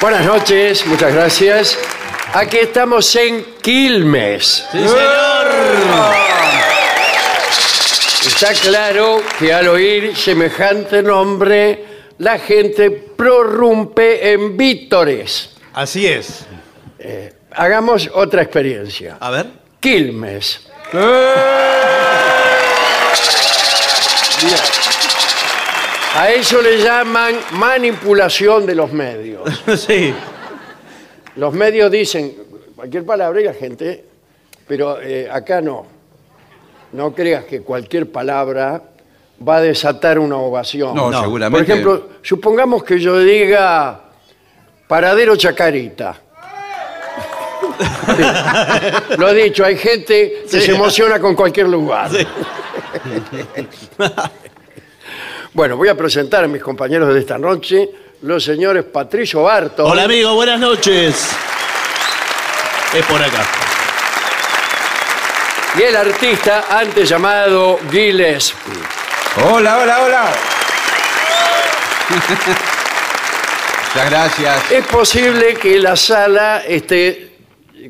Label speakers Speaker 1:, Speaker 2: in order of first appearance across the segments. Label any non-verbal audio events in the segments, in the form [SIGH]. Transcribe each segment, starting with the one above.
Speaker 1: Buenas noches, muchas gracias. Aquí estamos en Quilmes. Está claro que al oír semejante nombre, la gente prorrumpe en vítores.
Speaker 2: Así es.
Speaker 1: Hagamos otra experiencia.
Speaker 2: A ver.
Speaker 1: Quilmes. Bien. A eso le llaman manipulación de los medios.
Speaker 2: [LAUGHS] sí.
Speaker 1: Los medios dicen cualquier palabra y la gente, pero eh, acá no. No creas que cualquier palabra va a desatar una ovación.
Speaker 3: No,
Speaker 2: No.
Speaker 3: seguramente.
Speaker 1: Por ejemplo, supongamos que yo diga paradero Chacarita. Sí. Lo he dicho, hay gente que
Speaker 2: Sí.
Speaker 1: se emociona con cualquier lugar. bueno, voy a presentar a mis compañeros de esta noche, los señores Patricio Barto.
Speaker 2: Hola amigo, buenas noches. Es por acá.
Speaker 1: Y el artista antes llamado Gillespie.
Speaker 3: Hola, hola, hola. Muchas gracias.
Speaker 1: Es posible que la sala esté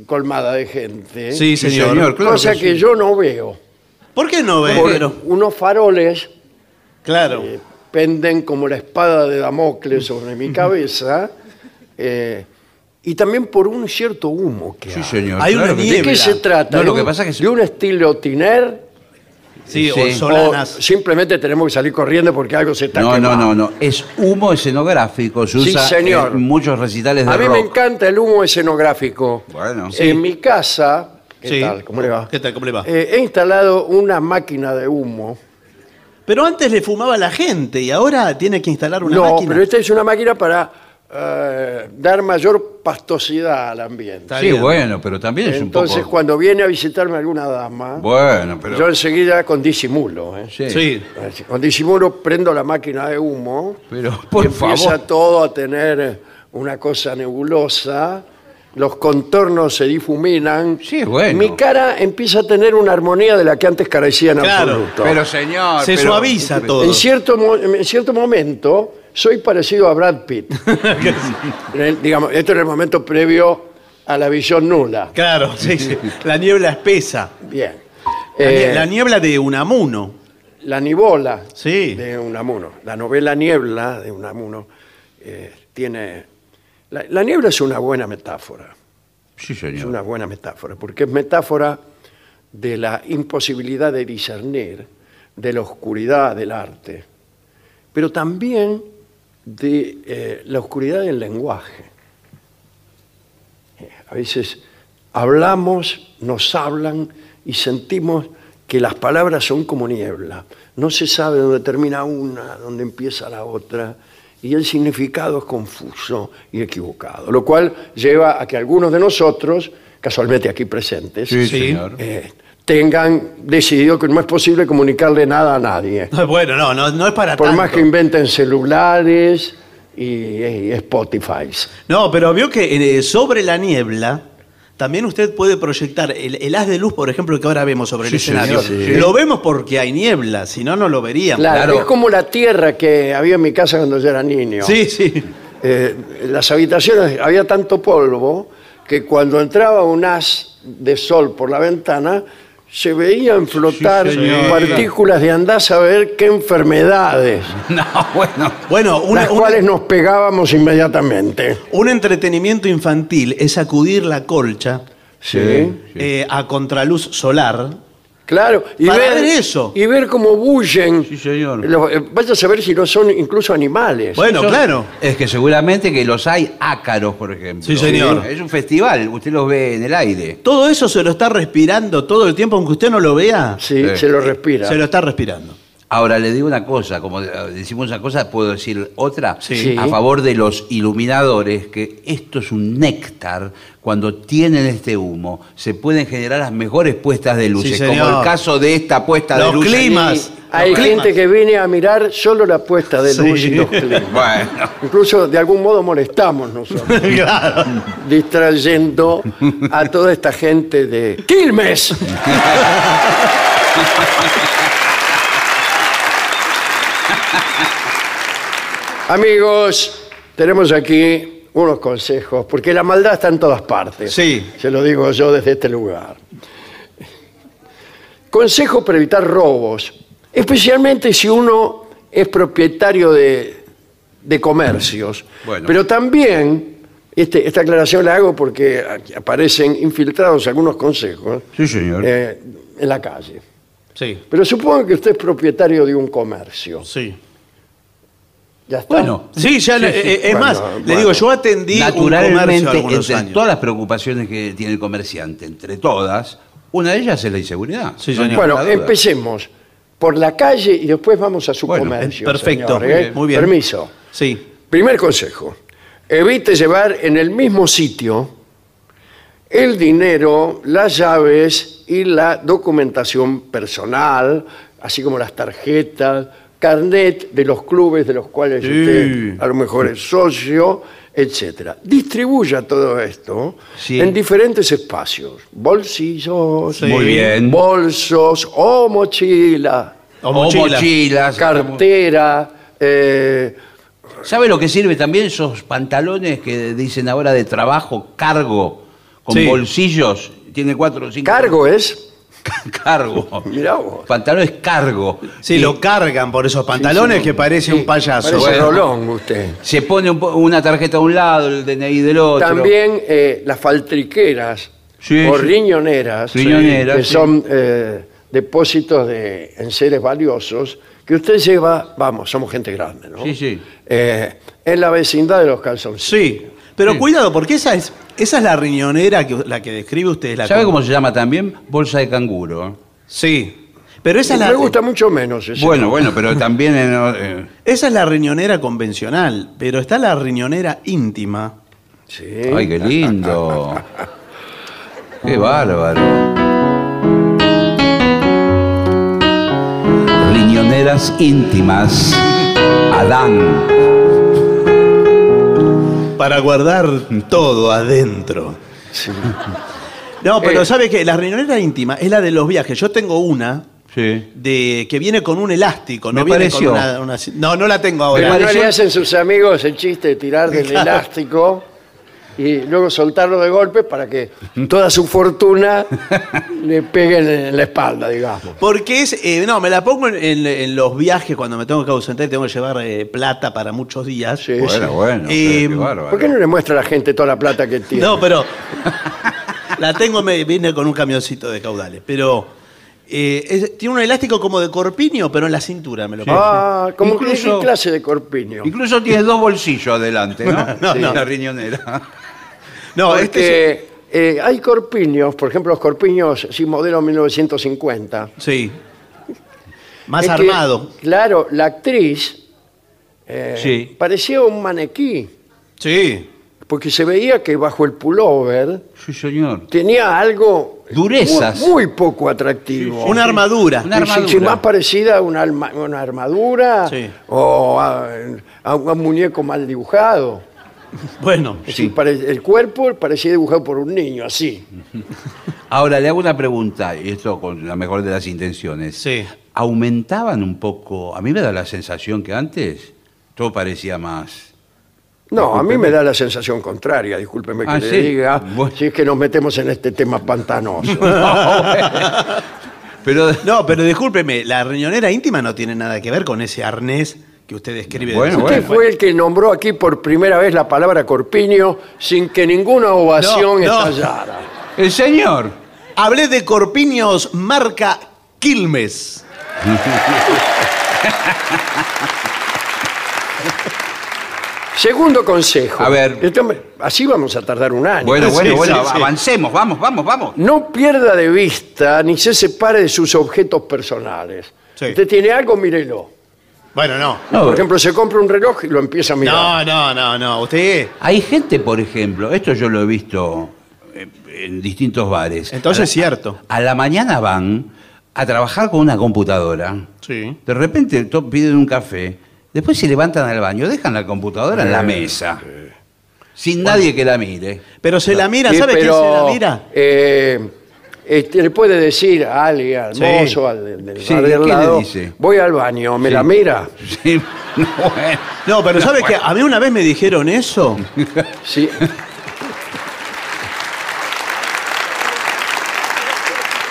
Speaker 1: colmada de gente.
Speaker 2: Sí, señor.
Speaker 3: señor. claro
Speaker 1: cosa
Speaker 3: que
Speaker 1: que yo no veo.
Speaker 2: ¿Por qué no ve?
Speaker 1: Porque unos faroles
Speaker 2: Claro.
Speaker 1: penden como la espada de Damocles sobre
Speaker 2: [LAUGHS]
Speaker 1: mi cabeza. eh, y también por un cierto humo que
Speaker 3: Sí,
Speaker 1: hay.
Speaker 3: señor.
Speaker 2: Hay
Speaker 3: claro
Speaker 2: una
Speaker 3: que
Speaker 1: ¿De
Speaker 3: sí.
Speaker 2: niebla.
Speaker 1: qué se trata?
Speaker 3: No, lo
Speaker 1: ¿De
Speaker 3: que
Speaker 1: un-
Speaker 3: pasa es que-
Speaker 1: ¿De un estilo tiner?
Speaker 2: Sí,
Speaker 3: Sí.
Speaker 2: o
Speaker 1: ¿O
Speaker 2: solanas.
Speaker 1: simplemente tenemos que salir corriendo porque algo se está
Speaker 3: No, no,
Speaker 1: quemando?
Speaker 3: no, no. Es humo escenográfico. Se
Speaker 1: Sí,
Speaker 3: usa
Speaker 1: señor.
Speaker 3: en muchos recitales de
Speaker 1: A mí
Speaker 3: rock.
Speaker 1: me encanta el humo escenográfico.
Speaker 3: Bueno.
Speaker 1: En mi casa, ¿qué
Speaker 2: Sí.
Speaker 1: tal? ¿Cómo le va?
Speaker 2: ¿Qué tal? ¿Cómo le va?
Speaker 1: Eh, he instalado una máquina de humo.
Speaker 2: Pero antes le fumaba a la gente y ahora tiene que instalar una
Speaker 1: no,
Speaker 2: máquina.
Speaker 1: pero esta es una máquina para eh, dar mayor pastosidad al ambiente.
Speaker 2: Está
Speaker 3: Sí,
Speaker 2: bien.
Speaker 3: bueno, pero también es
Speaker 1: Entonces,
Speaker 3: un poco.
Speaker 1: cuando viene a visitarme alguna dama,
Speaker 3: Bueno, pero.
Speaker 1: yo enseguida con disimulo, ¿eh?
Speaker 3: sí.
Speaker 2: Sí.
Speaker 1: con disimulo prendo la máquina de humo.
Speaker 3: Pero, por
Speaker 1: empieza
Speaker 3: favor.
Speaker 1: todo a tener eh, una cosa nebulosa, los contornos se difuminan.
Speaker 3: Sí, es bueno.
Speaker 1: Mi cara empieza a tener una armonía de la que antes carecía en
Speaker 2: Claro,
Speaker 1: absoluto.
Speaker 3: Pero, señor.
Speaker 2: Se
Speaker 3: pero-
Speaker 2: suaviza todo.
Speaker 1: en, cierto, mo- en cierto momento,
Speaker 3: [LAUGHS]
Speaker 1: Eh, soy parecido a Brad Pitt. En el- digamos, esto en el momento previo a la visión nula. [LAUGHS]
Speaker 2: Claro, sí, sí. La niebla espesa.
Speaker 1: Bien.
Speaker 2: La nie-
Speaker 1: Eh,
Speaker 2: la niebla de Unamuno.
Speaker 1: La Nibola
Speaker 2: Sí.
Speaker 1: de Unamuno. La novela Niebla de Unamuno eh, tiene... La, la niebla es una buena metáfora,
Speaker 3: Sí,
Speaker 1: es
Speaker 3: señor.
Speaker 1: una buena metáfora, porque es metáfora de la imposibilidad de discernir, de la oscuridad del arte, pero también de eh, la oscuridad del lenguaje. Eh, A veces hablamos, nos hablan y sentimos que las palabras son como niebla. No se sabe dónde termina una, dónde empieza la otra, y el significado es confuso y equivocado, lo cual lleva a que algunos de nosotros, casualmente aquí presentes,
Speaker 3: Sí,
Speaker 2: Sí.
Speaker 3: señor.
Speaker 1: eh, tengan decidido que no es posible comunicarle nada a nadie.
Speaker 2: [LAUGHS] Bueno, no, no, no es para
Speaker 1: Por
Speaker 2: tanto.
Speaker 1: más que inventen celulares y, y Spotify.
Speaker 2: No, pero vio que eh, sobre la niebla también usted puede proyectar el, el haz de luz, por ejemplo, que ahora vemos sobre el
Speaker 3: Sí,
Speaker 2: escenario.
Speaker 3: señor, sí.
Speaker 2: Lo vemos porque hay niebla, si no, no lo veríamos.
Speaker 1: Claro, es como la tierra que había en mi casa cuando yo era niño.
Speaker 2: Sí, sí.
Speaker 1: Eh, las habitaciones, había tanto polvo que cuando entraba un haz de sol por la ventana, se veían flotar
Speaker 3: Sí,
Speaker 2: [LAUGHS]
Speaker 3: señor.
Speaker 1: partículas de andar a saber qué enfermedades,
Speaker 3: No, bueno.
Speaker 2: Bueno, una-
Speaker 1: las
Speaker 2: una-
Speaker 1: cuales nos pegábamos inmediatamente.
Speaker 2: un entretenimiento infantil es sacudir la colcha
Speaker 1: Sí.
Speaker 2: eh, a contraluz solar.
Speaker 1: Claro, y
Speaker 2: Para
Speaker 1: ver,
Speaker 2: ver eso.
Speaker 1: Y ver cómo bullen.
Speaker 3: Sí, señor.
Speaker 1: Los- eh, vaya a saber si no son incluso animales.
Speaker 2: Bueno,
Speaker 3: Son-
Speaker 2: claro.
Speaker 3: Es que seguramente que los hay ácaros, por ejemplo.
Speaker 2: Sí, señor.
Speaker 3: Es un festival, usted los ve en el aire.
Speaker 2: Todo eso se lo está respirando todo el tiempo, aunque usted no lo vea,
Speaker 1: Sí,
Speaker 3: Sí.
Speaker 1: se lo respira.
Speaker 2: se lo está respirando.
Speaker 3: Ahora le digo una cosa, como eh, decimos una cosa, puedo decir otra
Speaker 1: Sí.
Speaker 3: a favor de los iluminadores, que esto es un néctar, cuando tienen este humo, se pueden generar las mejores puestas de luces,
Speaker 2: señor.
Speaker 3: como el caso de esta puesta de
Speaker 2: Los
Speaker 3: luces.
Speaker 2: climas.
Speaker 1: Hay
Speaker 2: Los
Speaker 1: gente
Speaker 2: climas.
Speaker 1: que viene a mirar solo la puesta de luz
Speaker 2: Sí.
Speaker 1: y los climas.
Speaker 3: [LAUGHS] Bueno,
Speaker 1: [LAUGHS] Incluso de algún modo molestamos nosotros,
Speaker 2: [LAUGHS] claro.
Speaker 1: distrayendo a toda esta gente de
Speaker 2: [LAUGHS]
Speaker 1: Quilmes. Amigos, tenemos aquí unos consejos, porque la maldad está en todas partes.
Speaker 2: Sí.
Speaker 1: Se lo digo yo desde este lugar. Consejo para evitar robos, especialmente si uno es propietario de, de comercios.
Speaker 3: Bueno.
Speaker 1: Pero también, este- esta aclaración la hago porque aquí aparecen infiltrados algunos consejos
Speaker 3: sí, señor.
Speaker 1: eh, en la calle.
Speaker 2: Sí,
Speaker 1: Pero supongo que usted es propietario de un comercio.
Speaker 2: sí.
Speaker 1: ¿Ya está?
Speaker 3: Bueno,
Speaker 2: Sí, ya, le- eh, es
Speaker 1: Bueno,
Speaker 2: más, le
Speaker 1: bueno.
Speaker 2: digo, yo atendí un comercio
Speaker 3: Naturalmente,
Speaker 2: algunos
Speaker 3: entre
Speaker 2: años.
Speaker 3: todas las preocupaciones que tiene el comerciante, entre todas, una de ellas es la inseguridad.
Speaker 2: Sí,
Speaker 3: No
Speaker 2: señor.
Speaker 3: hay ninguna
Speaker 1: Bueno,
Speaker 3: duda.
Speaker 1: empecemos por la calle y después vamos a su
Speaker 3: Bueno,
Speaker 1: comercio.
Speaker 2: Perfecto,
Speaker 1: señor, ¿eh?
Speaker 2: muy bien, muy bien.
Speaker 1: Permiso.
Speaker 2: Sí,
Speaker 1: Primer consejo. Evite llevar en el mismo sitio el dinero, las llaves y la documentación personal, así como las tarjetas, carnet de los clubes de los cuales
Speaker 2: Sí.
Speaker 1: usted a lo mejor es socio, etcétera. Distribuya todo esto
Speaker 3: Sí.
Speaker 1: en diferentes espacios, bolsillos,
Speaker 2: Sí.
Speaker 3: Muy bien.
Speaker 1: bolsos o mochila,
Speaker 2: O mochila.
Speaker 3: mochilas.
Speaker 1: cartera, eh,
Speaker 3: ¿Sabe lo que sirve también esos pantalones que dicen ahora de trabajo, cargo, con
Speaker 2: Sí.
Speaker 3: bolsillos? Tiene cuatro o cinco.
Speaker 1: cargo es...
Speaker 3: [LAUGHS] cargo.
Speaker 1: Mirá vos.
Speaker 3: Pantalones cargo.
Speaker 2: sí, lo cargan por esos pantalones que parece un payaso.
Speaker 1: Parece
Speaker 3: Bueno.
Speaker 1: Rolón usted.
Speaker 3: Se pone un po- una tarjeta a un lado, el DNI del otro.
Speaker 1: También eh, las faltriqueras
Speaker 3: Sí,
Speaker 1: o
Speaker 3: sí.
Speaker 1: riñoneras,
Speaker 3: Riñoneras,
Speaker 1: que
Speaker 3: sí.
Speaker 1: son eh, depósitos de enseres valiosos que usted lleva, vamos, somos gente grande, ¿no?
Speaker 3: Sí, sí.
Speaker 1: Eh, en la vecindad de los calzoncillos.
Speaker 2: Sí, pero
Speaker 3: Sí.
Speaker 2: cuidado, porque esa es, esa es la riñonera que la que describe usted. La
Speaker 3: ¿Sabe
Speaker 2: com-
Speaker 3: cómo se llama también? Bolsa de canguro.
Speaker 2: Sí, pero esa es, la,
Speaker 1: Me gusta mucho menos eso.
Speaker 3: Bueno, bueno,
Speaker 1: [LAUGHS]
Speaker 3: pero también en, eh,
Speaker 2: esa es la riñonera convencional, pero está la riñonera íntima.
Speaker 1: Sí.
Speaker 3: Ay, qué lindo. Qué bárbaro. Riñoneras íntimas. Adán.
Speaker 2: Para guardar todo adentro. No, pero
Speaker 1: Eh.
Speaker 2: sabe que la riñonera íntima es la de los viajes. Yo tengo una
Speaker 3: Sí.
Speaker 2: de que viene con un elástico, no
Speaker 3: Me
Speaker 2: viene
Speaker 3: pareció.
Speaker 2: con una, una- No, no la tengo ahora.
Speaker 1: Pero no
Speaker 3: pareció-
Speaker 1: le hacen sus amigos el chiste de tirar del elástico y luego soltarlo de golpe para que toda su
Speaker 3: [LAUGHS]
Speaker 1: fortuna le pegue en- en la espalda, digamos.
Speaker 2: Porque es. eh, no, me la pongo en, en- en los viajes cuando me tengo que ausentar y tengo que llevar eh, plata para muchos días.
Speaker 1: Sí.
Speaker 3: Bueno, bueno. pero
Speaker 2: Eh,
Speaker 3: qué bárbaro.
Speaker 1: ¿Por qué no le muestra a la gente toda la plata que tiene?
Speaker 2: No, pero. la tengo, me viene con un camioncito de caudales. Pero. eh, es- tiene un elástico como de corpiño, pero en la cintura me lo pongo.
Speaker 1: Ah, como
Speaker 3: Incluso-
Speaker 1: qué clase de corpiño.
Speaker 3: Incluso tienes dos bolsillos adelante, ¿no?
Speaker 2: No,
Speaker 3: Sí,
Speaker 2: no.
Speaker 3: La riñonera.
Speaker 2: No, este.
Speaker 1: Porque eh, hay corpiños, por ejemplo, los corpiños, sí, modelo 1950.
Speaker 2: es- sí. Más
Speaker 1: Es que,
Speaker 2: armado.
Speaker 1: claro, la actriz eh,
Speaker 2: Sí.
Speaker 1: parecía un maniquí,
Speaker 2: Sí.
Speaker 1: porque se veía que bajo el pullover
Speaker 3: Sí, señor.
Speaker 1: tenía algo
Speaker 3: Durezas.
Speaker 1: muy, muy poco atractivo.
Speaker 2: Una armadura.
Speaker 3: Una
Speaker 1: Sí, sí,
Speaker 3: armadura.
Speaker 1: sí, más parecida a una, alma- una armadura
Speaker 2: Sí.
Speaker 1: o a, a un muñeco mal dibujado.
Speaker 2: [LAUGHS] Bueno.
Speaker 1: Es decir, pare- el cuerpo parecía dibujado por un niño, así.
Speaker 3: Ahora, le hago una pregunta, y esto con la mejor de las intenciones.
Speaker 2: Sí.
Speaker 3: ¿Aumentaban un poco? A mí me da la sensación que antes todo parecía más.
Speaker 1: No, a mí me da la sensación contraria, discúlpeme que
Speaker 3: Ah,
Speaker 1: le
Speaker 3: sí.
Speaker 1: diga,
Speaker 3: Bueno.
Speaker 1: si es que nos metemos en este tema pantanoso.
Speaker 2: [LAUGHS] Ah,
Speaker 3: Pero
Speaker 2: No, pero discúlpeme, la riñonera íntima no tiene nada que ver con ese arnés que usted describe.
Speaker 3: Bueno,
Speaker 2: de-
Speaker 1: Usted
Speaker 3: bueno.
Speaker 1: fue el que nombró aquí por primera vez la palabra corpiño sin que ninguna ovación
Speaker 2: No, no.
Speaker 1: estallara.
Speaker 3: el señor.
Speaker 2: Hablé de corpiños marca Quilmes.
Speaker 1: Segundo consejo.
Speaker 3: A ver.
Speaker 1: Esto me- Así vamos a tardar un año.
Speaker 3: Bueno,
Speaker 2: Sí,
Speaker 3: bueno,
Speaker 2: sí,
Speaker 3: bueno,
Speaker 2: sí.
Speaker 3: avancemos, vamos, vamos, vamos.
Speaker 1: No pierda de vista ni se separe de sus objetos personales.
Speaker 2: Sí.
Speaker 1: Usted tiene algo, mírelo.
Speaker 2: Bueno, no.
Speaker 1: Por ejemplo, se compra un reloj y lo empieza a mirar.
Speaker 2: No, no, no, no. Usted.
Speaker 3: Hay gente, por ejemplo, esto yo lo he visto eh, en distintos bares.
Speaker 2: Entonces
Speaker 3: A la-
Speaker 2: es cierto.
Speaker 3: A la mañana van a trabajar con una computadora.
Speaker 2: Sí.
Speaker 3: De repente to- piden un café, después se levantan al baño, dejan la computadora
Speaker 2: Eh,
Speaker 3: en la mesa, sin nadie que la mire.
Speaker 2: Pero se la mira,
Speaker 1: Sí,
Speaker 2: ¿sabe
Speaker 1: pero,
Speaker 2: quién se la mira?
Speaker 1: eh, este, le puede decir a alguien, al
Speaker 2: Sí.
Speaker 1: mozo, al del- del
Speaker 3: Sí,
Speaker 1: bar de al
Speaker 3: ¿qué le
Speaker 1: lado,
Speaker 3: dice?
Speaker 1: voy al baño, ¿me
Speaker 3: Sí.
Speaker 1: la mira?
Speaker 3: [LAUGHS] Sí, bueno.
Speaker 2: No, pero ¿sabe que a mí una vez me dijeron
Speaker 3: [LAUGHS]
Speaker 2: eso?
Speaker 1: Sí.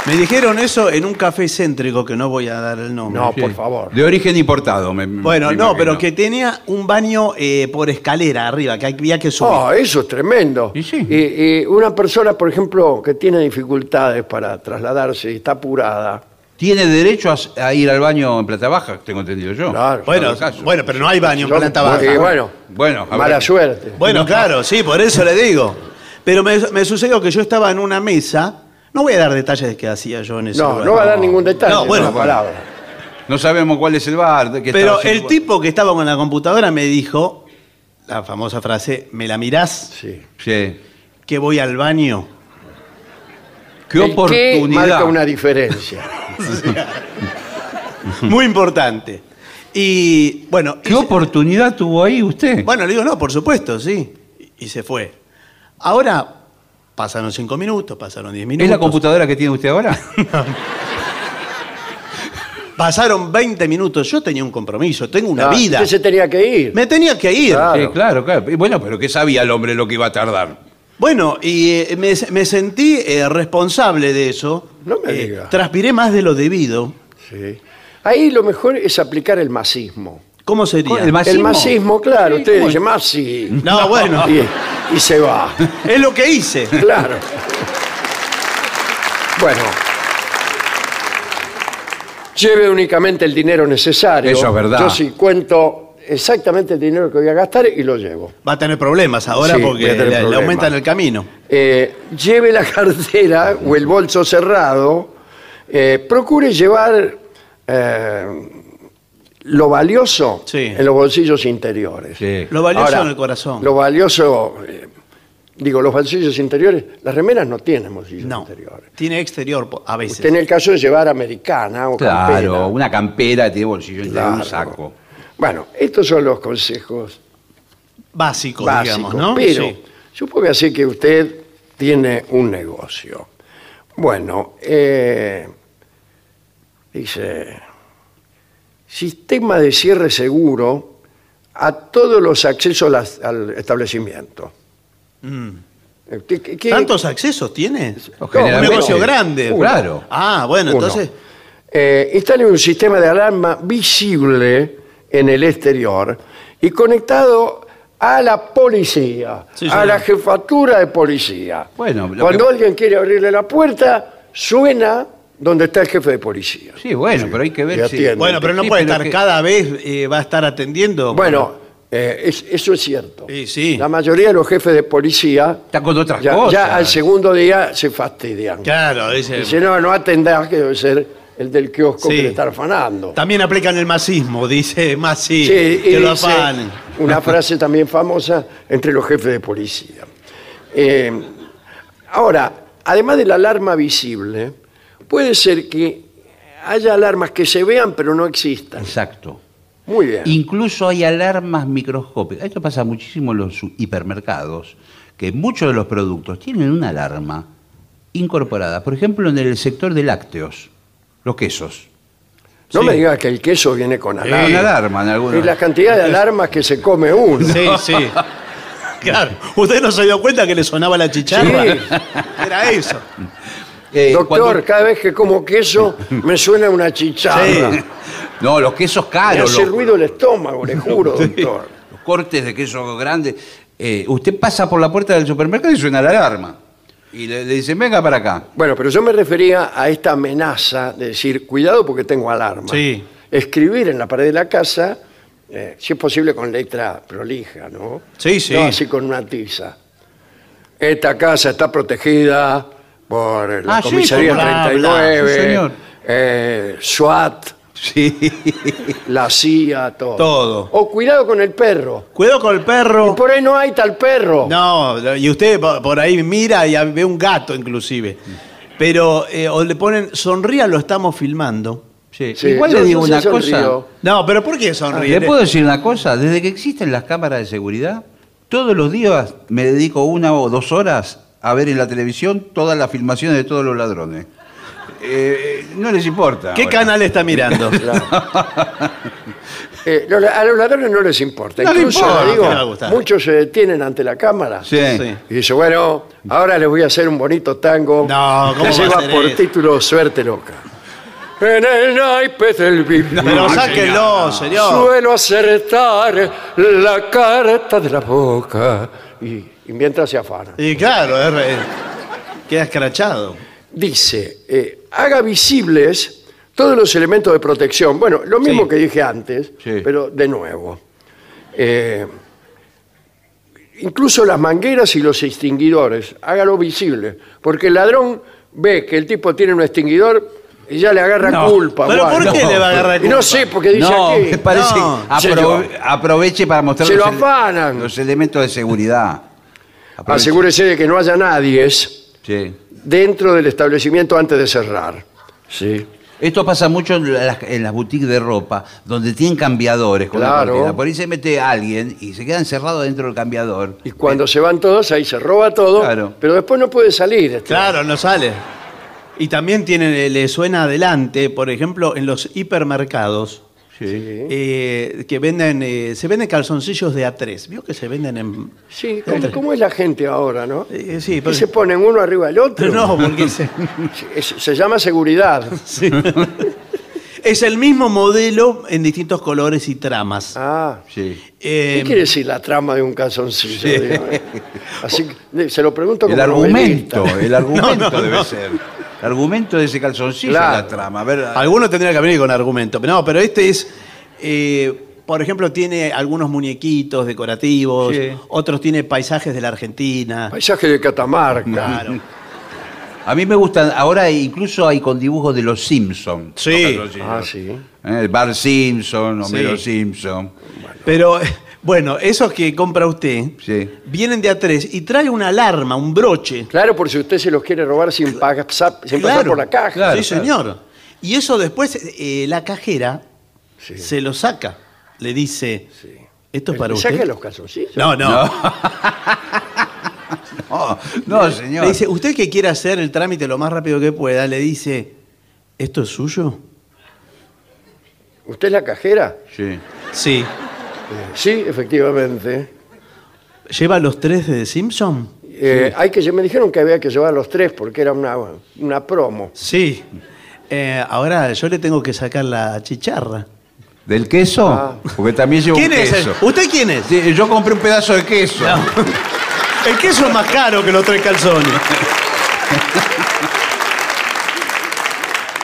Speaker 2: Me dijeron eso en un café céntrico que no voy a dar el nombre. Mm,
Speaker 1: No, por favor.
Speaker 3: De origen importado. me- me
Speaker 2: Bueno, no,
Speaker 3: imagino.
Speaker 2: pero que tenía un baño eh, por escalera arriba, que había que subir.
Speaker 1: Oh, eso es tremendo.
Speaker 3: Y sí.
Speaker 1: Y- y una persona, por ejemplo, que tiene dificultades para trasladarse y está apurada.
Speaker 3: Tiene derecho a, s- a ir al baño en plata baja, tengo entendido yo.
Speaker 1: Claro.
Speaker 2: bueno,
Speaker 3: todo caso.
Speaker 2: bueno, pero no hay baño en
Speaker 1: Yo-
Speaker 2: planta baja.
Speaker 1: y bueno,
Speaker 3: Bueno, habrá
Speaker 1: mala
Speaker 3: que-
Speaker 1: suerte.
Speaker 2: Bueno, claro, sí, por eso le digo. Pero me, me sucedió que yo estaba en una mesa. No voy a dar detalles de qué hacía yo en ese
Speaker 1: No,
Speaker 2: lugar.
Speaker 1: no va a dar ningún detalle.
Speaker 2: No, bueno,
Speaker 1: una palabra.
Speaker 3: No sabemos cuál es el bar. de qué
Speaker 2: Pero
Speaker 3: estaba haciendo-
Speaker 2: el tipo que estaba con la computadora me dijo la famosa frase, ¿me la mirás
Speaker 1: Sí.
Speaker 3: Sí.
Speaker 2: que voy al baño?
Speaker 3: Qué
Speaker 1: El qué marca
Speaker 3: oportunidad.
Speaker 1: una
Speaker 3: [LAUGHS]
Speaker 1: diferencia.
Speaker 2: Muy importante. Y bueno,
Speaker 3: Qué
Speaker 2: y-
Speaker 3: oportunidad tuvo ahí usted.
Speaker 2: bueno, le digo, no, por supuesto, sí. Y, y se fue. Ahora pasaron cinco minutos, pasaron diez minutos.
Speaker 3: ¿Es la computadora que tiene usted ahora?
Speaker 2: [LAUGHS] Pasaron 20 minutos. Yo tenía un compromiso, tengo una
Speaker 1: Ah,
Speaker 2: vida.
Speaker 1: Usted se tenía que ir.
Speaker 2: Me tenía que ir.
Speaker 1: Claro.
Speaker 3: Sí, claro, claro. Y Bueno, pero ¿qué sabía el hombre lo que iba a tardar?
Speaker 2: Bueno, y eh, me, me sentí eh, responsable de eso.
Speaker 1: No me
Speaker 2: Eh,
Speaker 1: diga.
Speaker 2: Transpiré más de lo debido.
Speaker 1: Sí. Ahí lo mejor es aplicar el masismo.
Speaker 2: ¿Cómo sería?
Speaker 3: El masismo.
Speaker 1: El masismo, claro.
Speaker 3: Sí,
Speaker 1: usted
Speaker 3: ¿cómo?
Speaker 1: dice, masi.
Speaker 2: No, bueno,
Speaker 1: Y, y se va.
Speaker 2: es lo que hice.
Speaker 1: Claro. Bueno. Lleve únicamente el dinero necesario.
Speaker 3: Eso es verdad.
Speaker 1: Yo sí cuento exactamente el dinero que voy a gastar y lo llevo.
Speaker 2: Va a tener problemas ahora
Speaker 1: Sí,
Speaker 2: porque
Speaker 1: voy a
Speaker 2: le,
Speaker 1: tener
Speaker 2: le
Speaker 1: problemas.
Speaker 2: aumentan el camino.
Speaker 1: Eh, lleve la [LAUGHS] cartera o el bolso cerrado, eh, procure llevar eh, lo valioso
Speaker 2: Sí.
Speaker 1: en los bolsillos interiores.
Speaker 3: Sí.
Speaker 2: Lo valioso
Speaker 1: Ahora,
Speaker 2: en el corazón.
Speaker 1: Lo valioso, eh, digo, los bolsillos interiores, las remeras no tienen bolsillos
Speaker 2: no,
Speaker 1: interiores.
Speaker 2: tiene exterior po- a veces.
Speaker 1: Usted en el caso de llevar americana o
Speaker 3: Claro,
Speaker 1: campera.
Speaker 3: una campera tiene bolsillo interior,
Speaker 1: Claro.
Speaker 3: un saco.
Speaker 1: Bueno, estos son los consejos
Speaker 2: Básico,
Speaker 1: básicos,
Speaker 2: digamos, ¿no?
Speaker 1: pero
Speaker 2: Sí.
Speaker 1: supongo que así que usted tiene un negocio. Bueno, eh, dice, sistema de cierre seguro a todos los accesos las- al establecimiento. ¿Usted Mm. qué- qué-
Speaker 2: ¿Tantos accesos tienes?
Speaker 3: No,
Speaker 2: un
Speaker 3: generalmente-
Speaker 2: negocio grande.
Speaker 3: Uno. Claro.
Speaker 2: Ah, bueno,
Speaker 1: Uno.
Speaker 2: entonces.
Speaker 1: Eh, instale un sistema de alarma visible en el exterior y conectado a la policía,
Speaker 2: Sí,
Speaker 1: a
Speaker 2: señor.
Speaker 1: la jefatura de policía.
Speaker 3: Bueno, lo
Speaker 1: Cuando
Speaker 3: que-
Speaker 1: alguien quiere abrirle la puerta, suena donde está el jefe de policía.
Speaker 3: Sí, bueno, pero hay que
Speaker 1: Ya
Speaker 3: ver si...
Speaker 1: tiene.
Speaker 2: Bueno, pero no
Speaker 3: Sí,
Speaker 2: puede
Speaker 3: pero
Speaker 2: estar
Speaker 3: que-
Speaker 2: cada vez, eh, va a estar atendiendo.
Speaker 1: Bueno, eh, es- eso es cierto.
Speaker 2: Sí, sí.
Speaker 1: La mayoría de los jefes de policía
Speaker 3: Está con otras
Speaker 1: ya,
Speaker 3: cosas.
Speaker 1: ya al segundo día se fastidian.
Speaker 2: Claro, dice.
Speaker 1: Dice, no, no atendás, que debe ser el del kiosco
Speaker 2: Sí.
Speaker 1: que le está afanando.
Speaker 2: También aplican el masismo, dice Masi.
Speaker 1: Sí, y
Speaker 2: que lo
Speaker 1: dice
Speaker 2: afanen. [LAUGHS]
Speaker 1: Una frase también famosa entre los jefes de policía. Eh, ahora, además de la alarma visible, puede ser que haya alarmas que se vean pero no existan.
Speaker 3: Exacto.
Speaker 1: Muy bien.
Speaker 3: Incluso hay alarmas microscópicas. Esto pasa muchísimo en los hipermercados, que muchos de los productos tienen una alarma incorporada. Por ejemplo, en el sector de lácteos, los quesos.
Speaker 1: no
Speaker 2: sí.
Speaker 1: me digas que el queso viene con
Speaker 3: Con
Speaker 1: alarma.
Speaker 3: alarma en algunos.
Speaker 1: Y la cantidad de alarmas que se come uno.
Speaker 2: Sí,
Speaker 1: [LAUGHS]
Speaker 2: sí. Claro. ¿Usted no se dio cuenta que le sonaba la chicharra?
Speaker 1: Sí.
Speaker 2: [LAUGHS] Era eso.
Speaker 3: Eh,
Speaker 1: Doctor,
Speaker 3: cuando-
Speaker 1: cada vez que como queso me suena una chicharra.
Speaker 2: Sí.
Speaker 3: No, los quesos
Speaker 1: Me
Speaker 3: caros,
Speaker 1: hace
Speaker 3: los,
Speaker 1: ruido el estómago,
Speaker 3: [LAUGHS]
Speaker 1: le juro, doctor.
Speaker 3: los cortes de queso grandes. Eh, usted pasa por la puerta del supermercado y suena la alarma. Y le, le dicen, venga para acá.
Speaker 1: Bueno, pero yo me refería a esta amenaza de decir, cuidado porque tengo alarma.
Speaker 2: Sí.
Speaker 1: Escribir en la pared de la casa, eh, si es posible con letra prolija, ¿no?
Speaker 2: Sí, sí.
Speaker 1: No así con una tiza. Esta casa está protegida por la
Speaker 3: Ah, sí,
Speaker 1: comisaría
Speaker 3: como la-
Speaker 1: 39,
Speaker 3: sí, señor.
Speaker 1: eh, SWAT,
Speaker 3: Sí.
Speaker 1: la CIA, todo.
Speaker 2: Todo.
Speaker 1: O cuidado con el perro.
Speaker 2: Cuidado con el perro.
Speaker 1: Por ahí no hay tal perro.
Speaker 2: No, y usted po- por ahí mira y ve un gato inclusive. Pero, eh, o le ponen, sonría, lo estamos filmando.
Speaker 1: Sí,
Speaker 3: Igual
Speaker 1: yo-
Speaker 3: le digo
Speaker 1: yo
Speaker 3: una
Speaker 1: sonrío.
Speaker 3: cosa. Ah,
Speaker 2: No, pero ¿por qué sonríe?
Speaker 3: ¿Le puedo decir una cosa? Desde que existen las cámaras de seguridad, todos los días me dedico una o dos horas a ver en la televisión todas las filmaciones de todos los ladrones. Eh, eh, no les importa.
Speaker 2: ¿Qué
Speaker 3: ahora.
Speaker 2: canal está
Speaker 3: [LAUGHS]
Speaker 2: mirando?
Speaker 1: Eh, no, a los ladrones no les importa.
Speaker 3: No les
Speaker 1: Incluso,
Speaker 3: importa,
Speaker 1: le digo,
Speaker 2: no les va a gustar.
Speaker 1: muchos se detienen ante la cámara.
Speaker 3: Sí.
Speaker 2: Sí.
Speaker 1: Y dice, bueno, ahora les voy a hacer un bonito tango
Speaker 2: No, ¿cómo
Speaker 1: que
Speaker 2: va a
Speaker 1: lleva
Speaker 2: ser
Speaker 1: por
Speaker 2: eso?
Speaker 1: título Suerte Loca. En el naipe del bimbo
Speaker 2: Pero sáquenlo, señor.
Speaker 1: suelo acertar la carta de la boca. Y, y mientras se afana.
Speaker 2: Y claro, es re- queda escrachado.
Speaker 1: Dice, eh, haga visibles todos los elementos de protección. Bueno, lo mismo
Speaker 2: Sí.
Speaker 1: que dije antes,
Speaker 3: Sí.
Speaker 1: pero de nuevo. Eh, incluso las mangueras y los extinguidores, hágalo visible, porque el ladrón ve que el tipo tiene un extinguidor y ya le agarra
Speaker 3: No,
Speaker 1: culpa. o
Speaker 2: ¿Pero por
Speaker 1: algo.
Speaker 2: qué
Speaker 3: no.
Speaker 2: le va a agarrar
Speaker 1: Y
Speaker 2: culpa?
Speaker 1: no sé, porque dice
Speaker 3: No,
Speaker 1: aquí.
Speaker 3: me parece que
Speaker 2: No,
Speaker 3: apro-
Speaker 1: señor.
Speaker 3: aproveche para mostrar
Speaker 1: Se
Speaker 3: los,
Speaker 1: lo
Speaker 3: ele-
Speaker 1: afanan.
Speaker 3: los elementos de seguridad. Aproveche.
Speaker 1: Asegúrese de que no haya nadie
Speaker 3: Sí.
Speaker 1: dentro del establecimiento antes de cerrar. Sí.
Speaker 3: Esto pasa mucho en las, en las boutiques de ropa, donde tienen cambiadores con la
Speaker 1: Claro.
Speaker 3: cortina. Por ahí se mete alguien y se queda encerrado dentro del cambiador.
Speaker 1: Y cuando se van todos, ahí se roba todo,
Speaker 3: Claro.
Speaker 1: pero después no puede salir. este.
Speaker 2: Claro, no sale. Y también tiene, le suena adelante, por ejemplo, en los hipermercados. eh, que venden, eh, se venden calzoncillos de A3. ¿Vio que se venden
Speaker 3: [LAUGHS]
Speaker 2: en.
Speaker 1: Sí, ¿cómo, cómo es la gente ahora, no?
Speaker 2: eh, sí,
Speaker 1: ¿Y
Speaker 2: pero-
Speaker 1: se ponen uno arriba del otro?
Speaker 2: No,
Speaker 1: [LAUGHS]
Speaker 2: porque se-
Speaker 1: Es- Se llama seguridad.
Speaker 2: [LAUGHS] es el mismo modelo en distintos colores y tramas.
Speaker 1: Ah.
Speaker 3: Sí.
Speaker 2: Eh,
Speaker 1: ¿Qué quiere decir la trama de un calzoncillo? Digo,
Speaker 3: [LAUGHS]
Speaker 1: eh? Así que, se lo pregunto como
Speaker 3: El argumento,
Speaker 1: novelista. [LAUGHS]
Speaker 3: el
Speaker 2: No,
Speaker 3: argumento
Speaker 2: no,
Speaker 3: debe
Speaker 2: no.
Speaker 3: ser. El argumento de ese calzoncillo es
Speaker 1: Claro.
Speaker 3: la trama. A ver, ah.
Speaker 2: Algunos tendrían que venir con argumento. pero No, pero este es. eh, por ejemplo, tiene algunos muñequitos decorativos,
Speaker 3: Sí.
Speaker 2: otros tiene paisajes de la Argentina.
Speaker 1: Paisaje de Catamarca.
Speaker 2: Claro.
Speaker 3: [LAUGHS] a mí me gustan, ahora incluso hay con dibujos de los Simpsons.
Speaker 2: Sí,
Speaker 1: Ah, sí.
Speaker 3: El Bar Eh, Simpson, Homero
Speaker 2: Sí.
Speaker 3: Simpson.
Speaker 2: pero [LAUGHS] bueno, esos que compra usted
Speaker 3: Sí.
Speaker 2: vienen de A3 y trae una alarma, un broche.
Speaker 1: Claro, por si usted se los quiere robar sin, pagar- sin pasar
Speaker 2: Claro,
Speaker 1: por la caja.
Speaker 3: claro,
Speaker 2: sí, señor. Y eso después eh, la cajera
Speaker 1: Sí.
Speaker 2: se lo saca. Le dice, esto es para
Speaker 1: Saque
Speaker 2: usted.
Speaker 1: los calzoncillos.
Speaker 2: No, no,
Speaker 3: [LAUGHS] No, no, señor.
Speaker 2: Le dice, usted que quiere hacer el trámite lo más rápido que pueda, le dice, ¿esto es suyo?
Speaker 1: ¿Usted es la cajera?
Speaker 3: Sí.
Speaker 2: Sí.
Speaker 1: Sí, efectivamente.
Speaker 2: ¿Lleva los tres de The Simpson?
Speaker 1: Eh, Hay que, me dijeron que había que llevar los tres porque era una, una promo.
Speaker 2: Sí. Eh, ahora yo le tengo que sacar la chicharra.
Speaker 3: ¿Del queso?
Speaker 1: Ah.
Speaker 3: Porque también llevo
Speaker 2: ¿Quién
Speaker 3: un
Speaker 2: es?
Speaker 3: queso.
Speaker 2: ¿Usted quién es?
Speaker 3: Sí, Yo compré un pedazo de queso.
Speaker 2: El queso es más caro que los tres
Speaker 3: [LAUGHS]
Speaker 2: calzones.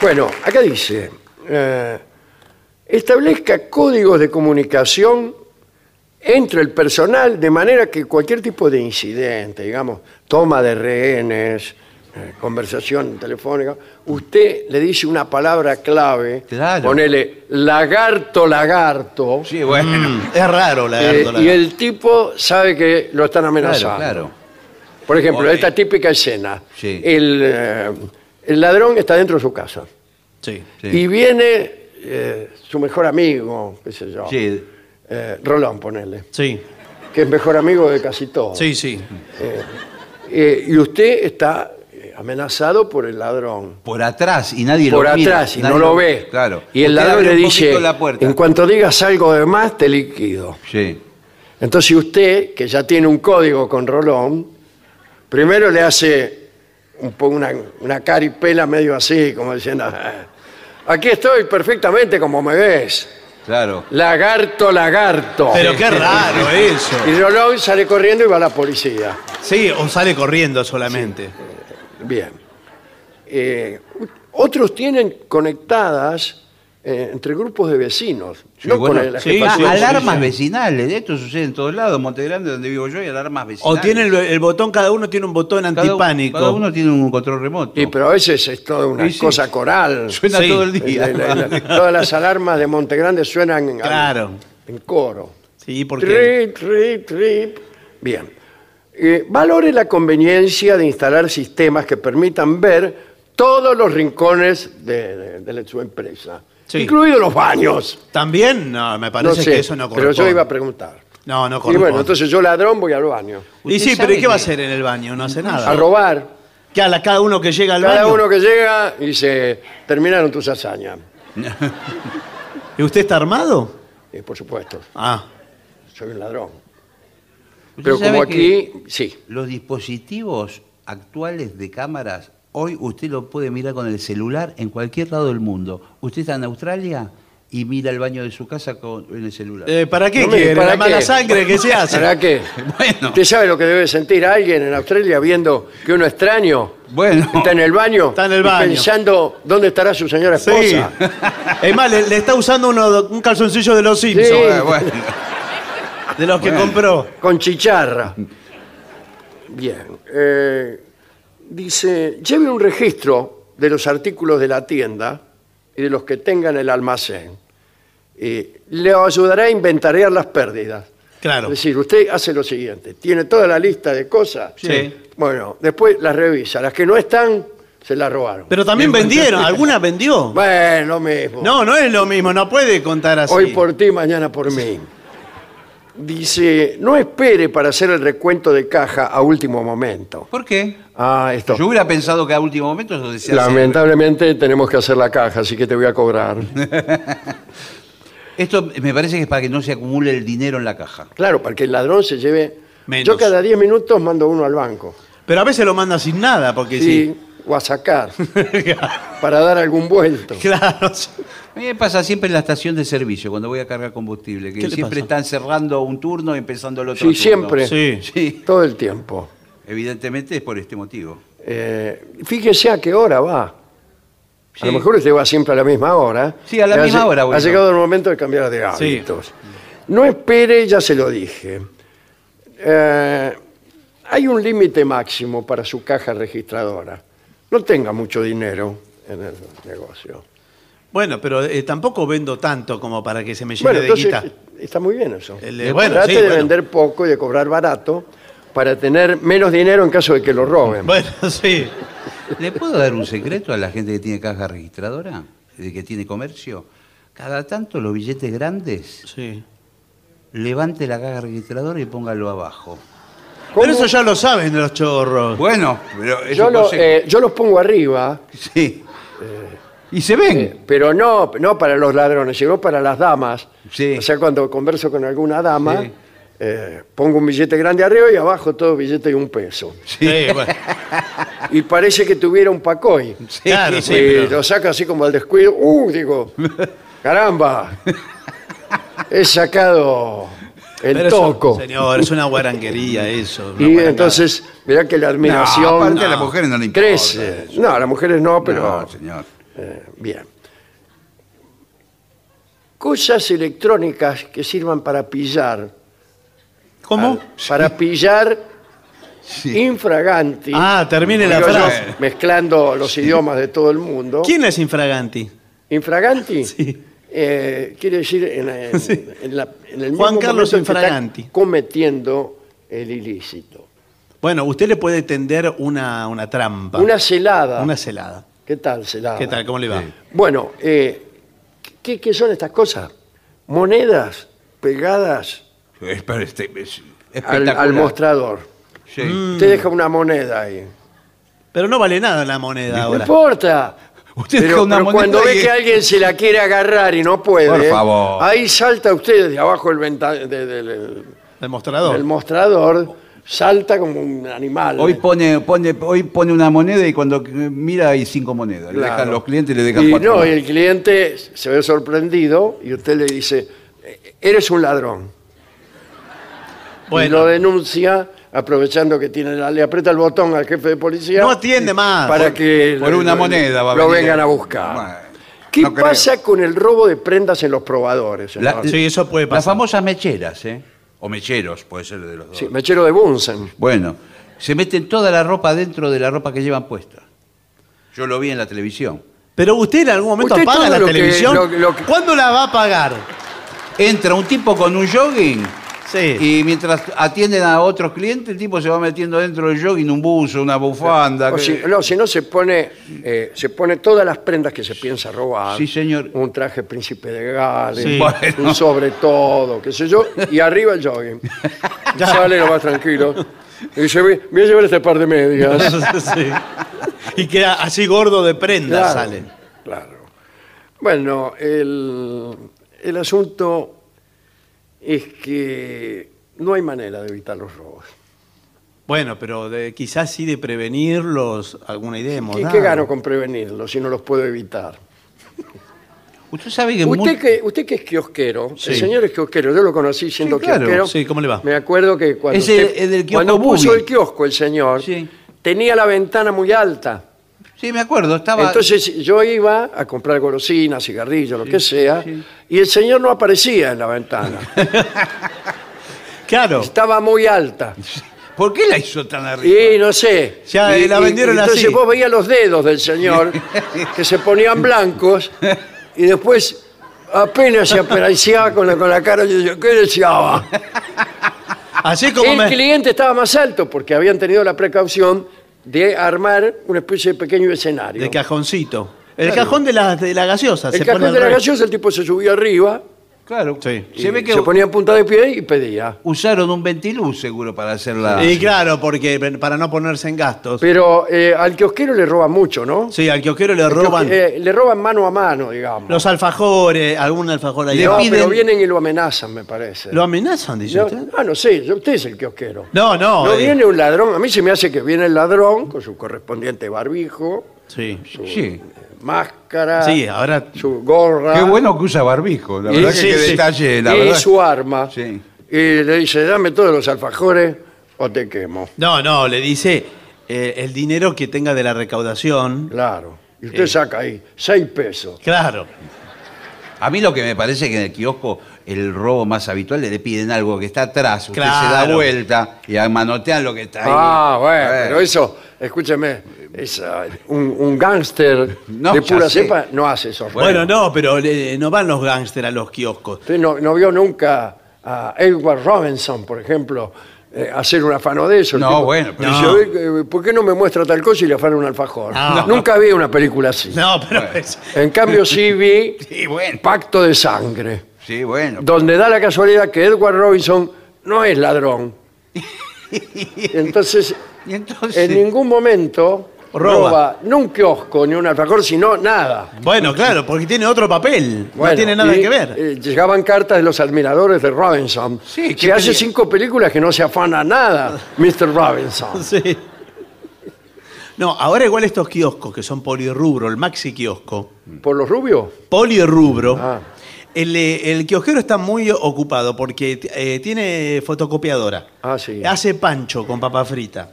Speaker 1: Bueno, acá dice, eh, establezca códigos de comunicación entre el personal de manera que cualquier tipo de incidente, digamos, toma de rehenes, eh, conversación telefónica, usted le dice una palabra clave,
Speaker 3: Claro.
Speaker 1: ponele lagarto, lagarto,
Speaker 3: Sí, [LAUGHS] bueno.
Speaker 2: Es raro la
Speaker 1: eh,
Speaker 2: gárdola.
Speaker 1: y el tipo sabe que lo están amenazando.
Speaker 3: Claro, claro.
Speaker 1: Por ejemplo,
Speaker 2: Oye.
Speaker 1: esta típica escena,
Speaker 3: Sí.
Speaker 1: el, eh, el ladrón está dentro de su casa.
Speaker 2: Sí.
Speaker 3: Sí.
Speaker 1: Y viene eh, su mejor amigo, qué sé yo.
Speaker 3: Sí.
Speaker 1: eh, Rolón, ponele.
Speaker 2: Sí.
Speaker 1: Que es mejor amigo de casi todos.
Speaker 2: Sí, sí.
Speaker 1: Eh, y usted está eh, amenazado por el ladrón.
Speaker 3: Por atrás y nadie
Speaker 1: por
Speaker 3: lo mira.
Speaker 1: atrás y
Speaker 3: nadie
Speaker 1: no lo ve.
Speaker 3: Claro.
Speaker 1: Y el
Speaker 3: Usted
Speaker 1: ladrón le
Speaker 3: abre un
Speaker 1: dice,
Speaker 3: poquito La puerta.
Speaker 1: en cuanto digas algo de más, te liquido.
Speaker 3: Sí.
Speaker 1: Entonces usted, que ya tiene un código con Rolón, primero le hace un poco una, una caripela medio así, como diciendo, "Ah, aquí estoy perfectamente como me ves.
Speaker 3: Claro.
Speaker 1: Lagarto, lagarto.
Speaker 2: Pero qué raro eso.
Speaker 1: Y Rolón sale corriendo y va a la policía.
Speaker 2: Sí, o sale corriendo solamente.
Speaker 1: Bien. Eh, u- otros tienen conectadas eh, entre grupos de vecinos.
Speaker 3: Sí,
Speaker 1: no
Speaker 3: bueno,
Speaker 1: con el- la
Speaker 2: sí,
Speaker 1: jefa-
Speaker 3: Ah,
Speaker 2: sí,
Speaker 3: alarmas
Speaker 2: sí.
Speaker 3: vecinales. Esto sucede en todos lados. Monte Grande, donde vivo yo, hay alarmas vecinales.
Speaker 2: O tiene el, el botón, cada uno tiene un botón
Speaker 3: Cada-
Speaker 2: antipánico.
Speaker 3: Cada uno tiene un control remoto.
Speaker 1: Sí, pero a veces es toda una
Speaker 3: Sí, sí.
Speaker 1: cosa coral.
Speaker 3: Suena
Speaker 2: Sí.
Speaker 3: todo el
Speaker 1: La-
Speaker 3: día.
Speaker 1: la- la- todas las alarmas de Monte Grande suenan al- [LAUGHS]
Speaker 2: Claro.
Speaker 1: en coro.
Speaker 2: Sí, porque.
Speaker 1: Trip, trip, trip. Bien. Eh, valore la conveniencia de instalar sistemas que permitan ver todos los rincones de, de- de la- su empresa,
Speaker 2: Sí.
Speaker 1: incluidos los baños.
Speaker 2: También, no, me parece
Speaker 1: no sé,
Speaker 2: que eso no
Speaker 1: pero
Speaker 2: corresponde.
Speaker 1: yo iba a preguntar.
Speaker 2: No, no
Speaker 1: Y
Speaker 2: corresponde.
Speaker 1: bueno, entonces yo ladrón voy al baño.
Speaker 2: Y
Speaker 3: Usted
Speaker 2: sí, pero
Speaker 3: sabe
Speaker 2: ¿y qué va a
Speaker 3: que-
Speaker 2: hacer en el baño? No hace nada.
Speaker 1: A robar.
Speaker 2: Que a la- cada uno que llega al
Speaker 1: Cada
Speaker 2: baño.
Speaker 1: uno que llega y se terminaron tus hazañas.
Speaker 2: ¿Y usted está armado?
Speaker 1: Eh, por supuesto,
Speaker 2: Ah.
Speaker 1: soy un ladrón.
Speaker 3: Usted
Speaker 1: Pero
Speaker 3: sabe
Speaker 1: como
Speaker 3: que
Speaker 1: aquí, sí.
Speaker 3: Los dispositivos actuales de cámaras, hoy usted lo puede mirar con el celular en cualquier lado del mundo. Usted está en Australia y mira el baño de su casa con, en el celular.
Speaker 2: Eh, ¿Para qué
Speaker 1: No me-
Speaker 2: quiere?
Speaker 1: ¿para
Speaker 2: la mala
Speaker 1: qué?
Speaker 2: sangre que se hace.
Speaker 1: [LAUGHS] ¿Para
Speaker 2: [LAUGHS]
Speaker 1: qué?
Speaker 3: Bueno,
Speaker 1: ¿Usted sabe lo que debe sentir alguien en Australia viendo que uno extraño
Speaker 3: bueno.
Speaker 1: está en el baño?
Speaker 2: Está en el
Speaker 1: y
Speaker 2: baño.
Speaker 1: Pensando dónde estará su
Speaker 2: [LAUGHS]
Speaker 1: señora
Speaker 2: Sí.
Speaker 1: esposa.
Speaker 2: Es más, le, le está usando uno- un calzoncillo de los Simpsons,
Speaker 1: Sí.
Speaker 3: Eh, bueno.
Speaker 2: de los que
Speaker 3: Bueno.
Speaker 2: [LAUGHS] compró.
Speaker 1: Con chicharra. Bien. eh, dice, lleve un registro de los artículos de la tienda y de los que tenga en el almacén. Eh, le ayudará a inventariar las pérdidas.
Speaker 2: Claro.
Speaker 1: Es decir, usted hace lo siguiente, tiene toda la lista de cosas.
Speaker 3: Sí.
Speaker 1: Bueno, después las revisa. Las que no están, se las robaron.
Speaker 2: Pero también vendieron, alguna vendió.
Speaker 1: Bueno, lo mismo.
Speaker 2: No, no es lo mismo, no puede contar así.
Speaker 1: Hoy por ti, mañana por mí. Dice, no espere para hacer el recuento de caja a último momento.
Speaker 3: ¿Por qué?
Speaker 1: Ah, esto.
Speaker 3: Yo hubiera pensado que a último momento eso se hace.
Speaker 1: Lamentablemente tenemos que hacer la caja, así que te voy a
Speaker 3: [LAUGHS]
Speaker 1: cobrar.
Speaker 3: Esto me parece que es para que no se acumule el dinero en la caja.
Speaker 1: Claro, para que el ladrón se lleve...
Speaker 2: Menos.
Speaker 1: Yo cada 10 minutos mando uno al banco.
Speaker 2: Pero a veces lo manda sin nada, porque [LAUGHS] sí.
Speaker 1: Y- O a
Speaker 3: [LAUGHS]
Speaker 1: sacar, para dar algún vuelto.
Speaker 2: claro. sí.
Speaker 3: A mí me pasa siempre en la estación de servicio, cuando voy a cargar combustible,
Speaker 2: ¿Qué
Speaker 3: que
Speaker 2: le
Speaker 3: siempre
Speaker 2: pasa?
Speaker 3: están cerrando un turno y empezando el otro
Speaker 1: Sí,
Speaker 3: turno.
Speaker 1: siempre.
Speaker 2: Sí.
Speaker 3: Sí,
Speaker 1: Todo el tiempo.
Speaker 3: evidentemente es por este motivo.
Speaker 1: Eh, fíjese a qué hora va. A
Speaker 3: Sí.
Speaker 1: lo mejor usted va siempre a la misma hora.
Speaker 3: Sí, a la
Speaker 1: Y ha
Speaker 3: misma
Speaker 1: lle-
Speaker 3: hora,
Speaker 1: Ha
Speaker 3: bueno.
Speaker 1: llegado el momento de cambiar de
Speaker 2: Sí.
Speaker 1: hábitos. No espere, ya se lo dije. Eh, hay un límite máximo para su caja registradora. No tenga mucho dinero en el negocio.
Speaker 2: Bueno, pero eh, tampoco vendo tanto como para que se me llene
Speaker 1: Bueno,
Speaker 2: de
Speaker 1: entonces eh,
Speaker 2: guita.
Speaker 1: está muy bien eso.
Speaker 2: El de- bueno,
Speaker 1: Trate
Speaker 2: sí,
Speaker 1: de
Speaker 2: bueno.
Speaker 1: vender poco y de cobrar barato para tener menos dinero en caso de que lo roben.
Speaker 2: Bueno, [LAUGHS] sí.
Speaker 3: ¿Le puedo dar un secreto a la gente que tiene caja registradora, de que tiene comercio? Cada tanto los billetes grandes,
Speaker 2: sí.
Speaker 3: levante la caja registradora y póngalo abajo.
Speaker 1: ¿Cómo?
Speaker 2: Pero eso ya lo saben los chorros.
Speaker 3: Bueno, pero es
Speaker 1: yo,
Speaker 3: un
Speaker 1: lo-
Speaker 3: consejo.
Speaker 1: eh, yo los pongo arriba.
Speaker 3: Sí. y se ven.
Speaker 1: Eh, Pero no, no para los ladrones, sino para las damas.
Speaker 3: Sí.
Speaker 1: O sea, cuando converso con alguna dama,
Speaker 3: Sí.
Speaker 1: eh, pongo un billete grande arriba y abajo todo billete de un peso.
Speaker 2: Sí, bueno.
Speaker 1: Y parece que tuviera un pacoy.
Speaker 2: Claro, sí.
Speaker 1: y
Speaker 2: pero-
Speaker 1: lo saca así como al descuido. ¡Uh! Digo,
Speaker 3: [LAUGHS]
Speaker 1: caramba, he sacado el
Speaker 2: pero eso,
Speaker 1: toco.
Speaker 2: señor, es una guaranguería eso. una
Speaker 1: y
Speaker 2: guarangada.
Speaker 1: entonces, mirá que la admiración
Speaker 3: No, aparte a las mujeres no le importa
Speaker 1: crece.
Speaker 3: eso.
Speaker 1: No, a las mujeres no, pero
Speaker 3: No, señor.
Speaker 1: eh, bien. Cosas electrónicas que sirvan para pillar.
Speaker 2: ¿Cómo?
Speaker 1: Al- Para pillar
Speaker 3: Sí.
Speaker 1: infraganti.
Speaker 2: Ah, termine la
Speaker 1: Digo yo,
Speaker 2: frase.
Speaker 1: mezclando los idiomas de todo el mundo.
Speaker 2: ¿Quién es infraganti?
Speaker 1: Infraganti
Speaker 2: Sí.
Speaker 1: eh, quiere decir en,
Speaker 2: [LAUGHS]
Speaker 1: en-
Speaker 2: Sí.
Speaker 1: en la- en el mismo
Speaker 2: Juan Carlos
Speaker 1: momento en que está
Speaker 2: Infraganti.
Speaker 1: cometiendo el ilícito.
Speaker 2: Bueno, usted le puede tender una, una trampa.
Speaker 1: Una celada.
Speaker 2: Una celada.
Speaker 1: ¿Qué tal celada?
Speaker 2: ¿Qué tal? ¿Cómo le va?
Speaker 1: Bueno, eh, ¿qué, qué son estas cosas? Monedas pegadas
Speaker 3: Es, pero este- es
Speaker 1: al,
Speaker 3: espectacular.
Speaker 1: al mostrador.
Speaker 3: Sí.
Speaker 1: Usted deja una moneda ahí.
Speaker 2: Pero no vale nada la moneda
Speaker 1: No
Speaker 2: ahora.
Speaker 1: importa.
Speaker 3: Usted deja
Speaker 1: pero
Speaker 3: una
Speaker 1: pero
Speaker 3: moneda
Speaker 1: cuando ve
Speaker 3: y-
Speaker 1: que alguien se la quiere agarrar y no puede,
Speaker 3: Por favor.
Speaker 1: ahí salta usted de abajo del venta- de- de- del-
Speaker 2: El mostrador.
Speaker 1: del mostrador, salta como un animal.
Speaker 3: Hoy pone, pone, hoy pone una moneda y cuando mira hay cinco monedas. Le
Speaker 1: Claro.
Speaker 3: dejan los clientes le dejan
Speaker 1: y
Speaker 3: cuatro.
Speaker 1: No,
Speaker 3: más.
Speaker 1: y el cliente se ve sorprendido y usted le dice, "Eh, eres un ladrón. Y lo
Speaker 2: bueno,
Speaker 1: denuncia aprovechando que tiene la- le aprieta el botón al jefe de policía.
Speaker 2: no atiende más.
Speaker 1: Para que
Speaker 3: Ah, Por
Speaker 1: lo-
Speaker 3: una
Speaker 1: lo-
Speaker 3: moneda va a
Speaker 1: lo
Speaker 3: venir.
Speaker 1: vengan a buscar.
Speaker 3: Bueno,
Speaker 1: ¿Qué
Speaker 3: no creo.
Speaker 1: pasa con el robo de prendas en los probadores?
Speaker 3: La-
Speaker 1: señor?
Speaker 2: Sí, eso puede
Speaker 3: Las
Speaker 2: pasar.
Speaker 3: famosas mecheras, ¿eh? O mecheros, puede ser de los dos.
Speaker 1: Sí, mechero de Bunsen.
Speaker 3: Bueno, se meten toda la ropa dentro de la ropa que llevan puesta. Yo lo vi en la televisión.
Speaker 2: Pero usted en algún momento
Speaker 1: Usted
Speaker 2: apaga
Speaker 1: todo
Speaker 2: la
Speaker 1: lo que-
Speaker 2: televisión.
Speaker 1: lo- lo que-
Speaker 2: ¿Cuándo la va a pagar?
Speaker 3: Entra un tipo con un jogging
Speaker 2: Sí.
Speaker 3: y mientras atienden a otros clientes, el tipo se va metiendo dentro del jogging un buzo, una bufanda.
Speaker 1: O
Speaker 3: que-
Speaker 1: si, no, si no se pone, eh, se pone todas las prendas que se piensa robar.
Speaker 3: Sí, señor.
Speaker 1: Un traje príncipe de Gales,
Speaker 2: Sí.
Speaker 3: Bueno.
Speaker 1: un sobre todo, qué sé yo, y arriba el jogging. Sale lo más tranquilo. Y dice, "Voy- voy a llevar este par de medias.
Speaker 2: [LAUGHS] [LAUGHS] Sí. Y queda así gordo de prenda
Speaker 1: Claro,
Speaker 2: sale.
Speaker 1: Claro. Bueno, el, el asunto es que no hay manera de evitar los robos.
Speaker 2: Bueno, pero de- quizás sí de prevenirlos, alguna idea hemos
Speaker 1: ¿Y
Speaker 2: dado.
Speaker 1: qué gano con prevenirlos si no los puedo evitar?
Speaker 3: Usted sabe que...
Speaker 1: Usted
Speaker 3: mu-
Speaker 1: que, usted que es kiosquero,
Speaker 2: Sí.
Speaker 1: el señor es kiosquero, yo lo conocí siendo
Speaker 2: claro,
Speaker 1: kiosquero.
Speaker 2: sí, ¿cómo le va?
Speaker 1: Me acuerdo que cuando,
Speaker 3: Es el-
Speaker 1: usted-
Speaker 3: el del kiosco
Speaker 1: cuando puso
Speaker 3: Bubi.
Speaker 1: el kiosco el señor,
Speaker 3: Sí.
Speaker 1: tenía la ventana muy alta.
Speaker 3: Sí, me acuerdo, estaba...
Speaker 1: Entonces yo iba a comprar golosinas, cigarrillos, lo que sea,
Speaker 3: sí.
Speaker 1: y el señor no aparecía en la ventana.
Speaker 2: [LAUGHS] Claro.
Speaker 1: Estaba muy alta.
Speaker 3: ¿Por qué la hizo tan arriba?
Speaker 1: Y no sé.
Speaker 2: Ya, eh,
Speaker 1: y,
Speaker 2: la
Speaker 1: y-
Speaker 2: vendieron
Speaker 1: entonces
Speaker 2: así.
Speaker 1: vos veías los dedos
Speaker 2: [LAUGHS]
Speaker 1: del señor que se ponían blancos y después apenas se aparecía con la, con la cara y yo, ¿qué deseaba?
Speaker 2: Así como
Speaker 1: El
Speaker 2: me.
Speaker 1: cliente estaba más alto porque habían tenido la precaución de armar una especie de pequeño escenario.
Speaker 2: De cajoncito. El cajón de la, de la gaseosa.
Speaker 1: el
Speaker 2: se
Speaker 1: cajón
Speaker 2: pone al
Speaker 1: de la
Speaker 2: revés.
Speaker 1: gaseosa, el tipo se subía arriba,
Speaker 3: Claro.
Speaker 2: Sí.
Speaker 3: Se
Speaker 1: y
Speaker 3: ve que
Speaker 1: se ponía en punta de pie y pedía.
Speaker 3: usaron un ventiluz seguro para hacerla...
Speaker 2: Y claro, porque para no ponerse en gastos.
Speaker 1: Pero eh, al kiosquero le roban mucho, ¿no?
Speaker 2: Sí, al kiosquero le
Speaker 1: Al kiosque-
Speaker 2: roban
Speaker 1: eh, le roban mano a mano, digamos.
Speaker 2: los alfajores, algún alfajor ahí.
Speaker 3: Le
Speaker 1: no,
Speaker 2: abajo.
Speaker 3: piden-
Speaker 1: pero vienen y lo amenazan, me parece.
Speaker 2: ¿Lo amenazan, dice
Speaker 1: No,
Speaker 2: usted?
Speaker 1: ah, no sé, yo- usted es el kiosquero.
Speaker 2: No, no. eh,
Speaker 1: viene un ladrón, a mí se me hace que viene el ladrón con su correspondiente barbijo,
Speaker 2: Sí.
Speaker 3: Sí.
Speaker 1: máscara,
Speaker 2: Sí, ahora.
Speaker 1: su gorra
Speaker 3: Qué bueno que usa barbijo, la
Speaker 1: Y-
Speaker 3: verdad
Speaker 2: sí,
Speaker 3: que qué
Speaker 2: sí.
Speaker 3: detalle, la
Speaker 1: y
Speaker 3: verdad.
Speaker 1: su arma.
Speaker 3: Sí.
Speaker 1: Y le dice, dame todos los alfajores o te quemo.
Speaker 2: No, no, le dice eh, el dinero que tenga de la recaudación.
Speaker 1: Claro. Y usted
Speaker 2: Sí.
Speaker 1: saca ahí seis pesos.
Speaker 2: Claro.
Speaker 3: A mí lo que me parece que en el kiosco el robo más habitual le piden algo que está atrás, usted se
Speaker 2: Claro.
Speaker 3: da vuelta y manotean lo que está ahí.
Speaker 1: Ah, bueno,
Speaker 3: Eh,
Speaker 1: pero eso, escúcheme, es, ah, un, un gángster
Speaker 3: No,
Speaker 1: de
Speaker 3: ya
Speaker 1: pura
Speaker 3: sé.
Speaker 1: cepa no hace esos
Speaker 2: Bueno,
Speaker 1: robos.
Speaker 2: no, pero le- no van los gángsters a los kioscos.
Speaker 1: Usted no, no vio nunca a Edward Robinson, por ejemplo, eh, hacer un afano de eso. El
Speaker 3: No, Ah.
Speaker 1: tipo
Speaker 3: bueno, pero-
Speaker 1: dice, "Eh, ¿por qué no me muestra tal cosa y le afana un alfajor?
Speaker 2: No.
Speaker 1: Nunca vi una película así.
Speaker 2: No, pero es-
Speaker 1: En cambio, sí vi
Speaker 3: Sí, bueno.
Speaker 1: Pacto de Sangre,
Speaker 3: Sí, bueno.
Speaker 1: donde da la casualidad que Edward Robinson
Speaker 2: [LAUGHS]
Speaker 1: no es ladrón. Entonces,
Speaker 3: Y entonces
Speaker 1: en ningún momento
Speaker 2: Roba.
Speaker 1: roba, no un kiosco ni un alfajor, sino nada.
Speaker 2: Bueno, claro, porque tiene otro papel.
Speaker 1: Bueno,
Speaker 2: no tiene nada
Speaker 1: y,
Speaker 2: que ver.
Speaker 1: eh, llegaban cartas de los admiradores de Robinson.
Speaker 2: Sí,
Speaker 1: que
Speaker 2: qué
Speaker 1: hace
Speaker 2: tenía.
Speaker 1: cinco películas que no se afana nada, Mr. Robinson.
Speaker 2: Sí. No, ahora igual estos kioscos que son polirrubro, el maxi kiosco,
Speaker 1: ¿Por los rubios?
Speaker 2: polirrubro,
Speaker 1: Ah.
Speaker 2: el, eh, el kiosquero está muy ocupado porque eh, tiene fotocopiadora.
Speaker 1: Ah, sí.
Speaker 2: Hace pancho con papa frita,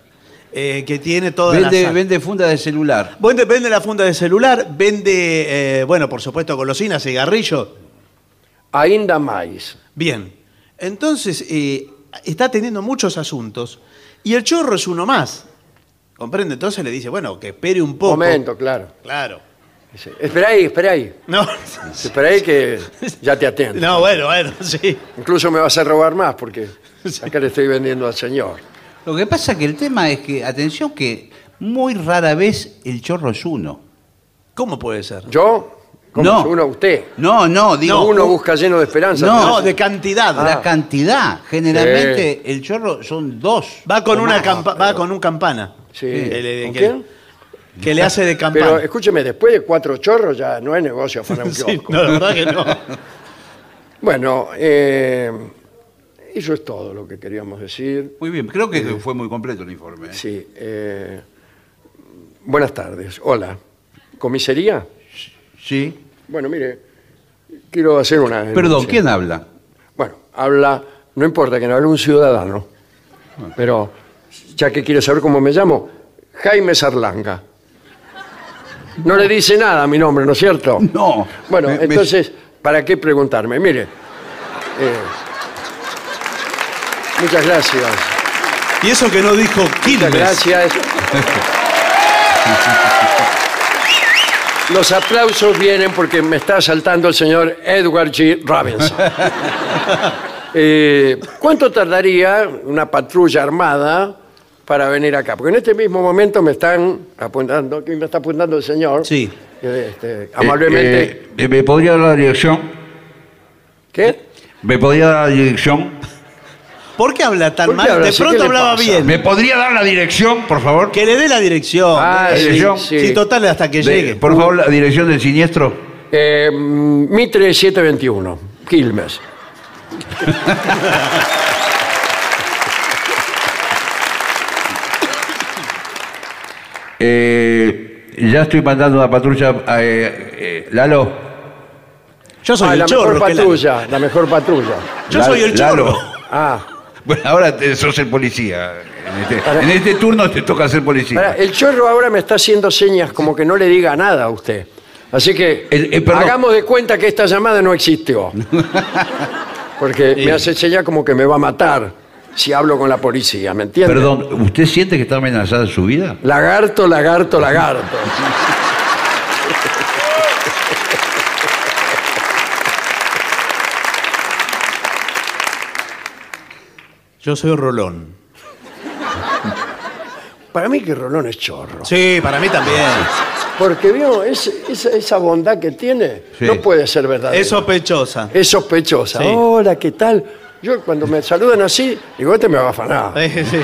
Speaker 2: eh, que tiene toda la
Speaker 3: Vende,
Speaker 2: sal.
Speaker 3: vende funda de celular.
Speaker 2: Vende- vende la funda de celular, vende, eh, bueno, por supuesto, golosinas, cigarrillos.
Speaker 1: Ainda más.
Speaker 2: Bien. Entonces, eh, está teniendo muchos asuntos y el chorro es uno más. ¿Comprende? Entonces le dice, bueno, que espere un poco.
Speaker 1: Momento, claro.
Speaker 2: Claro.
Speaker 1: Sí. Espera ahí, espera ahí.
Speaker 2: No,
Speaker 1: Espera ahí que ya te
Speaker 2: [LAUGHS]
Speaker 1: atiendo.
Speaker 2: no bueno, bueno, sí.
Speaker 1: Incluso me vas a robar
Speaker 2: [LAUGHS]
Speaker 1: más porque acá le estoy vendiendo al señor.
Speaker 3: Lo que pasa que el tema es que, atención, que muy rara vez el chorro es uno.
Speaker 2: ¿Cómo puede ser?
Speaker 1: ¿Yo? ¿Cómo
Speaker 3: No.
Speaker 1: es uno a usted?
Speaker 3: No, no, digo.
Speaker 1: No, uno busca lleno de esperanza. Ah,
Speaker 3: No.
Speaker 2: uh, No, de cantidad.
Speaker 3: La
Speaker 4: Ah.
Speaker 3: cantidad. Generalmente el chorro son dos.
Speaker 2: Va con
Speaker 3: o
Speaker 2: una
Speaker 3: más.
Speaker 2: campa- va con un campana.
Speaker 1: Sí.
Speaker 2: Que le-
Speaker 1: ¿Con
Speaker 2: que-
Speaker 1: quién?
Speaker 2: Que le hace de
Speaker 1: Pero eh,
Speaker 2: campana.
Speaker 1: escúcheme, después de cuatro chorros ya no es negocio para un
Speaker 2: [LAUGHS] Sí,
Speaker 1: kiosco.
Speaker 2: no, la verdad que no.
Speaker 1: [LAUGHS] Bueno, eh, eso es todo lo que queríamos decir. Eh,
Speaker 3: Muy bien, creo que fue muy completo el informe. ¿eh?
Speaker 1: Sí. eh, buenas tardes. Hola. ¿Comisaría?
Speaker 3: Sí.
Speaker 1: Bueno, mire, quiero hacer una.
Speaker 3: Perdón,
Speaker 1: denuncia.
Speaker 3: ¿quién habla?
Speaker 1: Bueno, habla, no importa que no hable un ciudadano, pero ya que quiere saber cómo me llamo, Jaime Sarlanga. No le dice nada a mi nombre, ¿no es cierto?
Speaker 3: No.
Speaker 1: Bueno,
Speaker 3: Me- me-
Speaker 1: entonces, ¿para qué preguntarme? Mire. eh, muchas gracias.
Speaker 2: Y eso que no dijo
Speaker 1: Muchas
Speaker 2: Quilmes.
Speaker 1: gracias. Los aplausos vienen porque me está asaltando el señor Edward G.
Speaker 2: [LAUGHS]
Speaker 1: Robinson. Eh, ¿Cuánto tardaría una patrulla armada para venir acá? Porque en este mismo momento me están apuntando, que me está apuntando el señor.
Speaker 2: Sí. Eh,
Speaker 1: que, este, amablemente.
Speaker 4: Eh, ¿Me podría dar la dirección?
Speaker 1: ¿Qué?
Speaker 4: ¿Me podría dar la dirección?
Speaker 2: ¿Por qué habla tan
Speaker 1: ¿Por qué
Speaker 2: mal?
Speaker 1: habla
Speaker 2: de
Speaker 1: así?
Speaker 2: pronto
Speaker 1: ¿Qué le
Speaker 2: hablaba
Speaker 1: pasa?
Speaker 2: bien.
Speaker 4: ¿Me podría dar la dirección, por favor?
Speaker 2: Que le dé la dirección.
Speaker 1: Ah,
Speaker 4: la
Speaker 1: sí,
Speaker 4: dirección.
Speaker 1: sí.
Speaker 2: Sí, total, hasta que
Speaker 4: De-
Speaker 2: llegue.
Speaker 4: por favor, la dirección del siniestro.
Speaker 1: Eh, Mitre 721, Quilmes.
Speaker 4: Eh, ya estoy mandando una patrulla. a, eh, eh, Lalo.
Speaker 2: Yo soy
Speaker 1: Ah,
Speaker 2: el
Speaker 1: la
Speaker 2: chorro.
Speaker 1: mejor
Speaker 2: que la-
Speaker 1: patrulla, la mejor patrulla.
Speaker 2: Yo
Speaker 4: Lalo-
Speaker 2: soy el
Speaker 4: Lalo.
Speaker 2: chorro.
Speaker 1: Ah.
Speaker 4: Bueno, ahora te- sos el policía. En este, en este turno te toca ser policía.
Speaker 1: Pará, el chorro ahora me está haciendo señas como que no le diga nada a usted. Así que
Speaker 4: El- eh, perdón.
Speaker 1: hagamos de cuenta que esta llamada
Speaker 2: [LAUGHS]
Speaker 1: no existió. Porque
Speaker 2: Eh.
Speaker 1: me hace señas como que me va a matar si hablo con la policía, ¿me entiende?
Speaker 4: Perdón, ¿usted siente que está amenazada su vida?
Speaker 1: Lagarto, lagarto, lagarto.
Speaker 2: Yo soy Rolón.
Speaker 1: Para mí que Rolón es chorro.
Speaker 2: Sí, para mí también.
Speaker 1: Porque vio, es- esa, esa bondad que tiene
Speaker 4: Sí.
Speaker 1: no puede ser verdadera.
Speaker 2: Es sospechosa.
Speaker 1: eh. Es sospechosa. oh.
Speaker 2: Sí.
Speaker 1: Hola, ¿qué tal? Yo cuando me saludan así, digo, este me va a afanar.
Speaker 2: Sí, sí.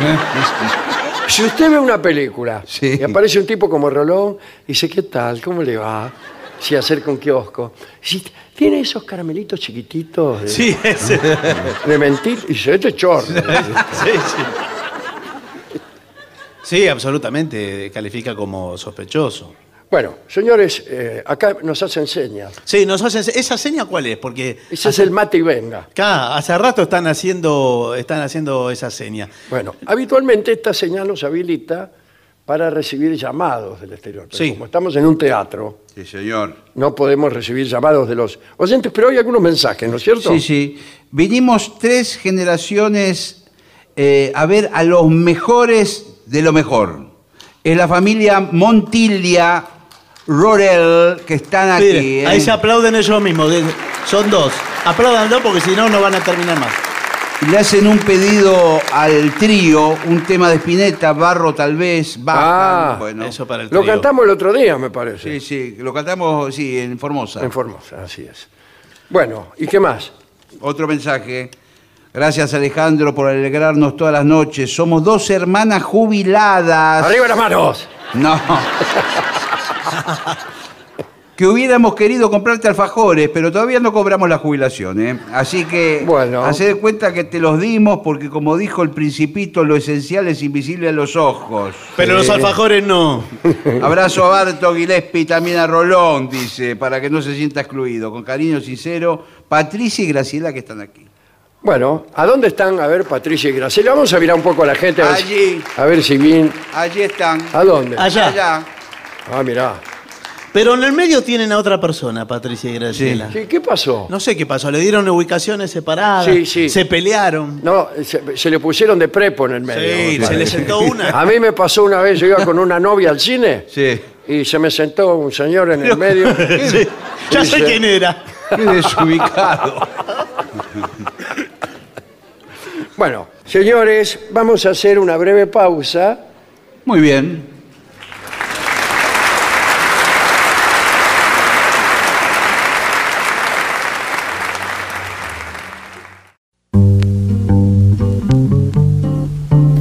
Speaker 1: Si usted ve una película
Speaker 3: Sí.
Speaker 1: y aparece un tipo como Rolón, dice, ¿qué tal? ¿Cómo le va? Si acerca un kiosco. Si tiene esos caramelitos chiquititos de,
Speaker 2: Sí, es- sí,
Speaker 1: de mentir, y dice, este es chorro.
Speaker 2: sí. [LAUGHS] Sí, absolutamente. Califica como sospechoso.
Speaker 1: Bueno, señores, eh, acá nos hacen señas.
Speaker 2: Sí, nos hacen. ¿Esa seña cuál es? Porque
Speaker 1: Ese es el mate y venga.
Speaker 2: acá, hace rato están haciendo, están haciendo esa seña.
Speaker 1: Bueno, habitualmente esta señal nos habilita para recibir llamados del exterior. Pero
Speaker 2: Sí.
Speaker 1: Como estamos en un teatro,
Speaker 3: Sí, señor.
Speaker 1: no podemos recibir llamados de los oyentes, pero hay algunos mensajes, ¿no es cierto?
Speaker 3: Sí, sí. Vinimos tres generaciones eh, a ver a los mejores de lo mejor. Es la familia Montilia, Rorel, que están aquí.
Speaker 2: Miren, ahí
Speaker 3: ¿eh?
Speaker 2: se aplauden ellos mismos. de- Son dos. Aplaudan dos porque si no, no van a terminar más.
Speaker 3: Le hacen un pedido al trío, un tema de Spinetta, Barro tal vez,
Speaker 1: Ah,
Speaker 3: Baja. bueno.
Speaker 2: Eso para el
Speaker 1: Lo
Speaker 2: trío.
Speaker 1: cantamos el otro día, me parece.
Speaker 3: Sí, sí, lo cantamos, sí, en Formosa.
Speaker 1: En Formosa, así es. Bueno, ¿y qué más?
Speaker 3: Otro mensaje. Gracias Alejandro por alegrarnos todas las noches. Somos dos hermanas jubiladas.
Speaker 1: ¡Arriba las manos!
Speaker 3: No. que hubiéramos querido comprarte alfajores, pero todavía no cobramos la jubilación, ¿eh? Así que
Speaker 1: Bueno.
Speaker 3: hacé de cuenta que te los dimos porque como dijo el principito, lo esencial es invisible a los ojos.
Speaker 2: Pero los alfajores
Speaker 1: [LAUGHS]
Speaker 2: no.
Speaker 3: Abrazo a Barto Gillespie y también a Rolón, dice, para que no se sienta excluido. Con cariño sincero, Patricia y Graciela que están aquí.
Speaker 1: [LAUGHS] Bueno, ¿a dónde están? A ver, Patricia y Graciela. Vamos a mirar un poco a la gente. A ver, si-
Speaker 3: Allí.
Speaker 1: a ver si bien.
Speaker 3: Allí están.
Speaker 1: ¿A dónde?
Speaker 2: Allá.
Speaker 3: Allá.
Speaker 1: Ah, mirá.
Speaker 2: Pero en el medio tienen a otra persona, Patricia y Graciela.
Speaker 1: Sí, ¿Qué pasó?
Speaker 2: No sé qué pasó, le dieron ubicaciones separadas,
Speaker 1: Sí, sí.
Speaker 2: se pelearon.
Speaker 1: No, se, se le pusieron de prepo en el medio.
Speaker 2: Sí, se le sentó una.
Speaker 1: A mí me pasó una vez, yo iba con una novia al cine
Speaker 3: Sí.
Speaker 1: y se me sentó un señor en
Speaker 2: [LAUGHS]
Speaker 1: el [LAUGHS] medio.
Speaker 2: Sí, Ya sé
Speaker 1: Dice-
Speaker 2: quién
Speaker 1: [LAUGHS]
Speaker 2: era.
Speaker 3: Qué
Speaker 2: [LAUGHS]
Speaker 3: desubicado.
Speaker 1: Bueno, señores, vamos a hacer una breve pausa.
Speaker 3: Muy bien.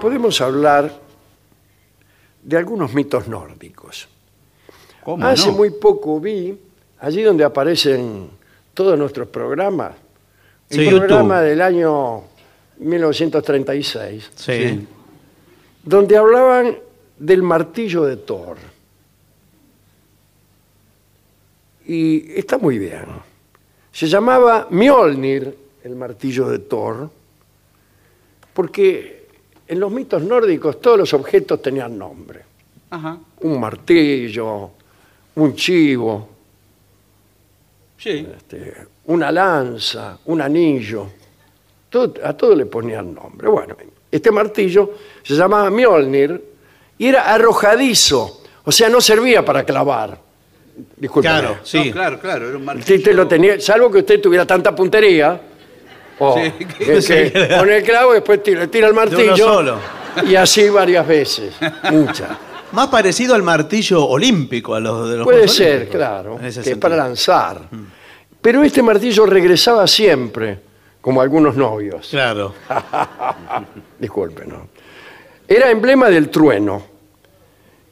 Speaker 1: Podemos hablar de algunos mitos nórdicos.
Speaker 3: ¿Cómo
Speaker 1: Hace
Speaker 3: no?
Speaker 1: muy poco vi, allí donde aparecen todos nuestros programas, el
Speaker 2: Sí,
Speaker 1: programa
Speaker 2: YouTube.
Speaker 1: del año 1936,
Speaker 2: Sí.
Speaker 1: donde hablaban del martillo de Thor. Y está muy bien. Se llamaba Mjolnir, el martillo de Thor, porque en los mitos nórdicos todos los objetos tenían nombre.
Speaker 3: Ajá.
Speaker 1: Un martillo, un chivo,
Speaker 2: Sí.
Speaker 1: este,
Speaker 2: [LAUGHS]
Speaker 1: una lanza, un anillo. Todo- a todo le ponían nombre. Bueno, este martillo se llamaba Mjolnir y era arrojadizo, o sea, no servía para clavar. Disculpe.
Speaker 2: Claro, sí.
Speaker 3: No, claro, claro, era un martillo.
Speaker 1: Usted lo tenía, salvo que usted tuviera tanta puntería.
Speaker 2: [LAUGHS]
Speaker 1: o
Speaker 3: Sí,
Speaker 1: que- que pone el clavo y después tira, tira el
Speaker 2: uno
Speaker 1: martillo.
Speaker 2: solo.
Speaker 1: Y así varias veces. Muchas.
Speaker 2: Más parecido al martillo olímpico, a los de los
Speaker 1: Puede
Speaker 2: Juegos
Speaker 1: ser,
Speaker 2: Olímpicos, [LAUGHS]
Speaker 1: claro,
Speaker 2: en
Speaker 1: que
Speaker 2: ese
Speaker 1: es
Speaker 2: sentido. Mm.
Speaker 1: para lanzar. Pero este martillo regresaba siempre, como algunos novios.
Speaker 2: Claro.
Speaker 1: [LAUGHS] Disculpen. ¿no? Era emblema del trueno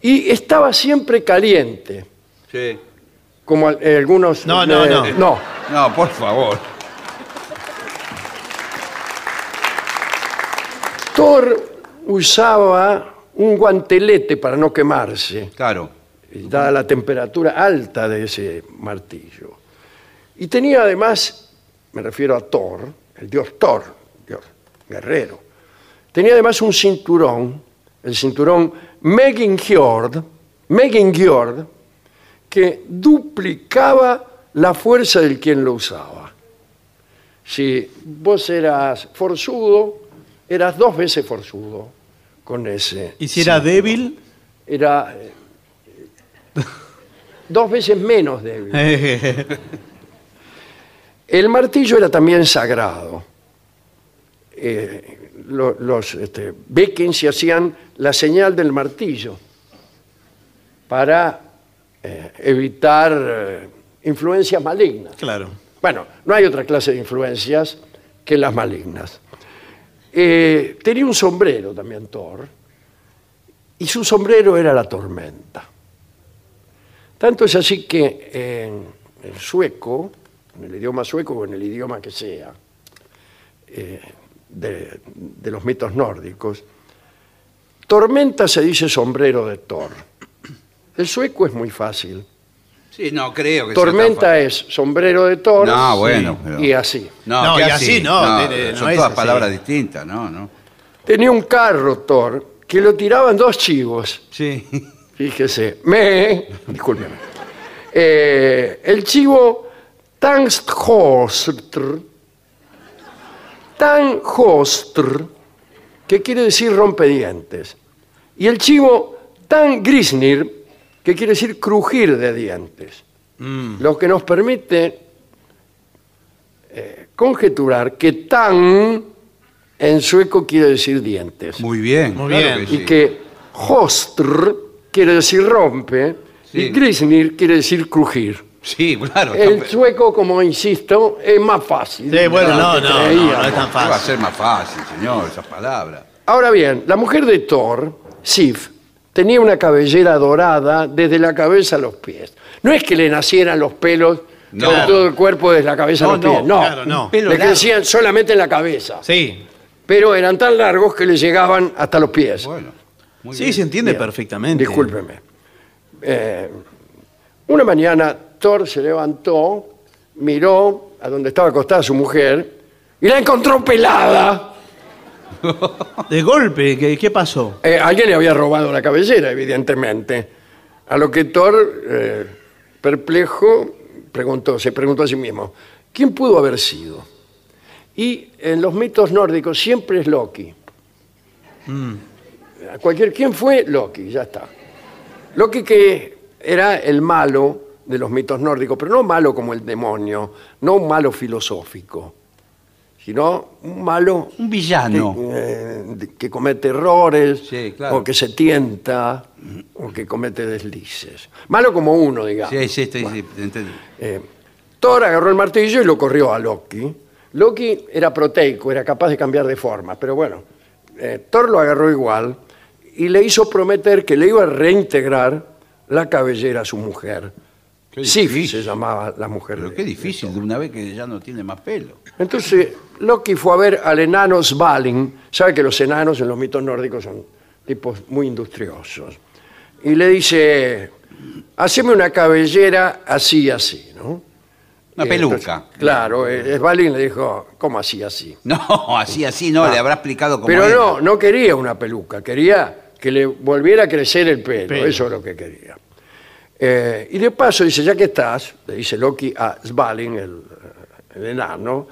Speaker 1: y estaba siempre caliente,
Speaker 3: Sí.
Speaker 1: como al- eh, algunos...
Speaker 2: No, no, no.
Speaker 4: No, por favor.
Speaker 1: Thor usaba un guantelete para no quemarse,
Speaker 3: Claro.
Speaker 1: dada la temperatura alta de ese martillo. Y tenía además, me refiero a Thor, el dios Thor, dios guerrero, tenía además un cinturón, el cinturón Megingjord, Megingjord, que duplicaba la fuerza del quien lo usaba. Si vos eras forzudo, eras dos veces forzudo con ese.
Speaker 2: Y si era débil,
Speaker 1: Era eh, dos veces
Speaker 2: [LAUGHS]
Speaker 1: menos débil.
Speaker 2: Eh,
Speaker 1: El martillo era también sagrado. Eh, lo- los este, vikings se hacían la señal del martillo para eh, evitar eh, influencias malignas.
Speaker 2: claro.
Speaker 1: Bueno, no hay otra clase de influencias que las malignas. Eh, tenía un sombrero también Thor, y su sombrero era la tormenta. Tanto es así que eh, en en sueco, en el idioma sueco o en el idioma que sea, eh, de, de los mitos nórdicos. Tormenta se dice sombrero de Thor. El sueco es muy fácil.
Speaker 3: Sí, no, creo que sea tan
Speaker 1: Tormenta
Speaker 3: fácil.
Speaker 1: es sombrero de Thor
Speaker 3: No,
Speaker 1: sí,
Speaker 3: bueno, pero-
Speaker 1: y así.
Speaker 3: No,
Speaker 2: No,
Speaker 3: que
Speaker 2: y así no, tiene-
Speaker 3: son
Speaker 2: no es
Speaker 3: todas
Speaker 2: así.
Speaker 3: palabras distintas, no, no.
Speaker 1: Tenía un carro Thor que lo tiraban dos chivos.
Speaker 3: Sí.
Speaker 1: Fíjese, me, discúlpeme. Eh, el chivo Tanghostr, Tanghostr, que quiere decir rompedientes, y el chivo Tangrisnir, que quiere decir crujir de dientes,
Speaker 3: Mm.
Speaker 1: lo que nos permite eh, conjeturar que tan en sueco quiere decir dientes
Speaker 3: Muy bien.
Speaker 2: Muy
Speaker 3: claro
Speaker 2: bien.
Speaker 3: que
Speaker 1: y
Speaker 3: sí.
Speaker 1: que hostr quiere decir rompe
Speaker 3: Sí.
Speaker 1: y grisnir quiere decir crujir.
Speaker 3: Sí, claro.
Speaker 1: El
Speaker 3: no,
Speaker 1: sueco, como insisto, es más fácil.
Speaker 2: Sí, bueno, no, no, no,
Speaker 1: Creía.
Speaker 2: no es tan
Speaker 3: ¿qué va a
Speaker 2: fácil.
Speaker 3: ser más fácil, señor, esas palabras.
Speaker 1: Ahora bien, la mujer de Thor, Sif, tenía una cabellera dorada desde la cabeza a los pies. No es que le nacieran los pelos
Speaker 3: No.
Speaker 1: por todo el cuerpo desde la cabeza
Speaker 3: No,
Speaker 1: a los pies,
Speaker 3: no,
Speaker 1: no.
Speaker 2: claro, no.
Speaker 3: Pelo
Speaker 1: Le
Speaker 3: largo.
Speaker 1: crecían solamente en la cabeza,
Speaker 2: Sí,
Speaker 1: pero eran tan largos que le llegaban hasta los pies.
Speaker 3: Bueno, muy
Speaker 2: sí
Speaker 3: bien.
Speaker 2: se entiende
Speaker 1: Bien.
Speaker 2: perfectamente.
Speaker 1: Discúlpeme. Eh, una mañana Thor se levantó, miró a donde estaba acostada su mujer y la encontró pelada.
Speaker 2: [LAUGHS] De golpe, ¿qué, qué pasó?
Speaker 1: Eh, alguien le había robado la cabellera, evidentemente. A lo que Thor, eh, perplejo, preguntó, se preguntó a sí mismo, ¿quién pudo haber sido? Y en los mitos nórdicos siempre es Loki.
Speaker 3: Mm.
Speaker 1: A Cualquier, ¿Quién fue? Loki, ya está. Loki que era el malo de los mitos nórdicos, pero no malo como el demonio, no un malo filosófico, sino un malo
Speaker 3: Un villano.
Speaker 1: eh, de- que comete errores,
Speaker 3: Sí, claro.
Speaker 1: o que se tienta, o que comete deslices. Malo como uno, digamos.
Speaker 3: Sí, sí, estoy, sí, te entendí.
Speaker 1: Eh, Thor agarró el martillo y lo corrió a Loki. Loki era proteico, era capaz de cambiar de forma, pero bueno, eh, Thor lo agarró igual y le hizo prometer que le iba a reintegrar la cabellera a su mujer.
Speaker 3: Qué
Speaker 1: Sif
Speaker 3: difícil.
Speaker 1: se llamaba la mujer.
Speaker 3: Pero
Speaker 1: de-
Speaker 3: qué difícil, de una vez que ya no tiene más pelo.
Speaker 1: entonces, Loki fue a ver al enano Svalin. Sabe que los enanos en los mitos nórdicos son tipos muy industriosos. Y le dice, haceme una cabellera así, así, ¿no?
Speaker 3: Una
Speaker 1: Y
Speaker 3: peluca.
Speaker 1: entonces, claro, eh, Svalin le dijo, ¿cómo así, así?
Speaker 3: No, así, así, no, le habrá explicado cómo
Speaker 1: eh, ah, Pero
Speaker 3: era.
Speaker 1: no, no quería una peluca, quería que le volviera a crecer el pelo,
Speaker 2: Pelo.
Speaker 1: eso es lo que quería. Eh, y de paso dice, ya que estás, le dice Loki a Svalin, el, el enano,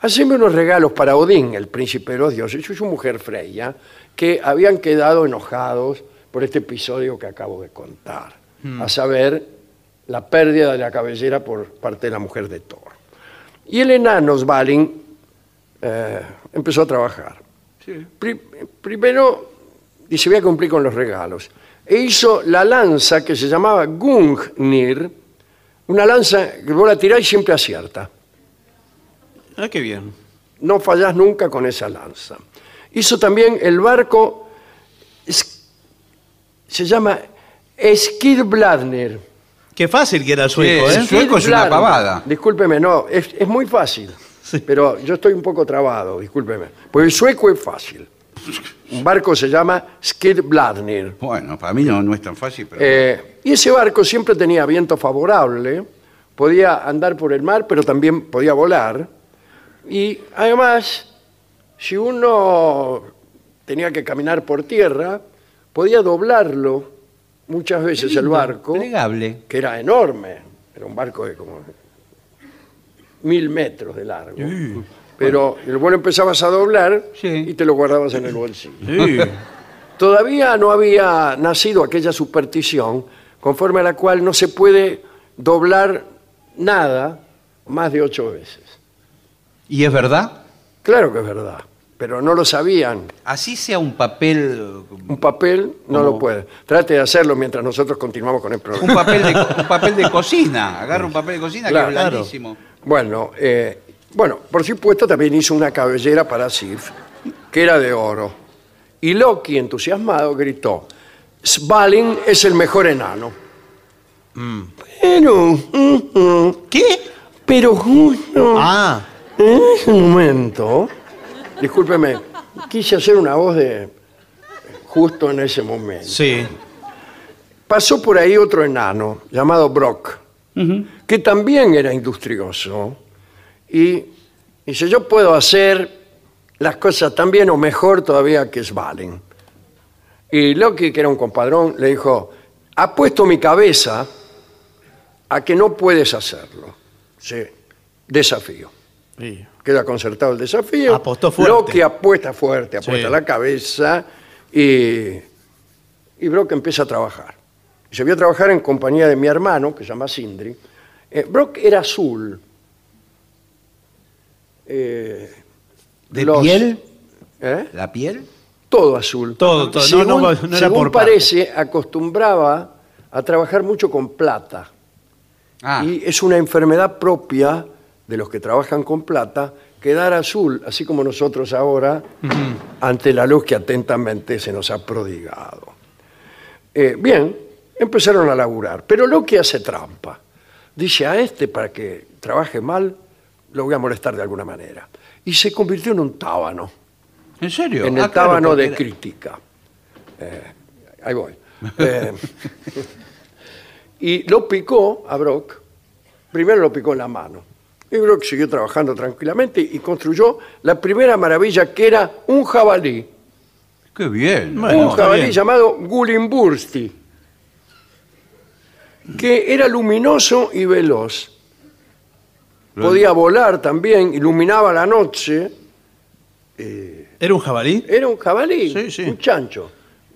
Speaker 1: haceme unos regalos para Odín, el príncipe de los dioses, y su mujer Freya, que habían quedado enojados por este episodio que acabo de contar, a saber, la pérdida de la cabellera por parte de la mujer de Thor. Y el enano Svalin eh, empezó a trabajar. Pri- primero, dice, voy a cumplir con los regalos. E hizo la lanza que se llamaba Gungnir, una lanza que vos la tirás y siempre acierta.
Speaker 2: Ah, qué bien.
Speaker 1: No fallás nunca con esa lanza. Hizo también el barco, es- se llama Skidbladnir.
Speaker 2: Qué fácil que era el sueco,
Speaker 3: Sí,
Speaker 2: ¿eh?
Speaker 3: sí. sueco es una
Speaker 1: Skidbladnir.
Speaker 3: pavada.
Speaker 1: Discúlpeme, no, es, es muy fácil. Pero yo estoy un poco trabado, discúlpeme. Pues el sueco es fácil. Un barco se llama Skidbladnir.
Speaker 3: Bueno, para mí no, no es tan fácil, pero.
Speaker 1: Eh, y ese barco siempre tenía viento favorable, podía andar por el mar, pero también podía volar. Y además, si uno tenía que caminar por tierra, podía doblarlo muchas veces el barco,
Speaker 3: Plegable.
Speaker 1: que era enorme, era un barco de como mil metros de largo. Pero el vuelo empezabas a doblar
Speaker 3: Sí.
Speaker 1: y te lo guardabas en el bolsillo.
Speaker 2: Sí.
Speaker 1: [LAUGHS] Todavía no había nacido aquella superstición conforme a la cual no se puede doblar nada más de ocho veces.
Speaker 3: ¿Y es verdad?
Speaker 1: Claro que es verdad, pero no lo sabían.
Speaker 3: Así sea un papel.
Speaker 1: Un papel no lo puede. Trate de hacerlo mientras nosotros continuamos con el
Speaker 3: Un
Speaker 1: programa.
Speaker 3: papel de, un papel de cocina. Agarra un papel de cocina
Speaker 1: Claro.
Speaker 3: que es blandísimo.
Speaker 1: Bueno, eh, bueno, por supuesto también hizo una cabellera para Sif, que era de oro. Y Loki, entusiasmado, gritó, Svalin es el mejor enano. Pero, mm, mm,
Speaker 2: ¿Qué?
Speaker 1: pero justo
Speaker 2: Ah,
Speaker 1: en ese momento, discúlpeme, quise hacer una voz de justo en ese momento.
Speaker 2: sí.
Speaker 1: Pasó por ahí otro enano llamado Brock, que también era industrioso. Y dice, yo puedo hacer las cosas tan bien o mejor todavía que Svalen. Y Loki, que era un compadrón, le dijo, ha puesto mi cabeza a que no puedes hacerlo. Sí, desafío.
Speaker 2: Sí.
Speaker 1: Queda concertado el desafío.
Speaker 2: Apostó fuerte.
Speaker 1: Loki apuesta fuerte, apuesta
Speaker 2: Sí.
Speaker 1: la cabeza y y Brock empieza a trabajar. Y Se vio a trabajar en compañía de mi hermano, que se llama Sindri. Eh, Brock era azul. Eh,
Speaker 3: ¿De piel?
Speaker 1: ¿eh?
Speaker 3: ¿La piel?
Speaker 1: Todo azul.
Speaker 2: Todo, todo. No,
Speaker 1: Según,
Speaker 2: no, no era
Speaker 1: según
Speaker 2: por parte.
Speaker 1: parece, acostumbraba a trabajar mucho con plata.
Speaker 3: Ah,
Speaker 1: Y es una enfermedad propia de los que trabajan con plata quedar azul, así como nosotros ahora, ante la luz que atentamente se nos ha prodigado. Eh, bien, empezaron a laburar, pero lo que hace trampa. Dice a este para que trabaje mal, lo voy a molestar de alguna manera. Y se convirtió en un tábano
Speaker 3: ¿en serio?
Speaker 1: en
Speaker 3: Ah,
Speaker 1: el
Speaker 3: claro,
Speaker 1: tábano
Speaker 3: porque
Speaker 1: de
Speaker 3: era-
Speaker 1: crítica. Eh, ahí voy. Eh, [LAUGHS] y lo picó a Brock. Primero lo picó en la mano. Y Brock siguió trabajando tranquilamente y construyó la primera maravilla que era un jabalí.
Speaker 3: Qué bien.
Speaker 2: Bueno,
Speaker 1: un
Speaker 2: está
Speaker 1: jabalí
Speaker 2: bien.
Speaker 1: llamado Gulimbursti. Que era luminoso y veloz. Podía volar también, iluminaba la noche.
Speaker 2: ¿Era un jabalí?
Speaker 1: Era un jabalí,
Speaker 2: Sí, sí.
Speaker 1: un chancho.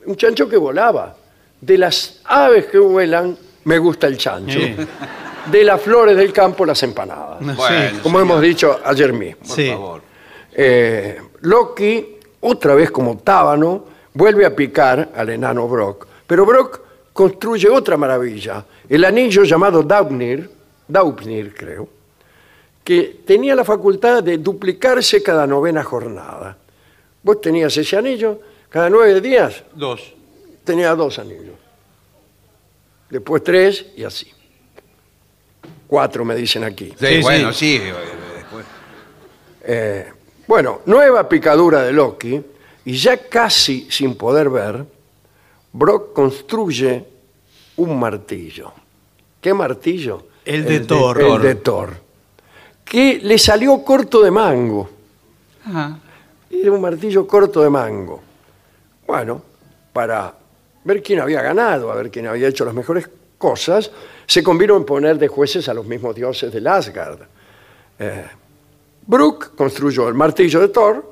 Speaker 1: Un chancho que volaba. De las aves que vuelan, me gusta el chancho. [LAUGHS]
Speaker 2: Sí.
Speaker 1: De las flores del campo, las empanadas.
Speaker 2: No,
Speaker 4: Bueno.
Speaker 1: Como hemos dicho ayer mismo.
Speaker 2: sí. Sí.
Speaker 1: Eh, Loki, otra vez como tábano, vuelve a picar al enano Brock. Pero Brock construye otra maravilla. El anillo llamado Daupnir, Daupnir creo, que tenía la facultad de duplicarse cada novena jornada. Vos tenías ese anillo, cada nueve días
Speaker 3: Dos.
Speaker 1: tenía dos anillos. Después tres y así. Cuatro me dicen aquí.
Speaker 4: Sí,
Speaker 2: Sí,
Speaker 4: bueno, sí. eh, después.
Speaker 1: Eh, bueno, nueva picadura de Loki, y ya casi sin poder ver, Brock construye un martillo. ¿Qué martillo?
Speaker 2: El de Thor.
Speaker 1: El de Thor. Que le salió corto de mango.
Speaker 3: Ajá.
Speaker 1: Era un martillo corto de mango. Bueno, para ver quién había ganado, a ver quién había hecho las mejores cosas, se convino en poner de jueces a los mismos dioses del Asgard. Eh, Brook construyó el martillo de Thor,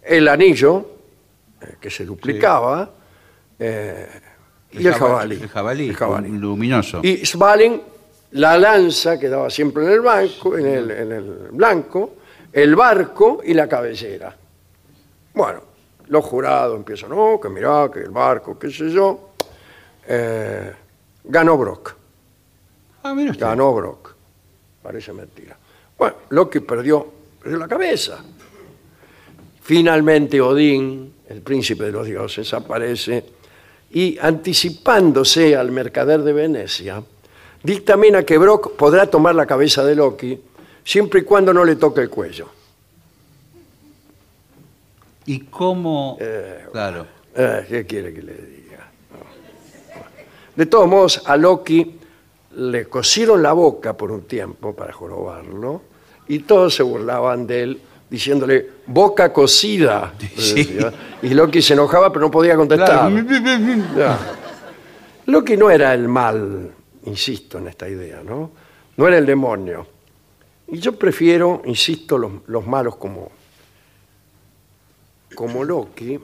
Speaker 1: el anillo, eh, que se duplicaba, eh, y el jabalí.
Speaker 3: El jabalí.
Speaker 1: El jabalí.
Speaker 3: un Luminoso.
Speaker 1: Y Svalin, la lanza que daba siempre en el, banco, en, el, en el blanco, el barco y la cabellera. Bueno, los jurados empiezan, no, que mirá, que el barco, qué sé yo. Eh, ganó Brock,
Speaker 3: Ah, mira usted.
Speaker 1: ganó Brock. Parece mentira. Bueno, Loki perdió, perdió la cabeza. Finalmente Odín, el príncipe de los dioses, aparece y anticipándose al mercader de Venecia, dictamina que Brock podrá tomar la cabeza de Loki siempre y cuando no le toque el cuello.
Speaker 3: ¿Y cómo? claro.
Speaker 1: Ah, ¿Qué quiere que le diga? De todos modos, a Loki le cosieron la boca por un tiempo para jorobarlo y todos se burlaban de él diciéndole boca cocida.
Speaker 3: [LAUGHS]
Speaker 1: le decía. Y Loki se enojaba pero no podía contestar. Ya. Loki no era el mal, insisto en esta idea, ¿no? No era el demonio. Y yo prefiero, insisto, los, los malos como, como Loki,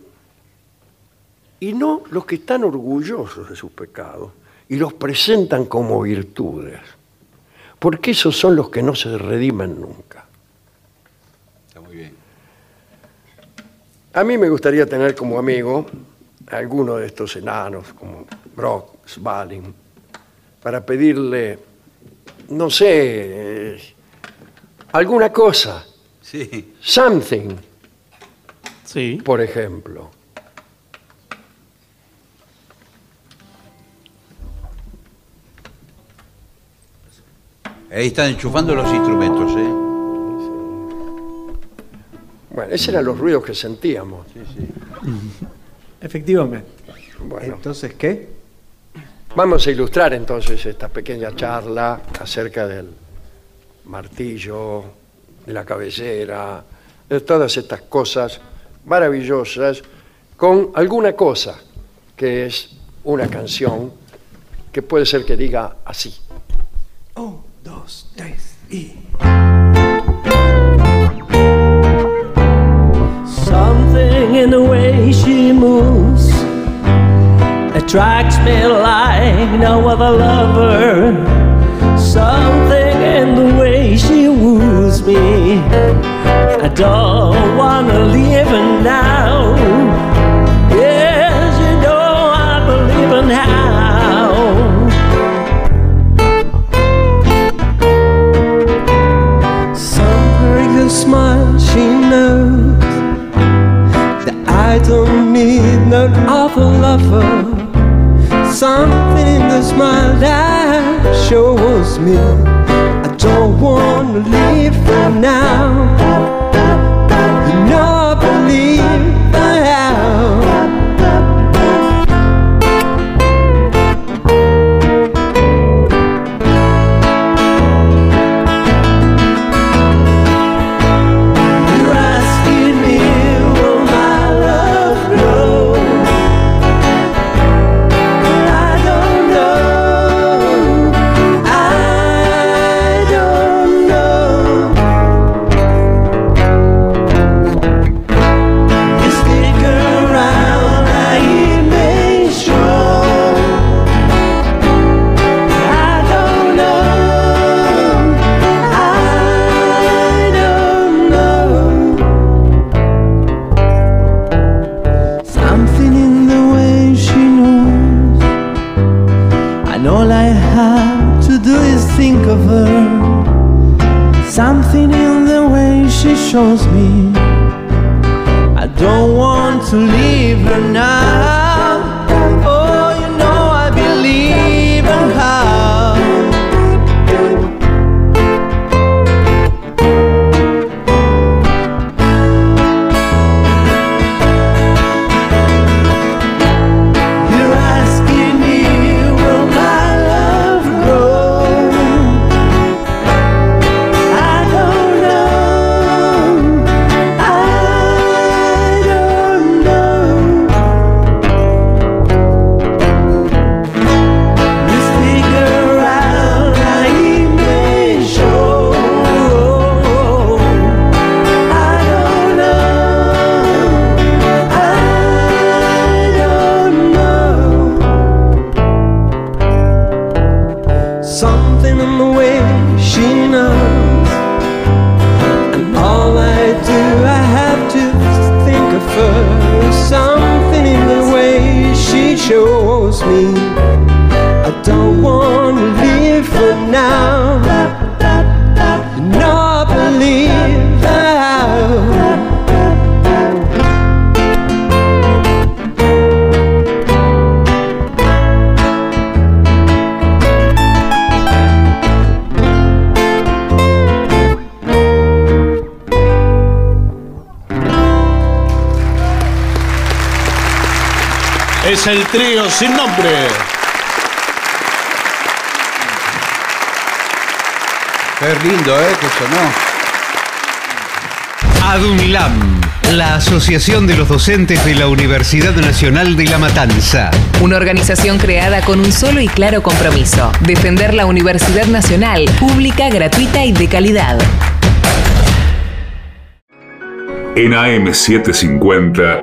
Speaker 1: y no los que están orgullosos de sus pecados y los presentan como virtudes, porque esos son los que no se redimen nunca.
Speaker 3: Está muy bien.
Speaker 1: A mí me gustaría tener como amigo a alguno de estos enanos, como Brock, Svalin, para pedirle, no sé, eh, alguna cosa,
Speaker 3: Sí.
Speaker 1: something,
Speaker 2: Sí.
Speaker 1: por ejemplo.
Speaker 3: Ahí están enchufando los instrumentos, ¿eh?
Speaker 1: Bueno, esos eran los ruidos que sentíamos.
Speaker 5: Efectivamente.
Speaker 1: Bueno,
Speaker 5: Entonces, ¿qué?
Speaker 1: vamos a ilustrar entonces esta pequeña charla acerca del martillo, de la cabecera, de todas estas cosas maravillosas, con alguna cosa que es una canción que puede ser que diga así.
Speaker 5: Un, dos, tres y.
Speaker 6: Something in the way she moves attracts me like no other lover. Something in the way she woos me. I don't wanna leave her now. Yes, you know I believe in how. Somewhere in the smile she knows that I don't need no other lover. Something in the smile that shows me I don't want to leave for now. You know I believe I am. You're asking me will my love grow? I don't know. I don't know. You stick around, I make sure. I don't know. I don't know. Something in the way she knows. And all I have to do is think of her. Something in the way she shows me. I don't want to leave her now. Oh, you know I believe in her. You're asking me will my love grow? I don't know. I don't know. You stick around, I make sure. I don't know. I don't know Something in the way she knows And all I do I have to think of her Something in the way she shows me I don't wanna live for now Not believe I
Speaker 2: Es el trío sin nombre.
Speaker 3: Qué lindo, ¿eh? Que sonó.
Speaker 7: ADUNLAM, la Asociación de los Docentes de la Universidad Nacional de La Matanza.
Speaker 8: Una organización creada con un solo y claro compromiso, defender la Universidad Nacional, pública, gratuita y de calidad.
Speaker 9: En AM750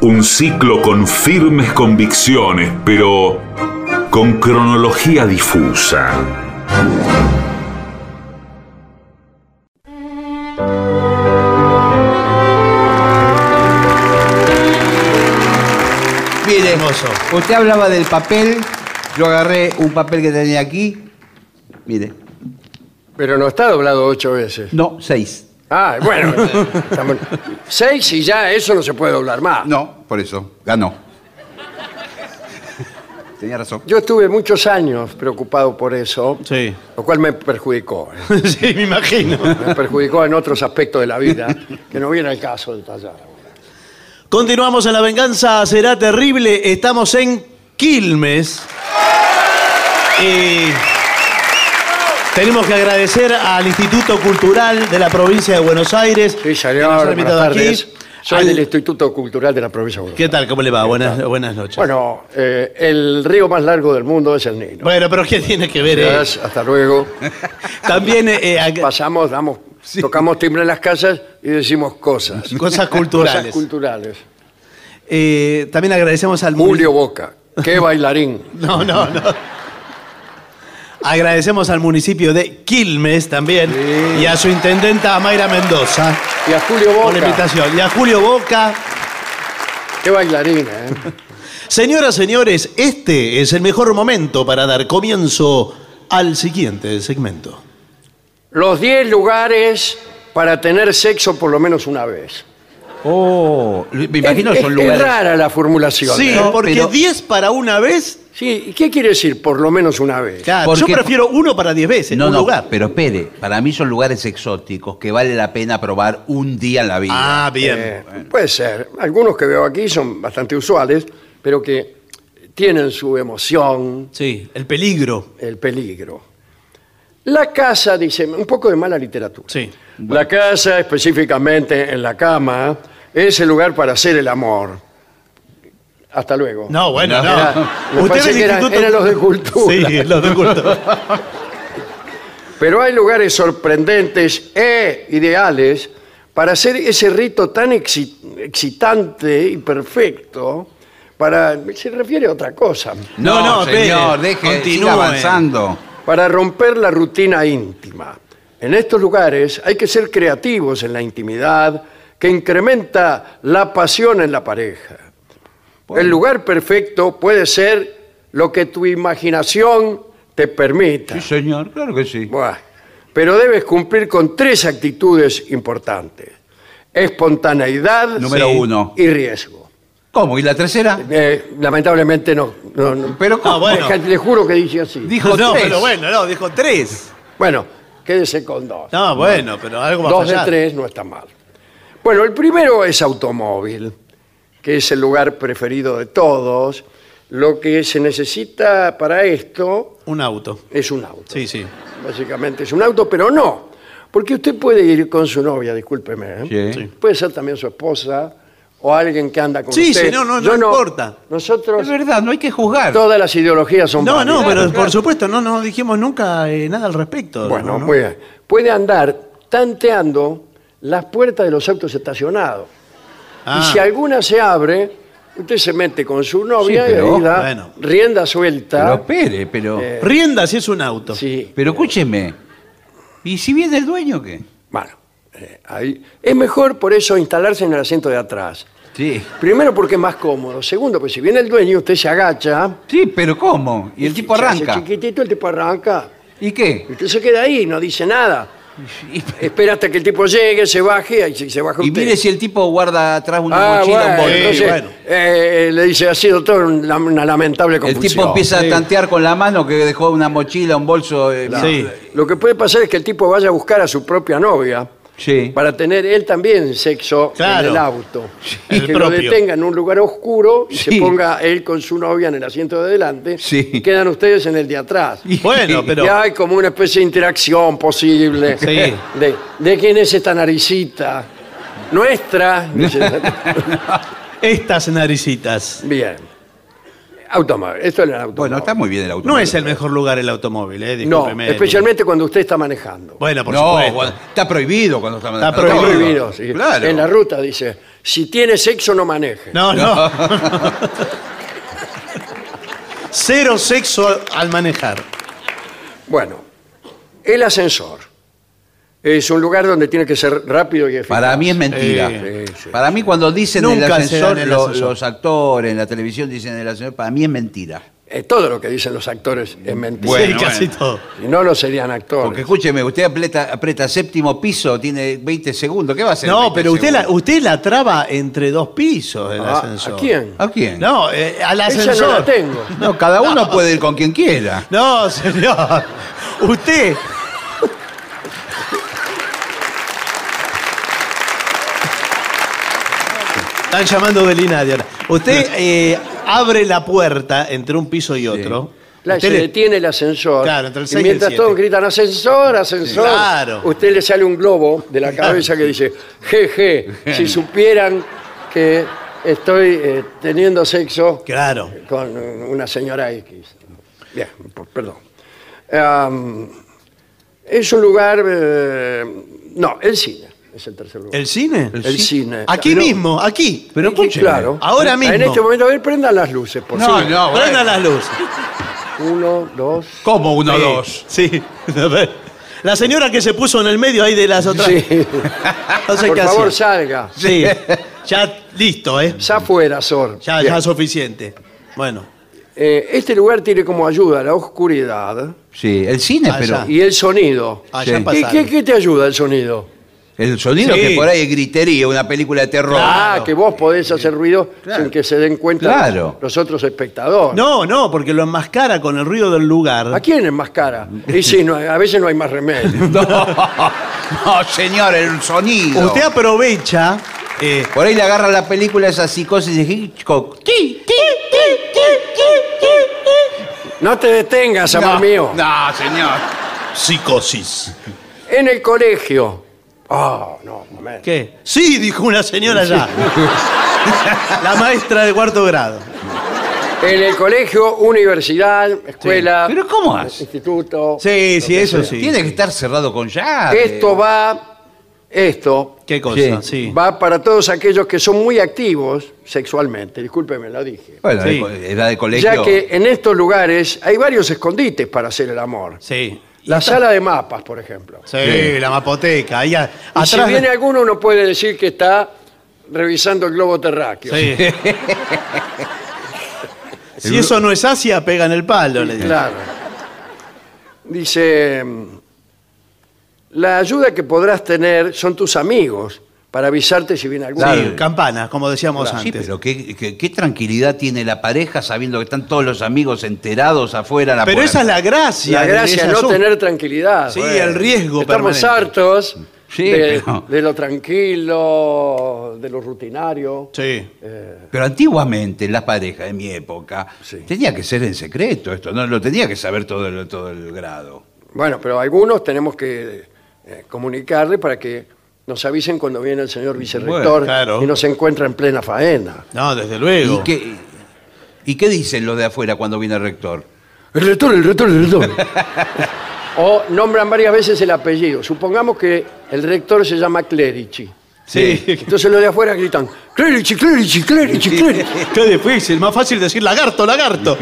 Speaker 9: Un ciclo con firmes convicciones, pero con cronología difusa.
Speaker 2: hermoso.
Speaker 3: Usted hablaba del papel, yo agarré un papel que tenía aquí. Mire.
Speaker 1: Pero no está doblado ocho veces.
Speaker 3: No, seis.
Speaker 1: Ah,
Speaker 3: [LAUGHS]
Speaker 1: bueno. estamos- seis y ya eso no se puede doblar más.
Speaker 3: No, por eso, ganó. Tenía razón.
Speaker 1: Yo estuve muchos años preocupado por eso,
Speaker 2: Sí.
Speaker 1: lo cual me perjudicó. ¿eh?
Speaker 2: [LAUGHS] sí, me imagino.
Speaker 1: Me perjudicó en otros aspectos de la vida que no viene al caso de detallar.
Speaker 2: Continuamos en La Venganza Será Terrible. Estamos en Quilmes. Y tenemos que agradecer al Instituto Cultural de la Provincia de Buenos Aires.
Speaker 1: Sí,
Speaker 2: que nos ha
Speaker 1: señor, buenas
Speaker 2: invitado aquí.
Speaker 1: tardes. Soy
Speaker 2: Al-
Speaker 1: del Instituto Cultural de la Provincia de Buenos
Speaker 2: ¿Qué tal? ¿Cómo le va? Buenas, buenas noches.
Speaker 1: Bueno, eh, el río más largo del mundo es el Nilo.
Speaker 2: Bueno, pero ¿qué tiene que ver? eh?
Speaker 1: Gracias, hasta luego.
Speaker 2: [LAUGHS] También eh,
Speaker 1: pasamos, damos, tocamos timbre en las casas y decimos [LAUGHS] cosas.
Speaker 2: [LAUGHS] Cosas culturales.
Speaker 1: Cosas culturales.
Speaker 2: Eh, también agradecemos al
Speaker 1: Julio Boca, qué bailarín.
Speaker 2: No, no, no. Agradecemos al municipio de Quilmes también y a su intendenta Mayra Mendoza.
Speaker 1: Y a Julio
Speaker 2: Por la invitación. Y a Julio Boca.
Speaker 1: Qué bailarina, ¿eh?
Speaker 2: Señoras, señores, este es el mejor momento para dar comienzo al siguiente segmento.
Speaker 1: Los 10 lugares para tener sexo por lo menos una vez.
Speaker 3: Oh, me imagino
Speaker 1: es,
Speaker 3: son
Speaker 1: es
Speaker 3: lugares.
Speaker 1: rara la formulación.
Speaker 2: Sí,
Speaker 1: ¿eh?
Speaker 2: porque 10 para una vez.
Speaker 1: Sí, ¿y qué quiere decir por lo menos una vez?
Speaker 2: Claro,
Speaker 3: Porque-
Speaker 2: Ah, yo prefiero uno para 10 veces,
Speaker 3: No,
Speaker 2: un
Speaker 3: no,
Speaker 2: lugar.
Speaker 3: pero espere, para mí son lugares exóticos que vale la pena probar un día en la vida.
Speaker 2: Ah, bien.
Speaker 1: Eh, puede ser. Algunos que veo aquí son bastante usuales, pero que tienen su emoción,
Speaker 2: Sí, el peligro.
Speaker 1: el peligro. La casa, dice, un poco de mala literatura.
Speaker 2: Sí.
Speaker 1: La casa, específicamente en la cama, es el lugar para hacer el amor. Hasta luego.
Speaker 2: No, bueno, no.
Speaker 1: Era- me parece
Speaker 2: del
Speaker 1: que eran-
Speaker 2: Instituto-
Speaker 1: eran los de cultura.
Speaker 2: [LAUGHS] Sí,
Speaker 3: [LAUGHS]
Speaker 2: los de cultura.
Speaker 1: Pero hay lugares sorprendentes e ideales para hacer ese rito tan exi- excitante y perfecto. Para, se refiere a otra cosa.
Speaker 3: No,
Speaker 2: No, no,
Speaker 3: señor,
Speaker 2: espere,
Speaker 3: deje,
Speaker 2: continúe.
Speaker 3: siga avanzando.
Speaker 1: Para romper la rutina íntima. En estos lugares hay que ser creativos en la intimidad que incrementa la pasión en la pareja. El lugar perfecto puede ser lo que tu imaginación te permita.
Speaker 3: Sí, señor, claro que sí.
Speaker 1: Buah. Pero debes cumplir con tres actitudes importantes. Espontaneidad
Speaker 3: Número
Speaker 2: Sí.
Speaker 3: uno.
Speaker 1: y riesgo.
Speaker 3: ¿Cómo? ¿Y la tercera?
Speaker 1: Eh, lamentablemente no. no, no.
Speaker 3: Pero ¿cómo?
Speaker 2: Ah, bueno.
Speaker 1: Le- Le juro que dije así.
Speaker 3: Dijo
Speaker 2: no,
Speaker 3: tres.
Speaker 2: pero bueno, no, dijo tres.
Speaker 1: Bueno, quédese con dos.
Speaker 2: No, bueno, pero algo va a
Speaker 1: dos de
Speaker 2: fallar.
Speaker 1: tres no está mal. Bueno, el primero es automóvil, que es el lugar preferido de todos. Lo que se necesita para esto
Speaker 2: Un auto.
Speaker 1: es un auto.
Speaker 2: Sí, sí.
Speaker 1: Básicamente es un auto, pero no. Porque usted puede ir con su novia, discúlpeme. ¿eh?
Speaker 3: Sí. Sí.
Speaker 1: Puede ser también su esposa o alguien que anda con
Speaker 2: Sí,
Speaker 1: usted.
Speaker 2: señor, no- no
Speaker 1: Yo
Speaker 2: importa.
Speaker 3: Es
Speaker 1: Nosotros,
Speaker 3: verdad, no hay que juzgar.
Speaker 1: todas las ideologías son
Speaker 2: No,
Speaker 1: válidas.
Speaker 2: no, pero por supuesto, no, no dijimos nunca eh, nada al respecto.
Speaker 1: Bueno, pues,
Speaker 2: no, no.
Speaker 1: puede, puede andar tanteando las puertas de los autos estacionados.
Speaker 2: Ah,
Speaker 1: Y si alguna se abre, usted se mete con su novia
Speaker 3: Sí, pero,
Speaker 1: y ahí da
Speaker 2: bueno.
Speaker 1: rienda
Speaker 3: Pero
Speaker 1: suelta.
Speaker 3: espere, pero.
Speaker 2: Eh, Rienda si es un auto.
Speaker 1: Eh, Sí, eh,
Speaker 3: Pero escúcheme. ¿Y si viene el dueño qué?
Speaker 1: bueno, eh, ahí. Es mejor por eso instalarse en el asiento de atrás.
Speaker 3: Sí.
Speaker 1: Primero porque es más cómodo. Segundo, pues si viene el dueño, usted se agacha.
Speaker 3: Sí, pero ¿cómo? Y el tipo
Speaker 1: se hace
Speaker 3: arranca.
Speaker 1: chiquitito, el tipo arranca.
Speaker 3: ¿Y qué?
Speaker 1: Y Usted se queda ahí, no dice nada.
Speaker 3: Y,
Speaker 1: Espera hasta que el tipo llegue, se baje, y se, se baja
Speaker 3: y
Speaker 1: usted.
Speaker 3: mire si el tipo guarda atrás una
Speaker 1: Ah,
Speaker 3: mochila, un
Speaker 1: bueno,
Speaker 3: bolso.
Speaker 1: entonces,
Speaker 2: bueno.
Speaker 1: eh, le dice, ha sido todo un lam- una lamentable
Speaker 3: El
Speaker 1: confusión.
Speaker 3: tipo empieza a tantear con la mano que dejó una mochila, un bolso. eh,
Speaker 2: Sí.
Speaker 1: Lo que puede pasar es que el tipo vaya a buscar a su propia novia
Speaker 3: Sí.
Speaker 1: para tener él también sexo
Speaker 2: Claro.
Speaker 1: en el auto.
Speaker 2: El
Speaker 1: que lo
Speaker 2: propio.
Speaker 1: detenga en un lugar oscuro y
Speaker 3: Sí.
Speaker 1: se ponga él con su novia en el asiento de adelante
Speaker 3: Sí.
Speaker 1: y quedan ustedes en el de atrás.
Speaker 2: [LAUGHS]
Speaker 3: [LAUGHS]
Speaker 2: Bueno, pero.
Speaker 1: Y hay como una especie de interacción posible.
Speaker 2: Sí.
Speaker 1: De, de quién es esta naricita? Nuestra.
Speaker 2: Estas naricitas.
Speaker 1: Bien. Automóvil. Esto es el automóvil.
Speaker 3: Bueno, está muy bien el auto.
Speaker 2: No es el mejor lugar el automóvil, eh,
Speaker 1: No,
Speaker 2: discúlpeme.
Speaker 1: especialmente cuando usted está manejando.
Speaker 2: Bueno, por
Speaker 3: No,
Speaker 2: supuesto.
Speaker 3: bueno, está prohibido cuando está
Speaker 2: Está
Speaker 1: Está
Speaker 2: prohibido.
Speaker 1: prohibido, sí.
Speaker 3: Claro.
Speaker 1: En la ruta dice, si tiene sexo no maneje.
Speaker 2: No, no. [LAUGHS] Cero sexo al manejar.
Speaker 1: Bueno, el ascensor. Es un lugar donde tiene que ser rápido y eficaz.
Speaker 3: Para mí es mentira.
Speaker 1: Sí, sí.
Speaker 3: Para mí cuando dicen el
Speaker 1: Nunca se
Speaker 3: ascensor,
Speaker 1: dan el
Speaker 3: lo-
Speaker 1: ascensor.
Speaker 3: los actores en la televisión dicen el ascensor, para mí es mentira.
Speaker 1: Eh, todo lo que dicen los actores es mentira.
Speaker 3: Bueno, Sí, casi bueno.
Speaker 1: todo. Si no, no serían actores.
Speaker 3: Porque escúcheme, usted aprieta, aprieta séptimo piso, tiene 20 segundos, ¿qué va a hacer?
Speaker 2: No,
Speaker 3: 20
Speaker 2: pero usted la,
Speaker 3: segundos?
Speaker 2: usted la traba entre dos pisos del
Speaker 3: Ah, ¿a
Speaker 2: ascensor.
Speaker 3: quién? ¿A quién?
Speaker 2: No, eh, al
Speaker 3: Esa no
Speaker 2: ascensor.
Speaker 3: la tengo. No, cada uno puede ir con quien quiera.
Speaker 2: No, señor. Usted. Están llamando de Linares ahora. Usted eh, abre la puerta entre un piso y otro.
Speaker 1: La-
Speaker 2: Usted
Speaker 1: se
Speaker 2: le-
Speaker 1: detiene el ascensor.
Speaker 2: Claro, entre el
Speaker 1: y
Speaker 2: seis y el
Speaker 1: mientras
Speaker 2: siete.
Speaker 1: todos gritan ascensor, ascensor,
Speaker 2: Sí, claro.
Speaker 1: usted le sale un globo de la cabeza que dice, jeje, si supieran que estoy eh, teniendo sexo
Speaker 2: Claro.
Speaker 1: con una señora X. Bien, por- perdón. Am, es un lugar... eh, no, el cine es el tercer lugar.
Speaker 2: ¿El cine?
Speaker 1: El El ci- cine.
Speaker 2: Aquí
Speaker 1: Pero-
Speaker 2: mismo, aquí.
Speaker 3: Pero
Speaker 1: escúcheme. Claro.
Speaker 2: Ahora mismo.
Speaker 1: En este momento, a ver, prendan las luces, por
Speaker 2: No,
Speaker 1: favor.
Speaker 2: no, Prendan bueno. las luces.
Speaker 1: Uno, dos...
Speaker 2: ¿Cómo uno, dos? Sí. [LAUGHS] A ver. La señora que se puso en el medio ahí de las otras.
Speaker 1: Sí.
Speaker 2: No sé
Speaker 1: por
Speaker 2: qué hacía.
Speaker 1: favor, salga.
Speaker 3: [LAUGHS]
Speaker 2: Sí. Ya listo, ¿eh?
Speaker 1: Ya fuera, Sor.
Speaker 2: Ya,
Speaker 1: Bien.
Speaker 2: ya suficiente. Bueno.
Speaker 1: Eh, este lugar tiene como ayuda la oscuridad
Speaker 3: Sí, el cine,
Speaker 1: Allá.
Speaker 3: pero
Speaker 1: y el sonido.
Speaker 3: Allá
Speaker 1: ¿Y
Speaker 3: pasaron.
Speaker 1: ¿Qué, qué te ayuda el sonido?
Speaker 3: el sonido
Speaker 1: Sí.
Speaker 3: que por ahí es gritería, una película de terror.
Speaker 1: Ah, que vos podés hacer ruido sin que se den cuenta
Speaker 3: Claro.
Speaker 1: los otros espectadores.
Speaker 2: No, no, porque lo enmascara con el ruido del lugar.
Speaker 1: ¿A quién es más cara? Y sí, no, a veces no hay más
Speaker 3: [LAUGHS]
Speaker 1: remedio.
Speaker 3: No, no, señor, el sonido.
Speaker 2: Usted aprovecha. eh,
Speaker 3: Por ahí le agarra la película esa psicosis de Hitchcock.
Speaker 1: No te detengas, amor
Speaker 4: No,
Speaker 1: mío.
Speaker 4: No, señor.
Speaker 2: Psicosis.
Speaker 1: En el colegio. Ah, no, un momento.
Speaker 2: ¿Qué? Sí, dijo una señora
Speaker 1: [LAUGHS]
Speaker 2: ya. La maestra de cuarto grado.
Speaker 1: En el colegio, universidad, escuela.
Speaker 3: ¿Pero cómo hace?
Speaker 1: Instituto.
Speaker 2: Sí, sí, eso sí.
Speaker 3: Tiene que estar cerrado con llave.
Speaker 1: Esto va, esto
Speaker 2: ¿Qué cosa? Sí.
Speaker 1: va para todos aquellos que son muy activos sexualmente, discúlpeme, lo dije.
Speaker 3: Bueno,
Speaker 2: Sí.
Speaker 3: de- edad de colegio.
Speaker 1: Ya que en estos lugares hay varios escondites para hacer el amor.
Speaker 2: Sí.
Speaker 1: La sala de mapas, por ejemplo.
Speaker 2: Sí, la mapoteca. Ahí a-
Speaker 1: Y
Speaker 2: atrás.
Speaker 1: si viene alguno, uno puede decir que está revisando el globo terráqueo.
Speaker 2: Sí. si eso no es Asia, pega en el palo. Le digo.
Speaker 1: [LAUGHS] Claro. Dice, la ayuda que podrás tener son tus amigos para avisarte si viene
Speaker 2: Sí,
Speaker 1: alguno.
Speaker 2: campanas, como decíamos
Speaker 3: Sí,
Speaker 2: antes.
Speaker 3: pero qué, qué- qué tranquilidad tiene la pareja sabiendo que están todos los amigos enterados afuera. a La
Speaker 2: Pero esa es la gracia.
Speaker 1: La gracia
Speaker 2: de
Speaker 1: es
Speaker 2: ese
Speaker 1: no
Speaker 2: asunto.
Speaker 1: tener tranquilidad.
Speaker 2: Sí, el riesgo
Speaker 1: Estamos
Speaker 2: permanente.
Speaker 1: hartos
Speaker 3: Sí,
Speaker 1: de,
Speaker 3: pero-
Speaker 1: de lo tranquilo, de lo rutinario. Eh,
Speaker 2: Sí.
Speaker 3: Pero antiguamente, las parejas de mi época, tenía que ser en secreto esto, no lo tenía que saber todo el, todo el grado.
Speaker 1: Bueno, pero algunos tenemos que eh, comunicarle para que nos avisen cuando viene el señor vicerrector
Speaker 3: Bueno,
Speaker 2: claro.
Speaker 1: y nos encuentra en plena faena.
Speaker 2: No, desde luego.
Speaker 3: ¿Y qué, ¿Y qué dicen los de afuera cuando viene el rector?
Speaker 1: El rector, el rector, el rector. o nombran varias veces el apellido. Supongamos que el rector se llama Clerici.
Speaker 2: Sí.
Speaker 1: Entonces los de afuera gritan, Clerici, Clerici, Clerici, Clerici.
Speaker 2: [LAUGHS] Qué difícil. Más fácil decir lagarto, lagarto.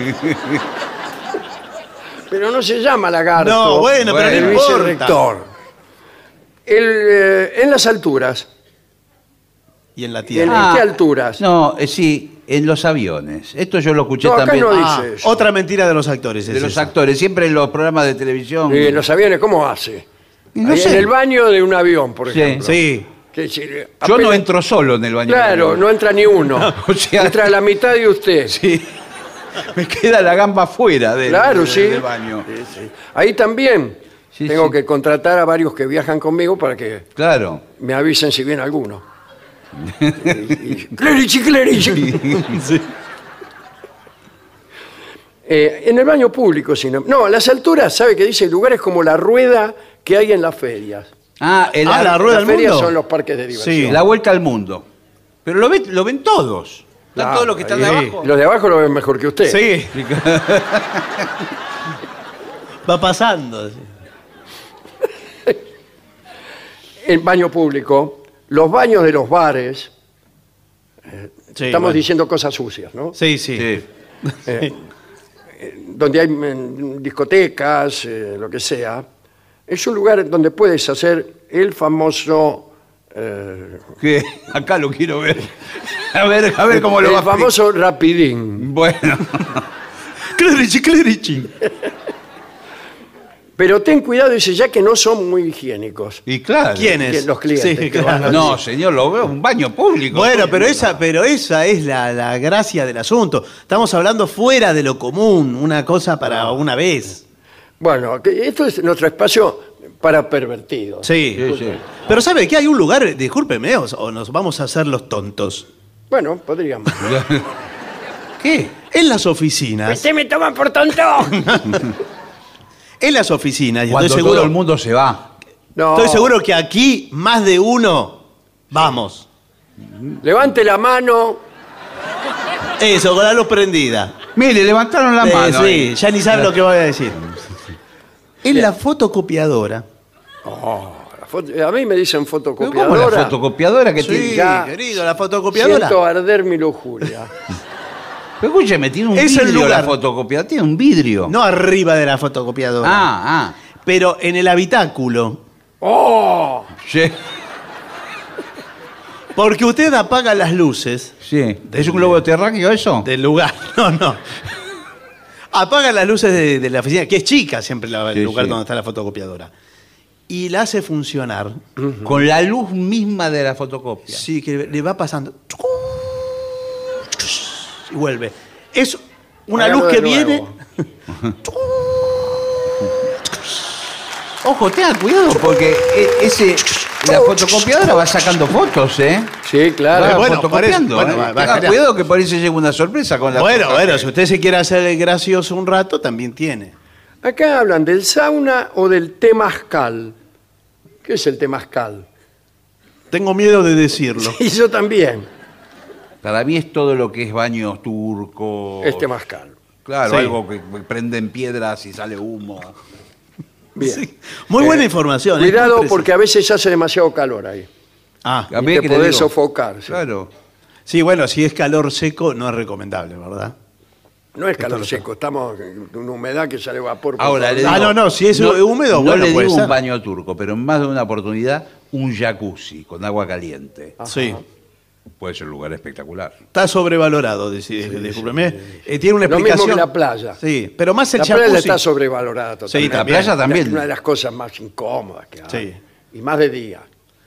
Speaker 1: Pero no se llama lagarto.
Speaker 2: No, bueno, pero
Speaker 1: el
Speaker 2: no importa.
Speaker 1: vicerrector. El, eh, en las alturas.
Speaker 2: Y en la
Speaker 1: ¿En,
Speaker 2: tierra.
Speaker 1: en qué alturas?
Speaker 3: Ah, No, eh, sí, en los aviones. Esto yo lo escuché
Speaker 1: No, acá
Speaker 3: también
Speaker 1: no dice.
Speaker 3: Ah,
Speaker 1: eso.
Speaker 2: otra mentira de los actores.
Speaker 3: de
Speaker 2: es
Speaker 3: los
Speaker 2: esa.
Speaker 3: actores, siempre en los programas de televisión.
Speaker 1: Eh, los aviones, ¿cómo hace?
Speaker 3: Y no
Speaker 1: Ahí
Speaker 3: sé.
Speaker 1: eh, En el baño de un avión, por
Speaker 3: Sí.
Speaker 1: ejemplo.
Speaker 2: Sí.
Speaker 1: Que si- Yo
Speaker 3: Yo no entro solo en el baño.
Speaker 1: Claro, no entra ni
Speaker 3: [LAUGHS]
Speaker 1: uno.
Speaker 3: o sea-
Speaker 1: entra la mitad de usted.
Speaker 3: Sí. Me queda la gamba fuera del,
Speaker 1: Claro,
Speaker 3: del-
Speaker 1: sí.
Speaker 3: del baño.
Speaker 1: Sí, sí. Ahí también
Speaker 3: Sí,
Speaker 1: tengo
Speaker 3: sí.
Speaker 1: que contratar a varios que viajan conmigo para que
Speaker 3: Claro.
Speaker 1: me avisen si viene [LAUGHS] alguno. Y- y- Clerici, clerici. Eh, en el baño público, si no. No, las alturas, ¿sabe qué dice? Lugares como la rueda que hay en las ferias.
Speaker 3: Ah, el
Speaker 2: Ah,
Speaker 3: ar-
Speaker 2: la rueda
Speaker 1: las
Speaker 2: del
Speaker 1: ferias
Speaker 2: mundo.
Speaker 1: son los parques de diversión.
Speaker 3: Sí, la vuelta al mundo. Pero lo, ven- lo ven todos. Están
Speaker 1: Ah,
Speaker 3: todos los que están de
Speaker 1: ahí-
Speaker 3: abajo.
Speaker 1: Los de abajo lo ven mejor que usted.
Speaker 2: Sí. [LAUGHS] Va pasando. sí.
Speaker 1: El baño público, los baños de los bares.
Speaker 2: Sí,
Speaker 1: Estamos
Speaker 2: bueno.
Speaker 1: diciendo cosas sucias, ¿no?
Speaker 2: Sí, sí. [LAUGHS]
Speaker 3: Sí.
Speaker 1: donde hay mm, discotecas, eh, lo que sea, Es un lugar en donde puedes hacer el famoso... eh,
Speaker 4: ¿Qué? Acá lo quiero ver. A ver, a ver cómo lo
Speaker 1: el
Speaker 4: va a explicar.
Speaker 1: famoso rapidín.
Speaker 4: Bueno.
Speaker 2: Clerici, clerici.
Speaker 1: Pero ten cuidado, dice, ya que no son muy higiénicos.
Speaker 4: Y claro.
Speaker 2: ¿Quiénes?
Speaker 1: Los clientes.
Speaker 2: Sí,
Speaker 1: que
Speaker 2: claro.
Speaker 1: van a-
Speaker 4: No, señor, lo veo un baño público.
Speaker 2: Bueno, pero esa, pero esa es la, la gracia del asunto. Estamos hablando fuera de lo común, una cosa para una vez.
Speaker 1: Bueno, que esto es nuestro espacio para pervertidos.
Speaker 2: Sí. Pero ¿sabe qué? Hay un lugar, discúlpeme, o- o nos vamos a hacer los
Speaker 3: [LAUGHS]
Speaker 2: tontos.
Speaker 1: Bueno, podríamos.
Speaker 2: ¿Qué? En las oficinas.
Speaker 1: ¡Usted me toma por tonto!
Speaker 2: [LAUGHS] En las oficinas. y
Speaker 3: Cuando
Speaker 2: estoy seguro,
Speaker 3: todo el mundo se va.
Speaker 1: No.
Speaker 2: estoy seguro que aquí más de uno. Vamos.
Speaker 1: Levante la mano.
Speaker 2: Eso, con la luz prendida.
Speaker 3: Mire, levantaron la
Speaker 2: Eh,
Speaker 3: mano.
Speaker 2: sí,
Speaker 3: ahí.
Speaker 2: ya ni sabe lo que voy a decir. En la fotocopiadora.
Speaker 1: Oh, La foto- A mí me dicen
Speaker 3: Pero ¿Cómo la
Speaker 1: fotocopiadora.
Speaker 3: fotocopiadora que tiene?
Speaker 1: ya.
Speaker 2: querido, la fotocopiadora.
Speaker 1: Siento arder mi lujuria.
Speaker 3: Pero escúcheme, tiene un
Speaker 2: Es el
Speaker 3: vidrio la
Speaker 2: lugar.
Speaker 3: fotocopiadora. Tiene un vidrio.
Speaker 2: No arriba de la fotocopiadora.
Speaker 3: Ah, ah.
Speaker 2: Pero en el habitáculo.
Speaker 1: ¡Oh!
Speaker 3: Sí.
Speaker 2: Porque usted apaga las luces
Speaker 3: sí. ¿Es un globo terráqueo eso?
Speaker 2: del
Speaker 3: [LAUGHS]
Speaker 2: lugar. No, no. Apaga las luces de, de la oficina, que es chica siempre la- el
Speaker 3: Sí,
Speaker 2: lugar
Speaker 3: sí.
Speaker 2: donde está la fotocopiadora. Y la hace funcionar.
Speaker 3: Con la luz misma de la fotocopia.
Speaker 2: Sí, que le va pasando. Y vuelve. Es una
Speaker 1: Hágalo
Speaker 2: luz
Speaker 1: de
Speaker 2: que
Speaker 1: nuevo.
Speaker 2: viene.
Speaker 3: Ojo, tenga cuidado porque e- ese, la fotocopiadora va sacando fotos, ¿eh?
Speaker 1: Sí,
Speaker 3: Va
Speaker 1: claro.
Speaker 2: bueno,
Speaker 3: fotocopiando.
Speaker 2: por eso-
Speaker 3: ¿eh?
Speaker 2: bueno, va-
Speaker 3: Tenga
Speaker 2: va-
Speaker 3: cuidado que por ahí se llega una sorpresa con la
Speaker 2: Bueno,
Speaker 3: foto.
Speaker 2: bueno, si usted se quiere hacer el gracioso un rato, también tiene.
Speaker 1: Acá hablan del sauna o del temazcal. ¿Qué es el temazcal?
Speaker 2: Tengo miedo de decirlo.
Speaker 1: Y yo también,
Speaker 3: Para mí es todo lo que es baños turcos.
Speaker 2: Este
Speaker 1: el temazcal.
Speaker 3: Claro,
Speaker 2: Sí.
Speaker 3: algo que que prenden piedras y sale humo.
Speaker 2: [LAUGHS]
Speaker 1: Bien.
Speaker 2: Sí. Muy buena información. ¿eh?
Speaker 1: Cuidado
Speaker 2: Muy precisa.
Speaker 1: porque a veces hace demasiado calor ahí.
Speaker 2: Ah,
Speaker 3: A
Speaker 1: Y
Speaker 3: ver,
Speaker 1: te
Speaker 3: ¿qué le
Speaker 1: podés
Speaker 3: digo?
Speaker 1: sofocar. sí.
Speaker 3: Claro.
Speaker 2: sí, bueno, si es calor seco, no es recomendable, ¿verdad?
Speaker 1: No es calor seco, estamos en una humedad que sale vapor. por
Speaker 3: Ahora
Speaker 1: todos
Speaker 2: Ah,
Speaker 3: le digo,
Speaker 1: lados.
Speaker 2: no, no, si es húmedo,
Speaker 3: no
Speaker 2: bueno,
Speaker 3: le
Speaker 2: puede
Speaker 3: digo
Speaker 2: ser.
Speaker 3: un baño turco, pero en más de una oportunidad un jacuzzi con agua caliente.
Speaker 2: Sí.
Speaker 4: Puede ser un lugar espectacular.
Speaker 2: Está sobrevalorado, decí- discúlpeme. Eh, tiene una
Speaker 1: Lo mismo
Speaker 2: explicación.
Speaker 1: que la playa.
Speaker 2: Sí, pero más el
Speaker 1: la playa
Speaker 2: jacuzzi.
Speaker 1: está sobrevalorada totalmente.
Speaker 3: la playa también.
Speaker 1: Una de las cosas más incómodas que hay.
Speaker 2: Sí.
Speaker 1: Y más de día.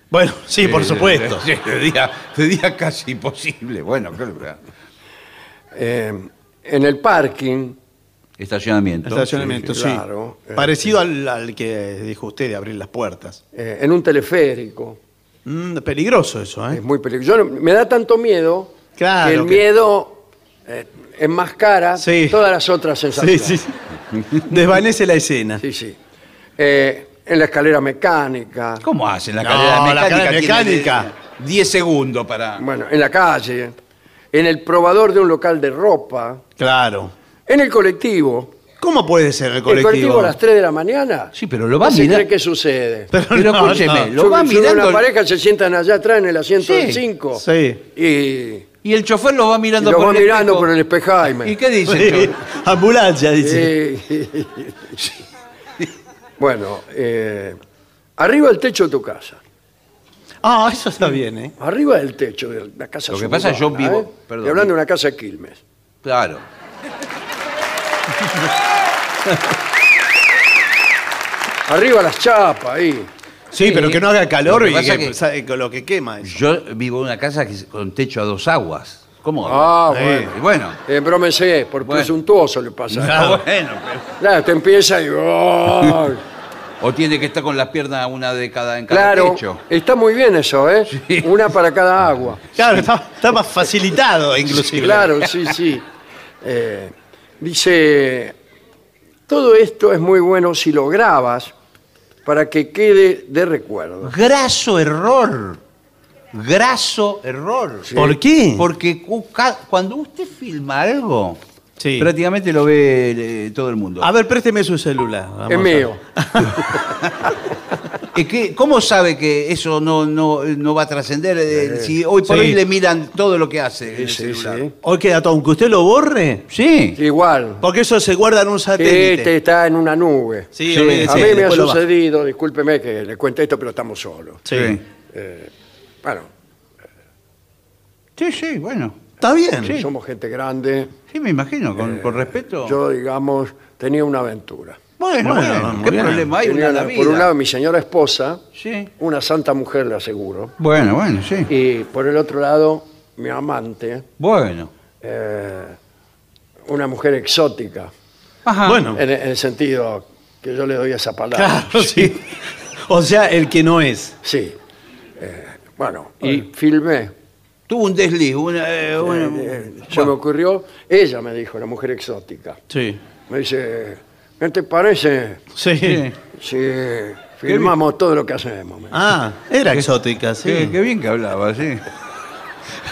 Speaker 2: Bueno, sí, por supuesto.
Speaker 4: Sí, de día, de día casi imposible. Bueno, qué lugar.
Speaker 1: Eh, en el parking,
Speaker 3: Estacionamiento.
Speaker 2: Estacionamiento, sí.
Speaker 1: claro.
Speaker 2: Parecido al, al que dijo usted de abrir las puertas.
Speaker 1: eh, en un teleférico.
Speaker 2: Mm, peligroso eso,
Speaker 1: Es
Speaker 2: ¿eh?
Speaker 1: muy peligroso. Yo no- me da tanto miedo
Speaker 2: Claro
Speaker 1: que el
Speaker 2: que-
Speaker 1: miedo eh, enmascara
Speaker 2: Sí.
Speaker 1: todas las otras
Speaker 2: Sí,
Speaker 1: sensaciones.
Speaker 2: sí. Desvanece la escena.
Speaker 1: Sí, sí. Eh, en la escalera mecánica,
Speaker 3: ¿Cómo hacen la
Speaker 2: No,
Speaker 3: carrera
Speaker 2: la
Speaker 3: mecánica?
Speaker 2: carrera
Speaker 3: tiene
Speaker 2: mecánica.
Speaker 3: 10 segundos para.
Speaker 1: bueno, en la calle, en el probador de un local de ropa,
Speaker 2: Claro.
Speaker 1: en el colectivo.
Speaker 2: ¿Cómo puede ser el
Speaker 1: El
Speaker 2: colectivo?
Speaker 1: colectivo a las 3 de la mañana.
Speaker 3: Sí, pero lo va a
Speaker 1: ¿Qué se
Speaker 3: mirar.
Speaker 1: cree que sucede?
Speaker 2: Pero,
Speaker 3: Pero
Speaker 2: no,
Speaker 3: escúcheme,
Speaker 2: no.
Speaker 3: lo va
Speaker 1: Suben- suben
Speaker 3: mirando.
Speaker 1: Una pareja se sientan allá atrás en el asiento
Speaker 3: Sí,
Speaker 1: del 5.
Speaker 2: sí.
Speaker 1: Y, y
Speaker 3: Y el chofer lo va mirando
Speaker 1: lo
Speaker 3: por
Speaker 1: va
Speaker 3: el
Speaker 1: mirando
Speaker 3: espejo.
Speaker 1: por el espejaime.
Speaker 3: ¿Y qué dice?
Speaker 2: Sí, Ambulancia, dice.
Speaker 1: [LAUGHS] Eh, bueno, eh, arriba del techo de tu casa.
Speaker 2: Ah, eso está bien, ¿eh?
Speaker 1: Arriba del techo de la casa.
Speaker 3: Lo que pasa, yo
Speaker 1: suburbana,
Speaker 3: vivo-
Speaker 1: ¿eh?
Speaker 3: perdón.
Speaker 1: Estoy hablando de una casa de Quilmes.
Speaker 3: Claro.
Speaker 1: Arriba las chapas, ahí.
Speaker 2: Sí,
Speaker 3: Sí.
Speaker 2: pero que no haga
Speaker 3: Lo
Speaker 2: calor
Speaker 3: que
Speaker 2: y
Speaker 3: pasa
Speaker 2: que,
Speaker 3: que-
Speaker 2: sa- con lo que quema. eso.
Speaker 3: Yo vivo en una casa que es con techo a dos aguas. ¿Cómo?
Speaker 1: Ah,
Speaker 2: Sí.
Speaker 1: bueno. Eh,
Speaker 3: Y bueno.
Speaker 1: Embrómense, por
Speaker 3: Bueno.
Speaker 1: presuntuoso le pasa.
Speaker 3: Ah, bueno, pero-
Speaker 1: Claro, te empieza y... ¡oh!
Speaker 3: O tiene que estar con las piernas una de cada en cada
Speaker 1: claro,
Speaker 3: techo.
Speaker 1: está muy bien eso, ¿eh? Una para cada agua.
Speaker 2: Claro, está, está más facilitado, inclusive.
Speaker 1: Claro, sí, sí. Eh, dice, todo esto es muy bueno si lo grabas para que quede de recuerdo.
Speaker 3: Graso error. Graso error.
Speaker 2: ¿Por qué?
Speaker 3: Porque cu- ca- cuando usted filma algo,
Speaker 2: Sí.
Speaker 3: prácticamente lo ve eh, todo el mundo.
Speaker 2: A ver, présteme su celular. vamos
Speaker 1: es
Speaker 2: a-
Speaker 1: mío.
Speaker 3: Es que, ¿Cómo sabe que eso no, no, no va a trascender eh, si hoy por
Speaker 2: Sí.
Speaker 3: hoy le miran todo lo que hace en el celular?
Speaker 2: Hoy queda todo, aunque usted lo borre.
Speaker 3: Sí.
Speaker 1: Igual.
Speaker 2: Porque eso se guarda en un satélite.
Speaker 1: Este está en una nube.
Speaker 2: Sí,
Speaker 1: a mí
Speaker 2: olvídese,
Speaker 1: me ha
Speaker 2: después lo baja.
Speaker 1: sucedido, discúlpeme que le cuente esto, pero estamos solos.
Speaker 3: Sí.
Speaker 1: Eh, bueno, eh,
Speaker 3: Sí, sí, bueno.
Speaker 2: Está bien.
Speaker 3: Sí,
Speaker 1: somos gente grande. Eh,
Speaker 3: sí, me imagino, con, con respeto.
Speaker 1: Yo, digamos, tenía una aventura.
Speaker 3: bueno,
Speaker 2: Bueno,
Speaker 3: bueno,
Speaker 2: muy
Speaker 3: ¿qué
Speaker 2: bien.
Speaker 3: problema hay?
Speaker 1: Tenía
Speaker 3: Una, la
Speaker 1: la-
Speaker 3: vida.
Speaker 1: por un lado, mi señora esposa,
Speaker 3: Sí.
Speaker 1: una santa mujer, le aseguro.
Speaker 3: Bueno, bueno, sí.
Speaker 1: Y por el otro lado, mi amante,
Speaker 3: Bueno.
Speaker 1: eh, una mujer exótica.
Speaker 3: Ajá.
Speaker 2: Bueno,
Speaker 1: En, en el sentido que yo le doy esa palabra.
Speaker 2: claro, sí. O sea, el que no es.
Speaker 1: Sí. Eh, bueno, y filmé.
Speaker 3: Tuvo un desliz. Una, eh, una-
Speaker 1: Eh, se me ocurrió, ella me dijo, la mujer exótica.
Speaker 2: Sí.
Speaker 1: Me dice, ¿qué te parece
Speaker 2: Sí.
Speaker 3: Sí.
Speaker 1: si filmamos todo lo que hacemos? me dijo.
Speaker 2: Ah, era exótica, sí.
Speaker 4: Qué, qué bien que hablaba,
Speaker 1: eh,
Speaker 4: sí.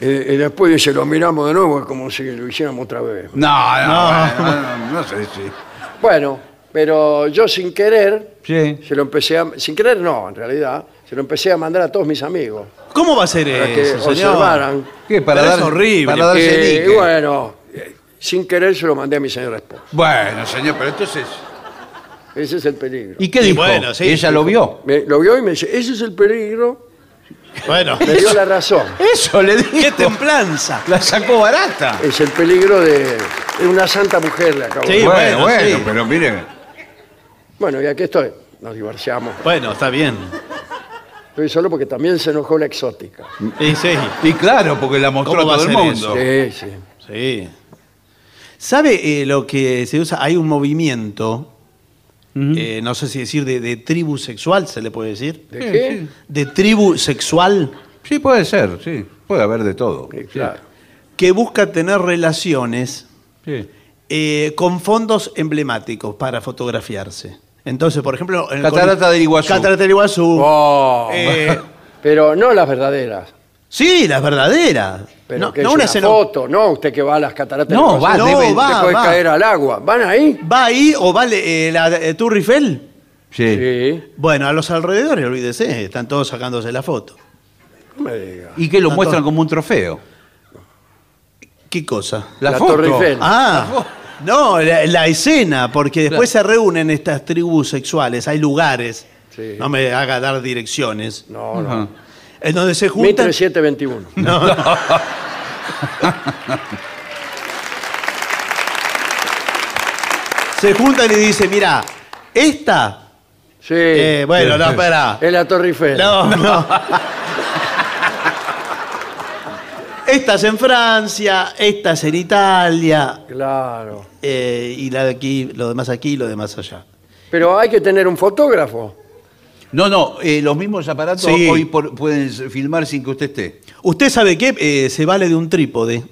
Speaker 1: Y, y eh, después dice, lo miramos de nuevo, es como si lo hiciéramos otra vez.
Speaker 2: No.
Speaker 4: No, no,
Speaker 3: [LAUGHS]
Speaker 4: bueno, no, no sé si.
Speaker 1: Bueno, pero yo sin querer,
Speaker 3: Sí.
Speaker 1: se lo empecé a, sin querer no, en realidad, se lo empecé a mandar a todos mis amigos
Speaker 2: ¿Cómo va a ser
Speaker 1: para que
Speaker 2: eso, señor?
Speaker 1: observaran.
Speaker 3: ¿Qué? Para
Speaker 2: Pero
Speaker 3: dar,
Speaker 2: es horrible.
Speaker 3: Para darse
Speaker 1: Eh,
Speaker 3: dique.
Speaker 1: y bueno, eh, sin querer se lo mandé a mi señora esposa.
Speaker 4: Bueno, señor, pero entonces.
Speaker 1: Ese es el peligro.
Speaker 3: ¿Y qué
Speaker 2: Y
Speaker 3: dijo?
Speaker 2: bueno, sí,
Speaker 3: Ella
Speaker 2: dijo.
Speaker 3: lo vio.
Speaker 1: Me- lo vio y me dice, ese es el peligro.
Speaker 2: Bueno,
Speaker 1: Me dio la razón.
Speaker 3: [LAUGHS] Eso le dijo.
Speaker 2: qué templanza.
Speaker 3: La sacó barata.
Speaker 1: Es el peligro de, de una santa mujer, le acabo de
Speaker 2: Sí,
Speaker 1: decir.
Speaker 4: Bueno,
Speaker 2: bueno,
Speaker 4: bueno,
Speaker 2: sí.
Speaker 4: pero mire.
Speaker 1: Bueno, y aquí estoy. Nos divorciamos.
Speaker 2: Bueno, está bien.
Speaker 1: Estoy solo porque también se enojó la exótica.
Speaker 2: Sí, sí.
Speaker 4: Y claro, porque la mostró a
Speaker 2: ¿Cómo va
Speaker 4: todo
Speaker 2: a
Speaker 4: el
Speaker 2: ser
Speaker 4: mundo.
Speaker 1: Sí, sí.
Speaker 2: Sí. ¿Sabe eh, lo que se usa? Hay un movimiento, eh, no sé si decir de, de tribu sexual, ¿se le puede decir?
Speaker 1: ¿De qué?
Speaker 2: De tribu sexual
Speaker 3: Sí, puede ser, sí. Puede haber de todo.
Speaker 1: Sí, claro.
Speaker 2: que busca tener relaciones
Speaker 3: Sí.
Speaker 2: eh, con fondos emblemáticos para fotografiarse. Entonces, por ejemplo... en-
Speaker 3: Catarata
Speaker 2: con-
Speaker 3: del Iguazú.
Speaker 2: Catarata del Iguazú.
Speaker 1: Oh,
Speaker 2: Eh,
Speaker 1: [LAUGHS] Pero no las verdaderas.
Speaker 2: sí, las verdaderas.
Speaker 1: Pero
Speaker 2: no,
Speaker 1: que
Speaker 2: no
Speaker 1: es
Speaker 2: una
Speaker 1: una
Speaker 2: escena-
Speaker 1: foto, no usted que va a las cataratas.
Speaker 3: No,
Speaker 1: de
Speaker 3: va,
Speaker 1: Iguazú,
Speaker 3: deben-
Speaker 2: No,
Speaker 1: te
Speaker 2: va,
Speaker 1: puede
Speaker 2: va.
Speaker 1: caer al agua. ¿Van ahí?
Speaker 2: ¿Va ahí o vale la eh, Tour Eiffel?
Speaker 3: Sí.
Speaker 1: Sí.
Speaker 2: Bueno, a los alrededores, olvídese, están todos sacándose la foto.
Speaker 1: No me diga.
Speaker 3: Y que lo
Speaker 2: Tanto-
Speaker 3: muestran como un trofeo.
Speaker 2: ¿Qué cosa?
Speaker 3: La,
Speaker 1: La
Speaker 3: foto.
Speaker 1: Torre Eiffel.
Speaker 2: Ah, no, la, la escena, porque después se reúnen estas tribus sexuales, hay lugares,
Speaker 1: Sí.
Speaker 2: no me haga dar direcciones,
Speaker 1: No, no.
Speaker 3: Ajá.
Speaker 2: en donde se juntan...
Speaker 1: 1721.
Speaker 2: [LAUGHS] Se juntan y dicen, mira, esta...
Speaker 1: Sí.
Speaker 2: eh, bueno, no, espera.
Speaker 1: es la Torre Eiffel.
Speaker 2: No,
Speaker 1: [LAUGHS]
Speaker 2: no. Esta es en Francia, esta es en Italia,
Speaker 1: Claro.
Speaker 2: eh, y la de aquí, lo demás aquí, lo demás allá.
Speaker 1: Pero hay que tener un fotógrafo.
Speaker 3: No, no, eh, los mismos aparatos
Speaker 2: Sí.
Speaker 3: hoy por- pueden filmar sin que usted esté.
Speaker 2: ¿Usted sabe qué? Eh, se vale de un trípode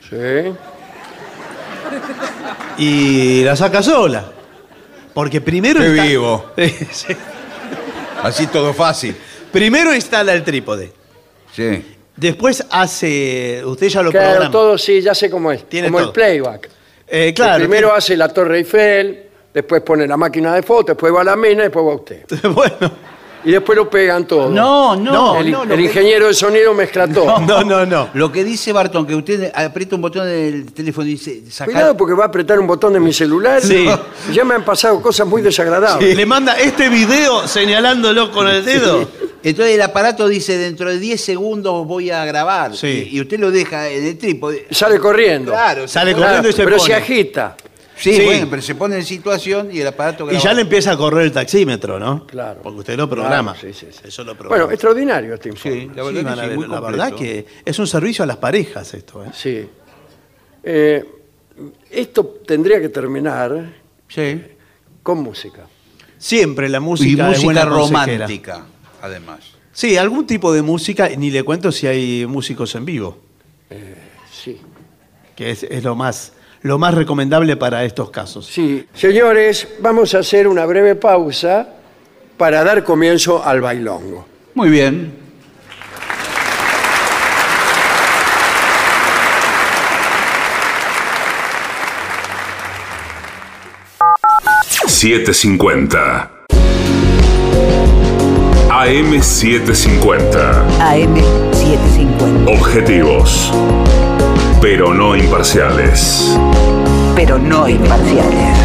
Speaker 1: Sí.
Speaker 2: y la saca sola. Porque primero...
Speaker 4: Qué
Speaker 2: insta-
Speaker 4: vivo.
Speaker 2: [LAUGHS] Sí.
Speaker 4: Así todo fácil.
Speaker 2: primero instala el trípode.
Speaker 4: Sí.
Speaker 2: Después hace... Usted ya lo
Speaker 1: Claro,
Speaker 2: programa.
Speaker 1: todo sí, ya sé cómo es.
Speaker 2: Tiene
Speaker 1: como
Speaker 2: todo.
Speaker 1: el playback.
Speaker 2: Eh, claro.
Speaker 1: primero hace la Torre Eiffel, después pone la máquina de fotos, después va a la mina, después va usted.
Speaker 2: bueno.
Speaker 1: Y después lo pegan todo.
Speaker 3: No, no, no.
Speaker 1: El,
Speaker 3: lo,
Speaker 1: el
Speaker 3: que,
Speaker 1: ingeniero de sonido mezcla
Speaker 2: [LAUGHS]
Speaker 1: todo.
Speaker 2: No, no, no.
Speaker 3: lo que dice Barton, que usted aprieta un botón del teléfono y dice, sacar.
Speaker 1: Cuidado porque va a apretar un botón de mi celular.
Speaker 2: Sí.
Speaker 1: [LAUGHS] Ya me han pasado cosas muy desagradables.
Speaker 2: Le manda este video señalándolo con el dedo.
Speaker 3: Entonces el aparato dice, dentro de 10 segundos voy a grabar.
Speaker 2: Sí.
Speaker 3: Y, y usted lo deja en el trípode.
Speaker 1: Sale corriendo.
Speaker 3: Claro,
Speaker 2: Sale
Speaker 3: se-
Speaker 2: corriendo y se
Speaker 1: pero
Speaker 2: pone.
Speaker 1: se agita.
Speaker 3: Sí,
Speaker 2: Sí.
Speaker 3: bueno, pero se pone en situación y el aparato
Speaker 2: Y
Speaker 3: graba.
Speaker 2: ya le empieza a correr el taxímetro, ¿no?
Speaker 1: Claro.
Speaker 2: Porque usted lo programa.
Speaker 1: Claro, sí, sí, sí.
Speaker 2: Eso lo programa.
Speaker 1: Bueno, extraordinario este informe.
Speaker 3: Sí, la
Speaker 2: Sí, van
Speaker 3: verdad, que,
Speaker 2: a
Speaker 3: sí,
Speaker 2: ver,
Speaker 3: muy
Speaker 2: la
Speaker 3: completo.
Speaker 2: verdad que es un servicio a las parejas esto. ¿eh?
Speaker 1: Sí. Eh, esto tendría que terminar eh,
Speaker 3: Sí.
Speaker 1: con música.
Speaker 2: Siempre la música
Speaker 3: Y
Speaker 2: es buena
Speaker 3: música
Speaker 2: consejera.
Speaker 3: romántica, además.
Speaker 2: Sí, algún tipo de música, ni le cuento si hay músicos en vivo,
Speaker 1: Eh, Sí.
Speaker 2: que es, es lo más lo más recomendable para estos casos.
Speaker 1: Sí. Señores, vamos a hacer una breve pausa para dar comienzo al bailongo.
Speaker 3: Muy bien.
Speaker 9: $7.50. AM750.
Speaker 10: AM750.
Speaker 9: Objetivos, pero no imparciales.
Speaker 10: Pero no imparciales.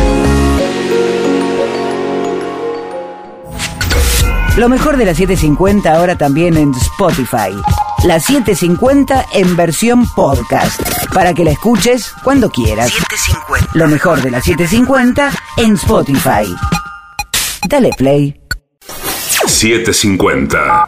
Speaker 10: Lo mejor de la 750 ahora también en Spotify. La 750 en versión podcast. Para que la escuches cuando quieras.
Speaker 11: 750.
Speaker 10: Lo mejor de la 750 en Spotify. Dale play.
Speaker 9: 750.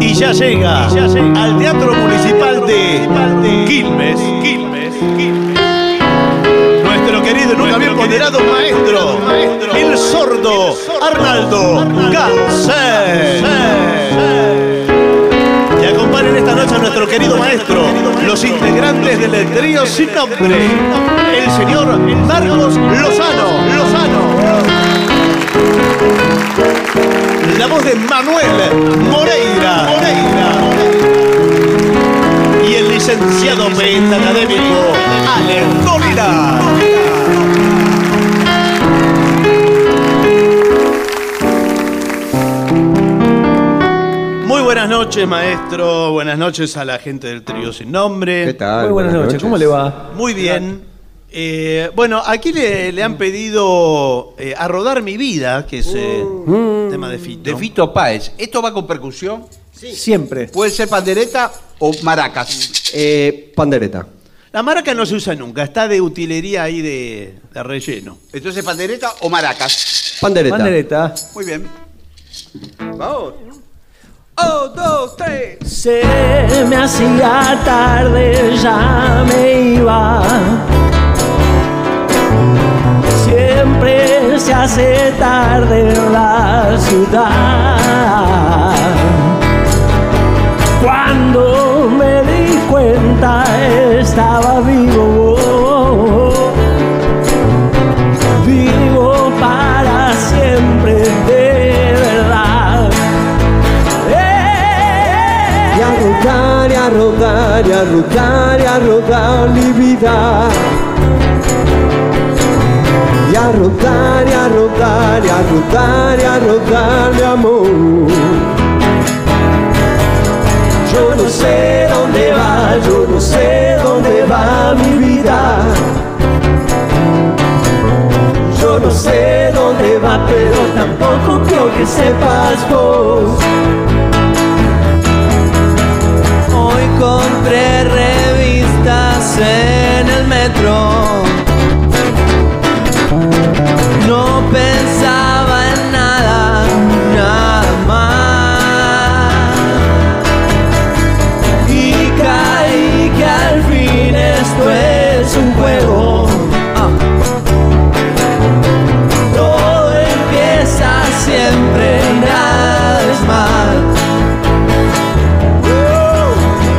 Speaker 2: Y ya llega, al Teatro Municipal de, Quilmes, nuestro querido y nunca bien ponderado maestro, el sordo Arnaldo Ganser. Y acompañen esta noche a nuestro querido maestro, los integrantes del trío sin nombre, el señor Marcos Lozano. La voz de Manuel Moreira. Y el licenciado poeta académico Alex Dolina. Muy buenas noches, maestro. Buenas noches a la gente del trío sin nombre.
Speaker 12: ¿Qué tal? Muy Ah, buenas Buenas noches. noches. ¿Cómo le va?
Speaker 2: Muy bien. Eh, bueno, aquí le, le han pedido eh, a rodar mi vida, que es eh, tema de Fito.
Speaker 3: Uh. Mm. De Fito Páez. ¿Esto va con percusión?
Speaker 12: Siempre.
Speaker 3: Puede ser pandereta o maracas. Eh,
Speaker 12: pandereta.
Speaker 2: La maraca no se usa nunca, está de utilería ahí de, de relleno.
Speaker 3: Entonces, pandereta o maracas.
Speaker 12: Pandereta.
Speaker 3: Pandereta. Muy bien.
Speaker 5: Vamos. Oh, dos, tres.
Speaker 11: Se me hacía tarde, ya me iba. Siempre se hace tarde en la ciudad. Cuando me di cuenta estaba vivo. Vivo para siempre, de verdad.
Speaker 6: Y a rogar, y a rogar, y a rogar, y a rogar mi vida. Y a rogar, y a rogar, y a rogar, y a rogar mi amor. Yo no sé dónde va, yo no sé dónde va mi vida. Yo no sé dónde va, pero tampoco creo que sepas vos.
Speaker 11: Hoy compré revistas en el metro. No pensaba en nada, nada más. Y caí que al fin esto es un juego. Ah. Todo empieza siempre y nada es mal.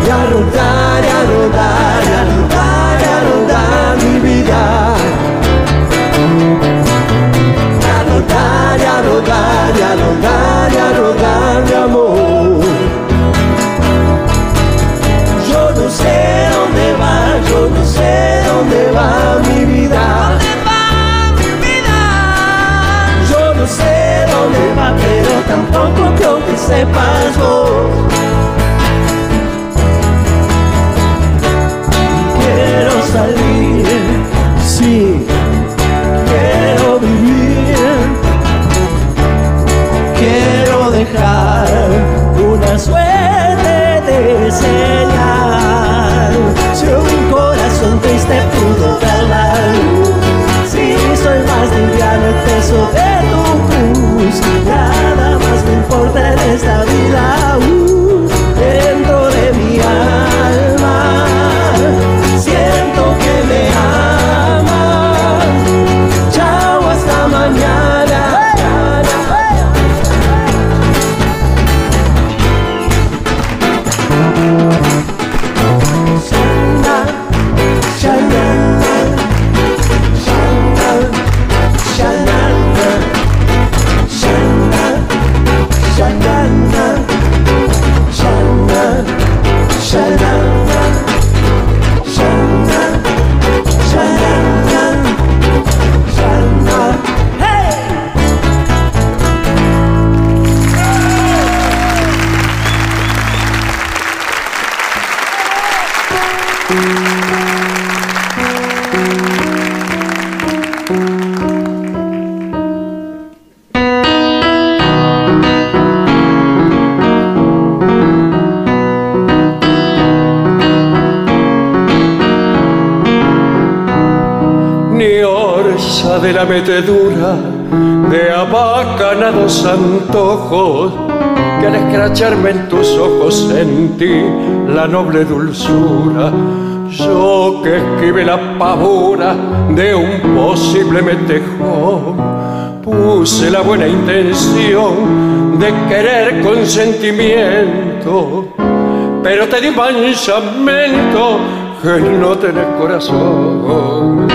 Speaker 6: Y a rodar, y a rodar, y a rodar, y a rodar mi vida. Y a rodar, y a rodar, y a rodar, y a rodar mi amor. Yo no sé dónde va, yo no sé dónde va mi vida. ¿Dónde va mi vida? Yo no sé dónde va, pero tampoco creo que sepas vos. quiero salir, sí, quiero vivir, quiero dejar una suerte de señal. Si un corazón triste pudo dar la luz, si soy más liviano el peso de tu cruz, nada más me importa en esta vida. uh.
Speaker 13: pasa de la metedura de abacanados antojos que al escracharme en tus ojos sentí la noble dulzura. Yo que escribe la pavura de un posible metejón, puse la buena intención de querer con sentimiento, pero te di un manchamento que no tenés corazón.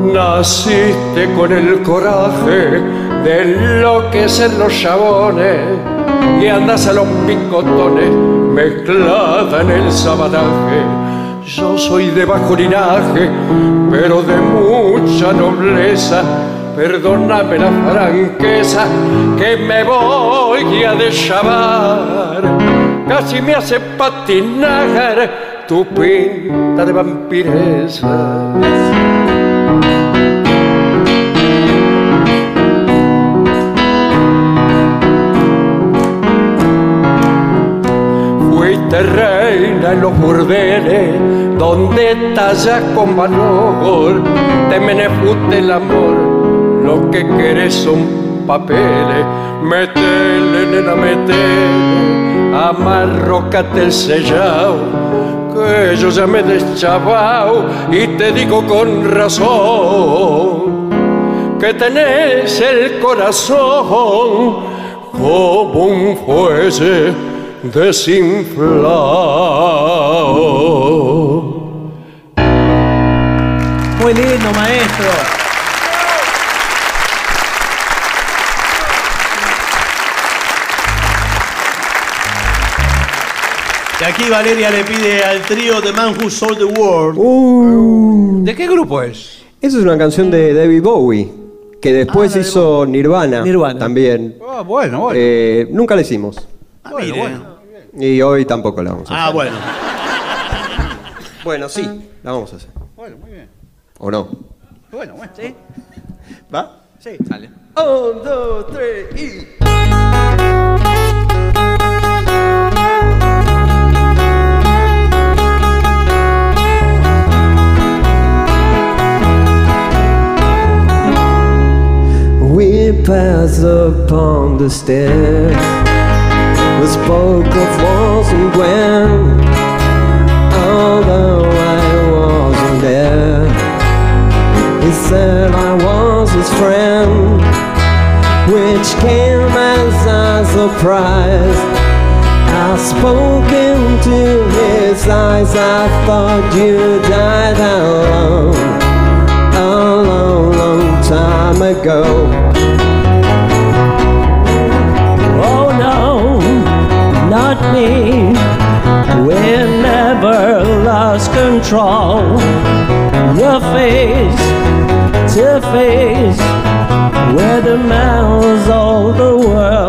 Speaker 13: Naciste con el coraje de lo que en los chabones y andas a los picotones mezclada en el sabanaje. Yo soy de bajo linaje, pero de mucha nobleza. Perdóname la franqueza que me voy a deshabar. Casi me hace patinar tu pinta de vampireza. Fuiste reina en los burdeles donde tallas con valor, te menefute el amor, lo que querés son papeles, metele nena, metele, amarrocate el sellao, que yo ya me he deschavao y te digo con razón que tenés el corazón como un fuese desinflado.
Speaker 6: Muy lindo, maestro.
Speaker 2: Y aquí Valeria le pide al trío The Man Who Sold the World.
Speaker 6: ¿De qué grupo es?
Speaker 12: Esa es una canción de David Bowie, que después hizo Nirvana,
Speaker 6: Nirvana.
Speaker 12: también.
Speaker 6: Ah, bueno, bueno.
Speaker 12: Eh, nunca la hicimos.
Speaker 2: Ah, mire.
Speaker 12: Y hoy tampoco la vamos a hacer.
Speaker 2: Ah, bueno.
Speaker 12: [LAUGHS] Bueno, sí, la vamos a hacer.
Speaker 2: Bueno, muy bien.
Speaker 12: ¿O no?
Speaker 2: Bueno, bueno.
Speaker 5: ¿Sí?
Speaker 2: ¿Va?
Speaker 5: Sí.
Speaker 12: Sale.
Speaker 5: Un, dos, tres y.
Speaker 6: We pass upon the stairs. We spoke of once and when, although I wasn't there. He said I was his friend, which came as a surprise. I spoke into his eyes. I thought you died alone a long, long time ago. Oh no, not me. We never lost control. Your face to face, where the mouths of the world.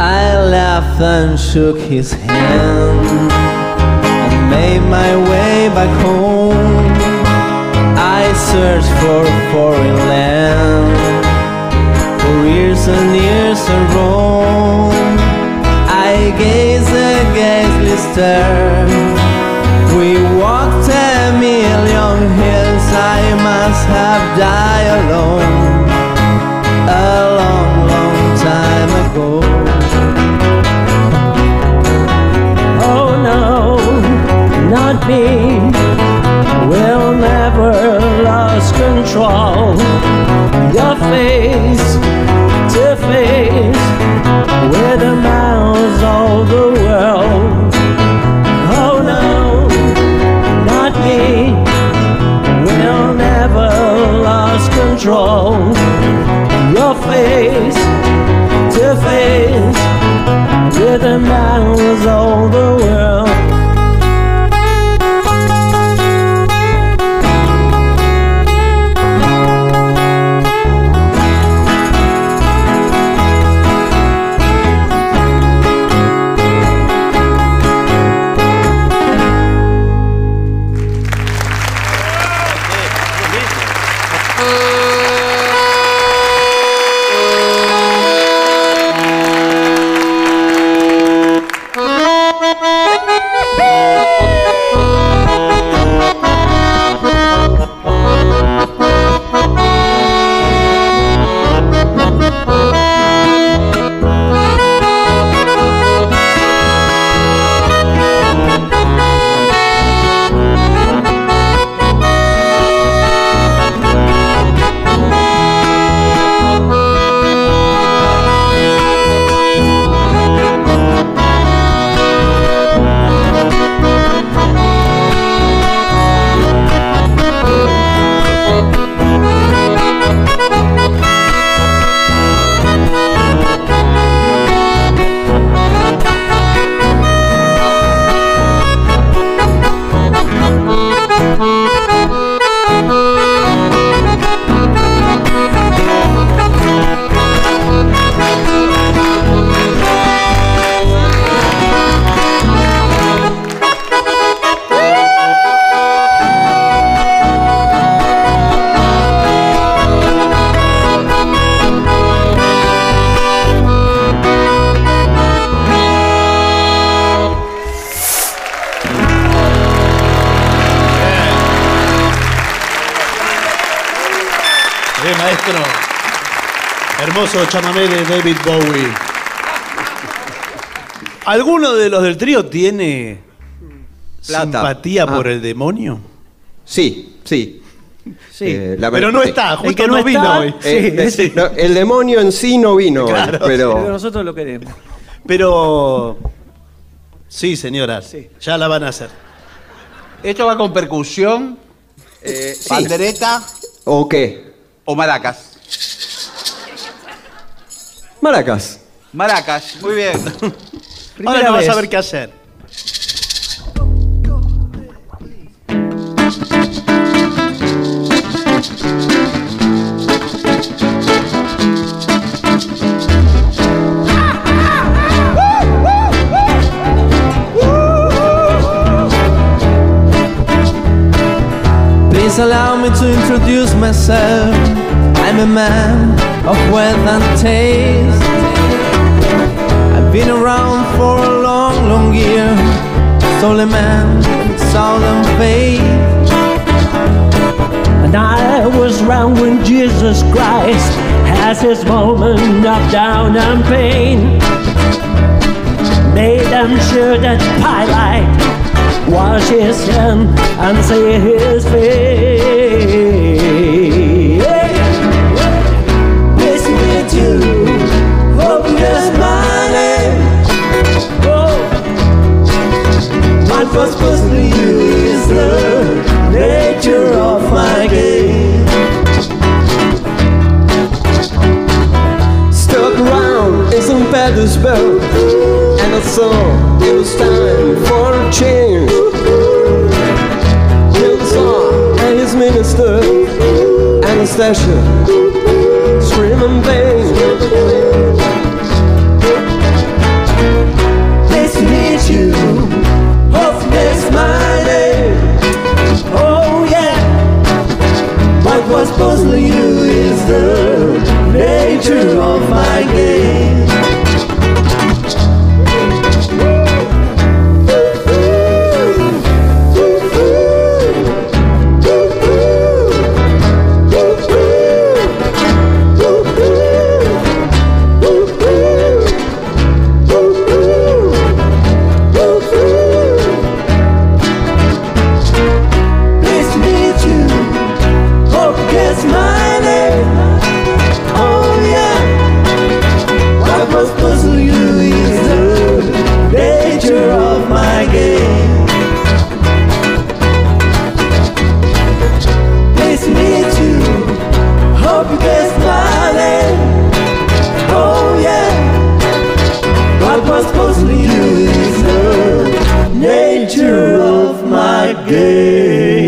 Speaker 6: I laughed and shook his hand and made my way back home. I searched for a foreign land for years and years I roamed. I gazed a gazely stare. We walked a million hills. I must have died alone a long, long time ago. Oh no, not me. We'll never lose control. Your face to face, with the mouths of the world. Oh no, not me. We'll never lose control. Your face to face with the mouths of the world.
Speaker 2: Eh, maestro. Hermoso chamamé de David Bowie. ¿Alguno de los del trío tiene simpatía
Speaker 12: Ah.
Speaker 2: por el demonio?
Speaker 12: Sí, sí. Eh, la
Speaker 2: Pero
Speaker 12: verdad-
Speaker 2: no
Speaker 12: sí.
Speaker 2: está, justo no, vino hoy.
Speaker 12: Eh, eh, no, el demonio en sí no vino hoy,
Speaker 2: Claro,
Speaker 12: pero
Speaker 2: nosotros lo queremos. Pero. Sí, señora. Ya la van a hacer.
Speaker 3: Esto va con percusión, Eh, pandereta
Speaker 12: ¿o qué?
Speaker 3: o maracas.
Speaker 12: Maracas.
Speaker 3: Maracas, muy [LAUGHS] bien.
Speaker 2: Ahora no vas a ver qué hacer.
Speaker 4: Please allow me to introduce myself. I'm a man of wealth and taste. I've been around for a long, long year. Solely man with southern faith.
Speaker 11: And I was round when Jesus Christ has his moment of down and pain. Made them sure that Pilate wash his hand and see his face.
Speaker 6: Please meet you. Open your smiling. What was possibly you is the nature of my game.
Speaker 12: Stuck around in St. Petersburg, and I saw it was time for a change. Killed the Tsar and his minister, Anastasia, screaming vain.
Speaker 6: Pleased to meet you. Hope that's my name. Oh yeah. What was puzzling you is the nature of my game. Pleased to meet you. Hope that's my name. Oh yeah. What must puzzle you is the nature of my game. Pleased to meet you. Hope you guess my name. Oh yeah. What must puzzle you is the nature of my game.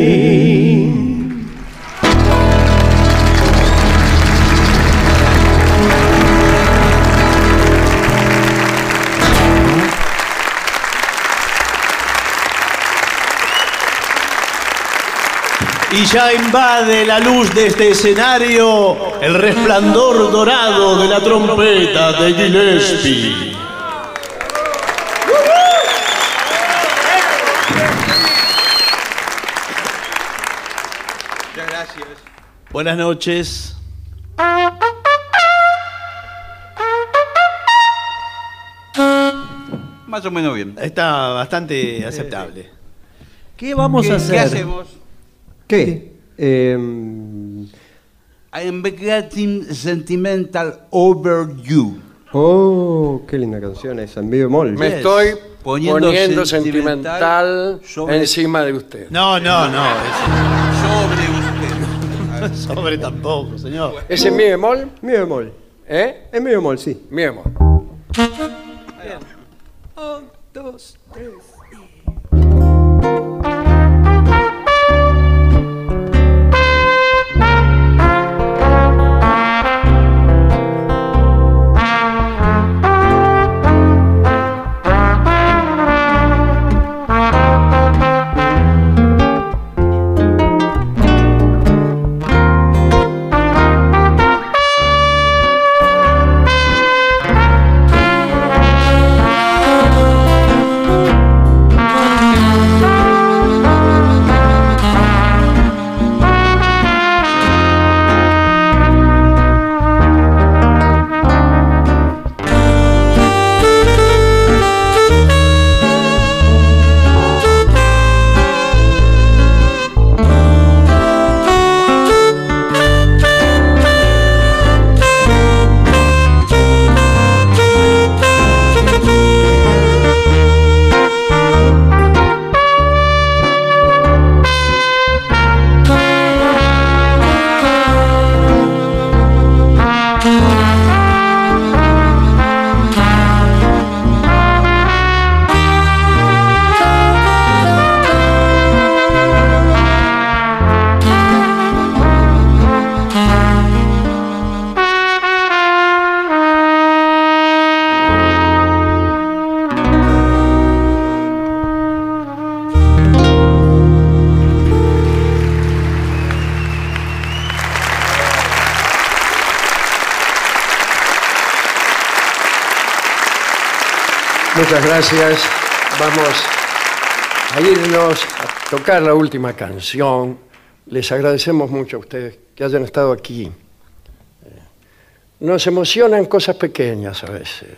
Speaker 2: Y ya invade la luz de este escenario el resplandor dorado de la trompeta de Gillespie.
Speaker 3: Muchas gracias.
Speaker 2: Buenas noches.
Speaker 3: Más o menos bien. Eh,
Speaker 2: Está bastante aceptable.
Speaker 3: ¿Qué
Speaker 2: vamos a hacer?
Speaker 3: ¿Qué hacemos?
Speaker 12: ¿Qué? Em,
Speaker 3: I'm getting sentimental over you.
Speaker 12: oh, qué linda canción esa, en B bemol.
Speaker 1: Me estoy poniendo, sentimental, encima de usted.
Speaker 2: No, no, no.
Speaker 3: eh,
Speaker 2: Sobre usted. [LAUGHS] Sobre tampoco, señor.
Speaker 1: ¿Es en mi bemol?
Speaker 12: Mi bemol.
Speaker 1: ¿Eh?
Speaker 12: En mi bemol, sí.
Speaker 1: Mi bemol.
Speaker 6: Un, dos, tres. Thank
Speaker 1: Muchas gracias. Vamos a irnos a tocar la última canción. Les agradecemos mucho a ustedes que hayan estado aquí. Eh, Nos emocionan cosas pequeñas a veces.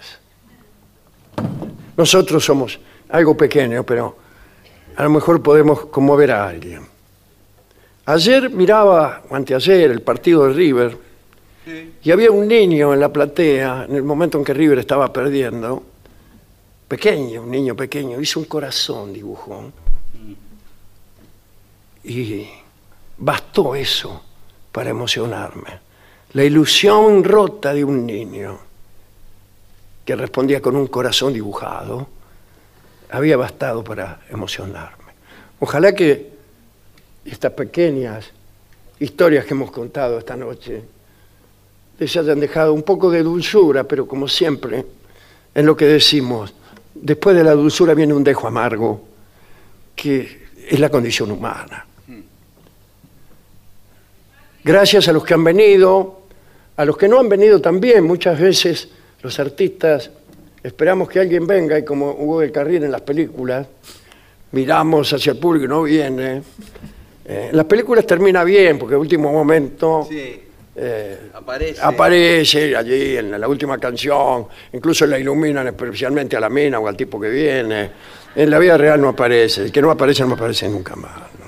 Speaker 1: Nosotros somos algo pequeño, pero a lo mejor podemos conmover a alguien. Ayer miraba, o anteayer, el partido de River, y había un niño en la platea, en el momento en que River estaba perdiendo, pequeño, un niño pequeño, hizo un corazón, dibujó. Y bastó eso para emocionarme. La ilusión rota de un niño que respondía con un corazón dibujado había bastado para emocionarme. Ojalá que estas pequeñas historias que hemos contado esta noche les hayan dejado un poco de dulzura, pero como siempre, en lo que decimos, después de la dulzura viene un dejo amargo, que es la condición humana. Gracias a los que han venido, a los que no han venido también, muchas veces los artistas esperamos que alguien venga y como Hugo del Carril en las películas, miramos hacia el público y no viene. Eh, las películas termina bien, porque el último momento eh,
Speaker 14: Aparece.
Speaker 1: aparece allí en
Speaker 15: Ah,
Speaker 1: la última canción, incluso la iluminan especialmente a la mina o al tipo que viene. En la vida real no aparece, el que no aparece no aparece nunca más. ¿no?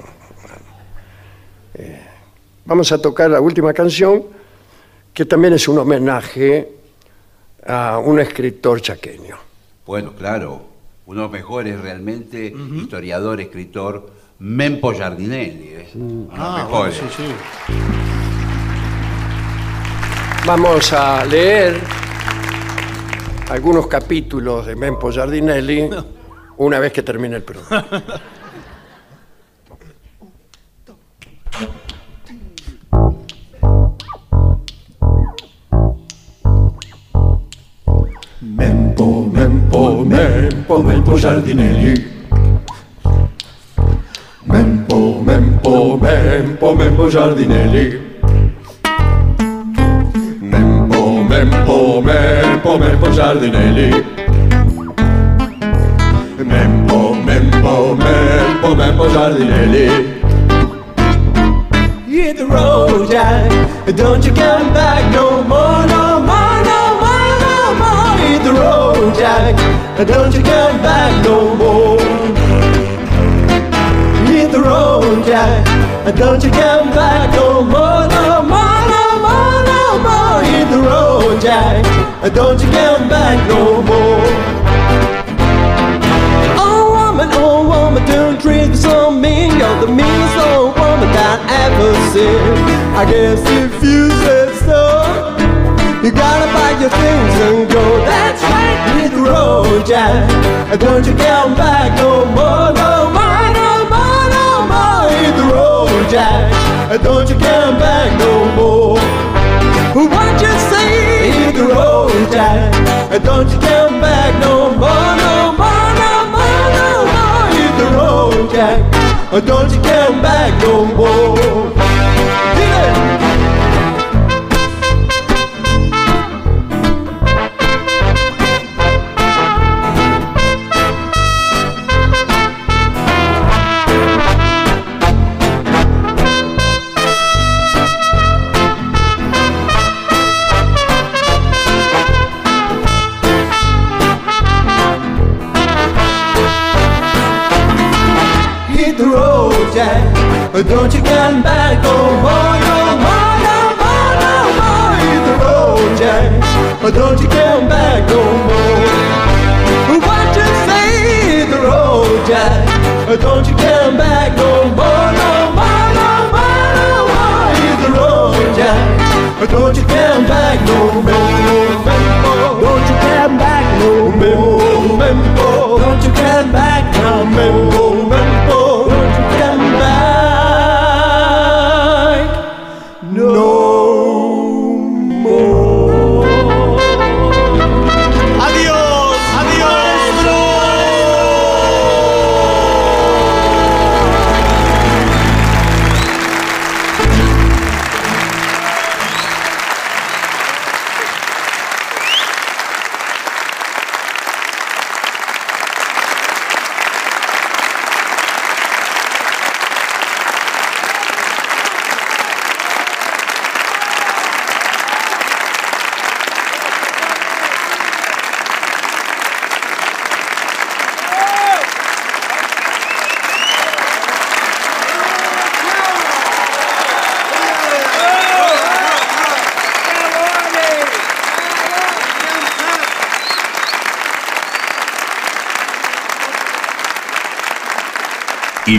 Speaker 1: Eh, vamos a tocar la última canción, que también es un homenaje a un escritor chaqueño.
Speaker 3: Bueno, claro, uno mejor es realmente historiador, escritor, Mempo Giardinelli. ¿eh?
Speaker 2: Uh,
Speaker 3: Uno de los
Speaker 15: Ah, bueno,
Speaker 3: mejores.
Speaker 15: sí, sí.
Speaker 1: Vamos a leer algunos capítulos de Mempo Giardinelli una vez que termine el programa.
Speaker 13: Mempo, mempo, mempo, mempo Giardinelli. Mempo, mempo, mempo, mempo Giardinelli. Mempo, mempo, mempo, mempo Giardinelli. Mempo, mempo, mempo, mempo Giardinelli.
Speaker 6: You hit the road, Jack. Don't you come back no more, no more, no more, no more. You hit the road, Jack. Don't you come back no more. You hit the road, Jack. Don't you come back no more, no more, no more, no more. You hit the road, Jack. Don't you come back no more. Oh woman, oh woman, don't treat me so mean. You're the meanest old woman that I ever seen. I guess if you said so, you gotta pack your things and go. That's right, hit the road, Jack. Don't you come back no more, no more, no more, no more. Hit the road, Jack. Don't you come back no more. What you say? Hit the road, Jack. Don't you come back no more, no more, no more, no more. Hit the road, Jack. Don't you come back no more. Hit it. hit the road, Jack. Don't you come back oh, no more, no more, no more, no more. Hit the road, Jack. oh, Don't you come back no more. What you say? Hit the road, Jack. Don't you come back oh, no more, no more, no more, no more. Hit the road, Jack. Don't you come back no more. Don't you come back no more. Don't you come back no more. Don't you come back no more.
Speaker 9: Y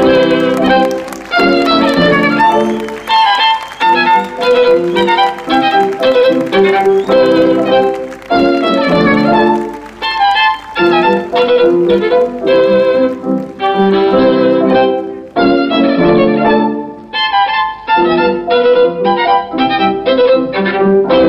Speaker 4: Thank you.